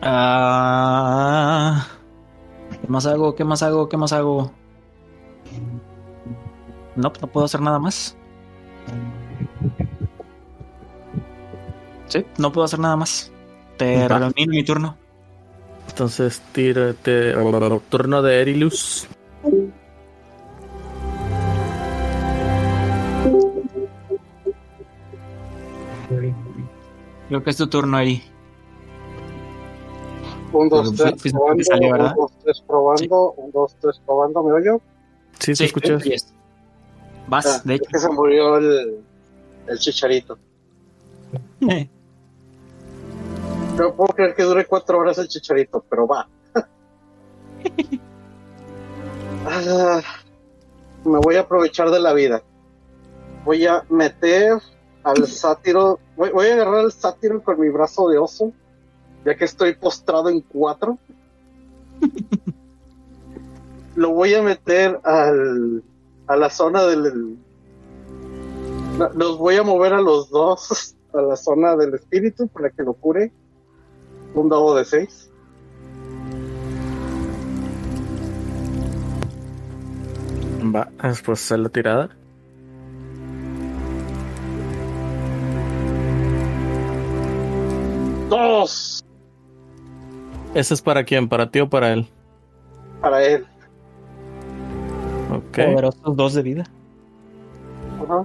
[SPEAKER 3] Ah, ¿Qué más hago? ¿Qué más hago? ¿Qué más hago? No, no puedo hacer nada más. Sí, no puedo hacer nada más. Te
[SPEAKER 1] Va.
[SPEAKER 3] termino mi turno.
[SPEAKER 1] Entonces, tírate. Turno de Erilus.
[SPEAKER 6] güey.
[SPEAKER 3] Creo que es tu turno, Eri.
[SPEAKER 5] Un, dos,
[SPEAKER 3] Bueno,
[SPEAKER 5] tres,
[SPEAKER 3] pues,
[SPEAKER 5] probando.
[SPEAKER 3] pues, salió, ¿verdad?
[SPEAKER 5] Un, dos, tres, probando. Un, dos, tres, probando. ¿Me oyo?
[SPEAKER 1] Sí, te escuchas.
[SPEAKER 3] sí, es. Vas,
[SPEAKER 5] Ah,
[SPEAKER 3] de hecho.
[SPEAKER 5] Es que se murió el, el chicharito. No puedo creer que dure cuatro horas el chicharito, pero va. Ah, me voy a aprovechar de la vida. Voy a meter al sátiro. Voy, voy a agarrar al sátiro con mi brazo de oso, ya que estoy postrado en cuatro. Lo voy a meter al, a la zona del. la- Los voy a mover a los dos a la zona del espíritu para que lo cure un dado de 6.
[SPEAKER 1] Va, después sale la tirada.
[SPEAKER 5] ¡Dos!
[SPEAKER 1] ¿Ese es para quién? ¿Para ti o para él?
[SPEAKER 5] Para él.
[SPEAKER 1] Ok.
[SPEAKER 3] Poderosos dos de vida.
[SPEAKER 5] Ajá.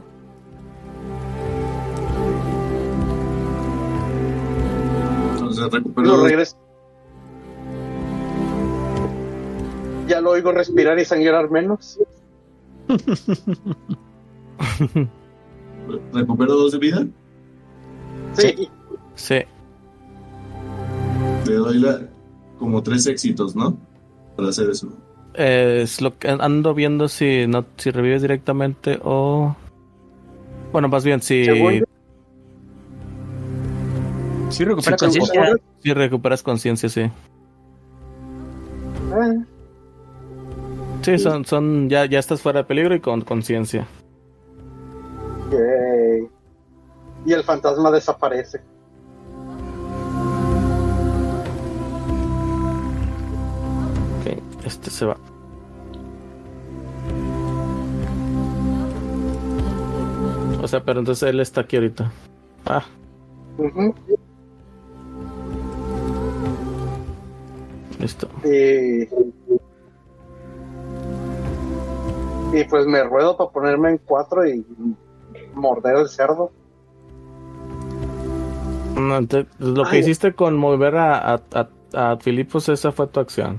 [SPEAKER 2] Entonces recupero
[SPEAKER 5] Lo
[SPEAKER 2] dos.
[SPEAKER 5] regreso. Ya lo oigo respirar y sangrar menos.
[SPEAKER 2] recupero dos de vida.
[SPEAKER 5] Sí.
[SPEAKER 1] Sí,
[SPEAKER 2] Le doy la, como tres éxitos, ¿no? Para hacer eso.
[SPEAKER 1] eh, es lo que ando viendo si no si revives directamente o. Bueno, más bien, si,
[SPEAKER 5] Según yo-
[SPEAKER 3] Sí, recupera
[SPEAKER 1] Sí,
[SPEAKER 5] según
[SPEAKER 3] conciencia.
[SPEAKER 5] yo-
[SPEAKER 1] si recuperas conciencia, sí.
[SPEAKER 5] Ah,
[SPEAKER 1] Sí, son, son, ya, ya estás fuera de peligro y con conciencia.
[SPEAKER 5] yay. Y el fantasma desaparece.
[SPEAKER 1] Ok, este se va. O sea, pero entonces él está aquí ahorita. Ah,
[SPEAKER 5] Ujú.
[SPEAKER 1] listo.
[SPEAKER 5] Y. Y pues me ruedo para ponerme en cuatro y morder el cerdo.
[SPEAKER 1] No, ente- lo que
[SPEAKER 5] Ay.
[SPEAKER 1] hiciste con mover a, a, a, a Filipos, esa fue tu acción.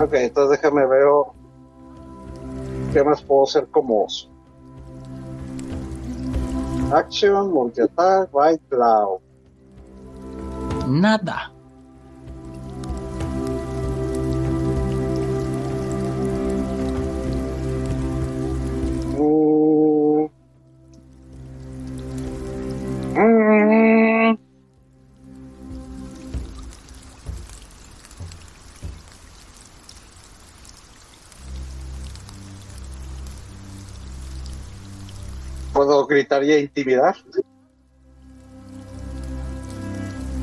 [SPEAKER 5] Ok, entonces déjame veo qué más puedo hacer como oso. Action, multi-attack, right, cloud.
[SPEAKER 3] Nada.
[SPEAKER 5] Mm. Mm. ¿Puedo gritar y intimidar?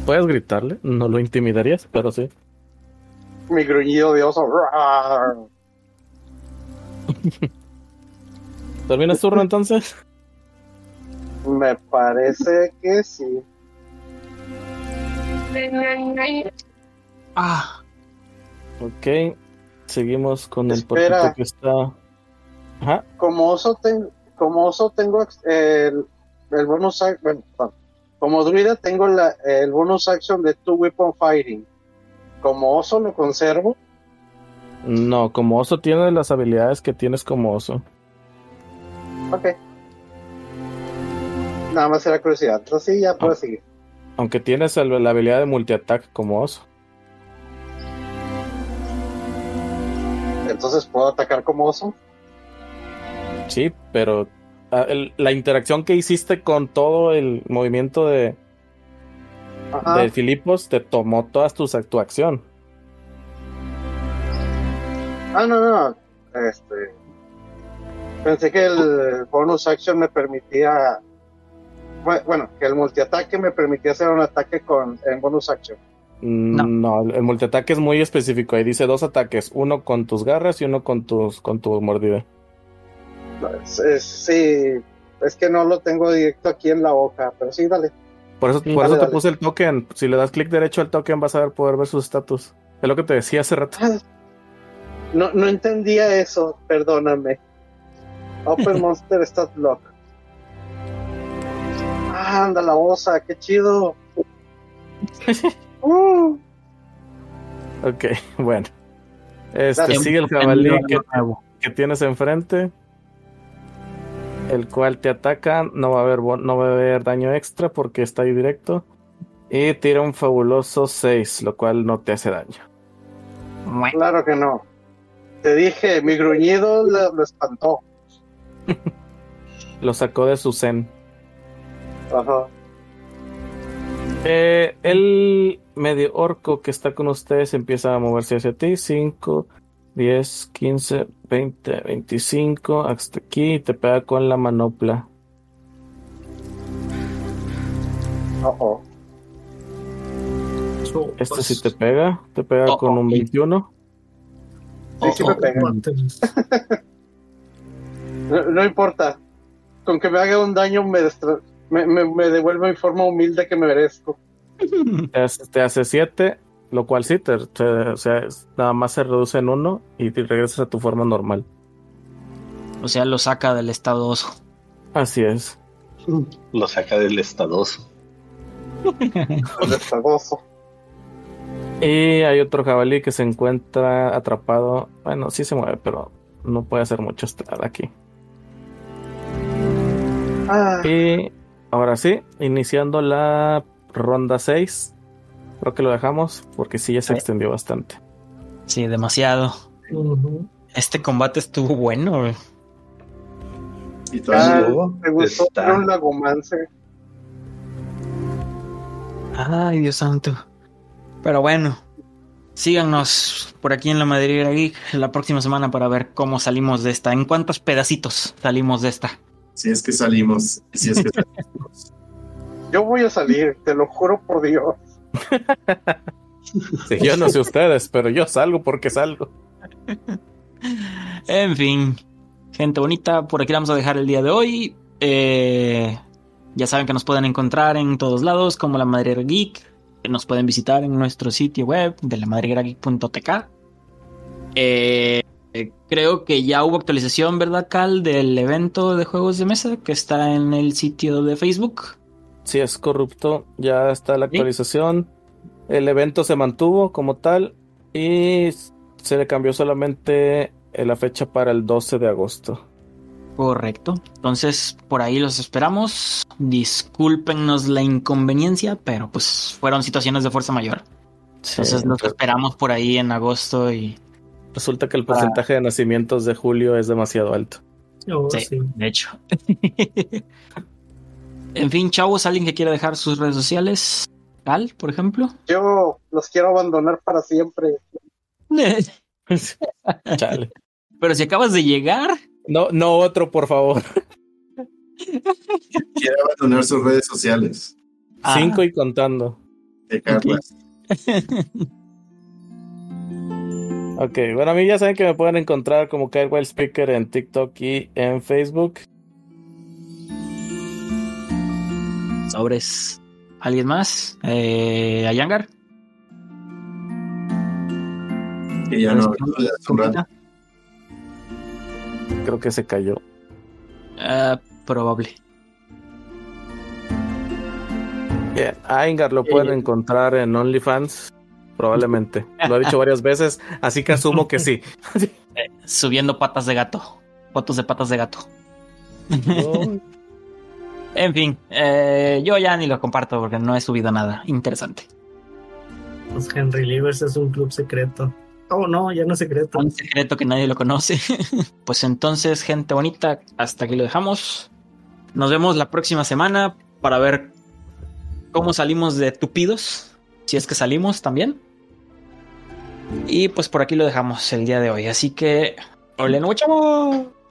[SPEAKER 1] Puedes gritarle, no lo intimidarías, pero sí.
[SPEAKER 5] Mi gruñido de oso. ¡Rar!
[SPEAKER 1] ¿Terminas turno entonces?
[SPEAKER 5] Me parece que sí.
[SPEAKER 3] Ah,
[SPEAKER 1] Ok. Seguimos con el
[SPEAKER 5] Espera.
[SPEAKER 1] porquito que está. Ajá.
[SPEAKER 5] Como oso, ten- como oso tengo ex- el, el bonus ac- bueno, perdón. Como druida tengo la- el bonus action de Two Weapon Fighting. Como oso lo conservo.
[SPEAKER 1] No, como oso tienes las habilidades que tienes como oso.
[SPEAKER 5] Ok. Nada más era curiosidad. Entonces sí, ya puedo seguir.
[SPEAKER 1] Aunque tienes el- la habilidad de multiataque como oso.
[SPEAKER 5] Entonces puedo atacar como oso.
[SPEAKER 1] Sí, pero ah, el- la interacción que hiciste con todo el movimiento de,
[SPEAKER 5] Ajá.
[SPEAKER 1] de Filipos te tomó todas tus act- tu acción.
[SPEAKER 5] Ah, no, no. Este. Pensé que el bonus action me permitía. bue- Bueno, que el multiataque me permitía hacer un ataque con en bonus action.
[SPEAKER 1] Mm,
[SPEAKER 3] No.
[SPEAKER 1] No, el, el multiataque es muy específico. Ahí dice dos ataques, uno con tus garras y uno con tus con tu mordida.
[SPEAKER 5] Es- es- sí, es que no lo tengo directo aquí en la hoja, pero sí, dale.
[SPEAKER 1] Por eso, por
[SPEAKER 5] Dale,
[SPEAKER 1] eso te
[SPEAKER 5] dale.
[SPEAKER 1] puse el token. Si le das clic derecho al token vas a ver poder ver sus estatus. Es lo que te decía hace rato.
[SPEAKER 5] No, no entendía eso, perdóname. Open Monster Stat Block. Ah, anda la osa, qué chido. Uh,
[SPEAKER 1] Ok, bueno. Este
[SPEAKER 5] Dale.
[SPEAKER 1] sigue el jabalí que, que tienes enfrente. El cual te ataca. No va a haber bon- no va a haber daño extra porque está ahí directo. Y tira un fabuloso 6, lo cual no te hace daño.
[SPEAKER 5] claro que no. Te dije, mi gruñido lo, lo espantó.
[SPEAKER 1] Lo sacó de su zen.
[SPEAKER 5] Ajá.
[SPEAKER 1] Eh, el medio orco que está con ustedes empieza a moverse hacia ti. 5, 10, 15, 20, 25. Hasta aquí y te pega con la manopla.
[SPEAKER 5] Oh, oh.
[SPEAKER 6] So,
[SPEAKER 1] Este
[SPEAKER 6] pues,
[SPEAKER 1] sí te pega. Te pega
[SPEAKER 3] Oh,
[SPEAKER 1] con
[SPEAKER 3] oh,
[SPEAKER 1] un
[SPEAKER 3] y-
[SPEAKER 1] 21.
[SPEAKER 5] Sí, sí me pega.
[SPEAKER 6] cuates.
[SPEAKER 5] No, no importa. Con que me haga un daño, me, destra- me, me, me devuelve mi forma humilde que me merezco.
[SPEAKER 1] Te hace- Te hace 7, lo cual sí, te, te- o sea, es- nada más se reduce en 1 y te regresas a tu forma normal.
[SPEAKER 3] O sea, lo saca del estado oso.
[SPEAKER 1] Así es.
[SPEAKER 5] Lo saca del estadoso. Del estadoso.
[SPEAKER 1] Y hay otro jabalí que se encuentra atrapado. Bueno, sí se mueve, pero no puede hacer mucho estrada aquí.
[SPEAKER 5] Ah,
[SPEAKER 1] Y ahora sí, iniciando la ronda 6. Creo que lo dejamos porque sí ya se
[SPEAKER 3] Sí.
[SPEAKER 1] extendió bastante.
[SPEAKER 3] Sí, demasiado.
[SPEAKER 6] Ujú.
[SPEAKER 3] Este combate estuvo bueno. güey.
[SPEAKER 2] Y
[SPEAKER 5] Ah,
[SPEAKER 2] todavía
[SPEAKER 5] me gustó
[SPEAKER 4] Está.
[SPEAKER 5] ver un lagomance.
[SPEAKER 3] Ay, Dios santo. Pero bueno, síganos por aquí en la Madriguera Geek la próxima semana para ver cómo salimos de esta. ¿En cuántos pedacitos salimos de esta?
[SPEAKER 2] Si es que salimos. Si es que
[SPEAKER 5] Yo voy a salir, te lo juro por Dios.
[SPEAKER 1] yo no sé ustedes, pero yo salgo porque salgo.
[SPEAKER 3] En fin, gente bonita, por aquí la vamos a dejar el día de hoy. Eh, ya saben que nos pueden encontrar en todos lados como la Madriguera Geek. Nos pueden visitar en nuestro sitio web de la Eh, creo que ya hubo actualización, ¿verdad, Cal? Del evento de juegos de mesa que está en el sitio de Facebook.
[SPEAKER 1] Si es corrupto, ya está la actualización. El evento se mantuvo como tal y se le cambió solamente eh, la fecha para el 12 de agosto.
[SPEAKER 3] Correcto. Entonces, por ahí los esperamos. Discúlpenos la inconveniencia, pero pues fueron situaciones de fuerza mayor. Entonces,
[SPEAKER 1] Sí,
[SPEAKER 3] los
[SPEAKER 1] entonces,
[SPEAKER 3] esperamos por ahí en agosto y
[SPEAKER 1] pues, resulta
[SPEAKER 3] Ah.
[SPEAKER 1] que el porcentaje de nacimientos de julio es demasiado alto.
[SPEAKER 6] Oh,
[SPEAKER 3] Sí.
[SPEAKER 6] sí.
[SPEAKER 3] de hecho. en fin, chavos, alguien que quiera dejar sus redes sociales, Cal, por ejemplo.
[SPEAKER 5] Yo los quiero abandonar para siempre.
[SPEAKER 1] Chale.
[SPEAKER 3] pero si acabas de llegar,
[SPEAKER 1] No, no otro, por favor.
[SPEAKER 2] Quiere abandonar sus redes sociales.
[SPEAKER 3] Ah.
[SPEAKER 1] Cinco y contando.
[SPEAKER 2] Dejarlas.
[SPEAKER 1] Ok, bueno, a mí ya saben que me pueden encontrar como Kyle Wild Speaker en TikTok y en Facebook.
[SPEAKER 3] Sobres. ¿Alguien más? Eh, ¿Ayangar?
[SPEAKER 2] Que ya no. ya hace un rato.
[SPEAKER 1] Creo que se cayó.
[SPEAKER 3] Ah, probable.
[SPEAKER 1] Bien, Eh, a Ingar lo pueden encontrar en OnlyFans, probablemente. Lo ha dicho varias veces, así que asumo que sí.
[SPEAKER 3] Subiendo patas de gato. Fotos de patas de gato.
[SPEAKER 6] Oh,
[SPEAKER 1] No,
[SPEAKER 3] En fin, eh, yo ya ni lo comparto porque no he subido nada interesante.
[SPEAKER 6] Pues Henry Livers es un club secreto. Oh, no, ya no es secreto.
[SPEAKER 3] Un secreto que nadie lo conoce. pues entonces, gente bonita, hasta aquí lo dejamos. Nos vemos la próxima semana para ver cómo salimos de tupidos, si es que salimos también. Y pues por aquí lo dejamos el día de hoy. Así que, ¡ole, no, chavo!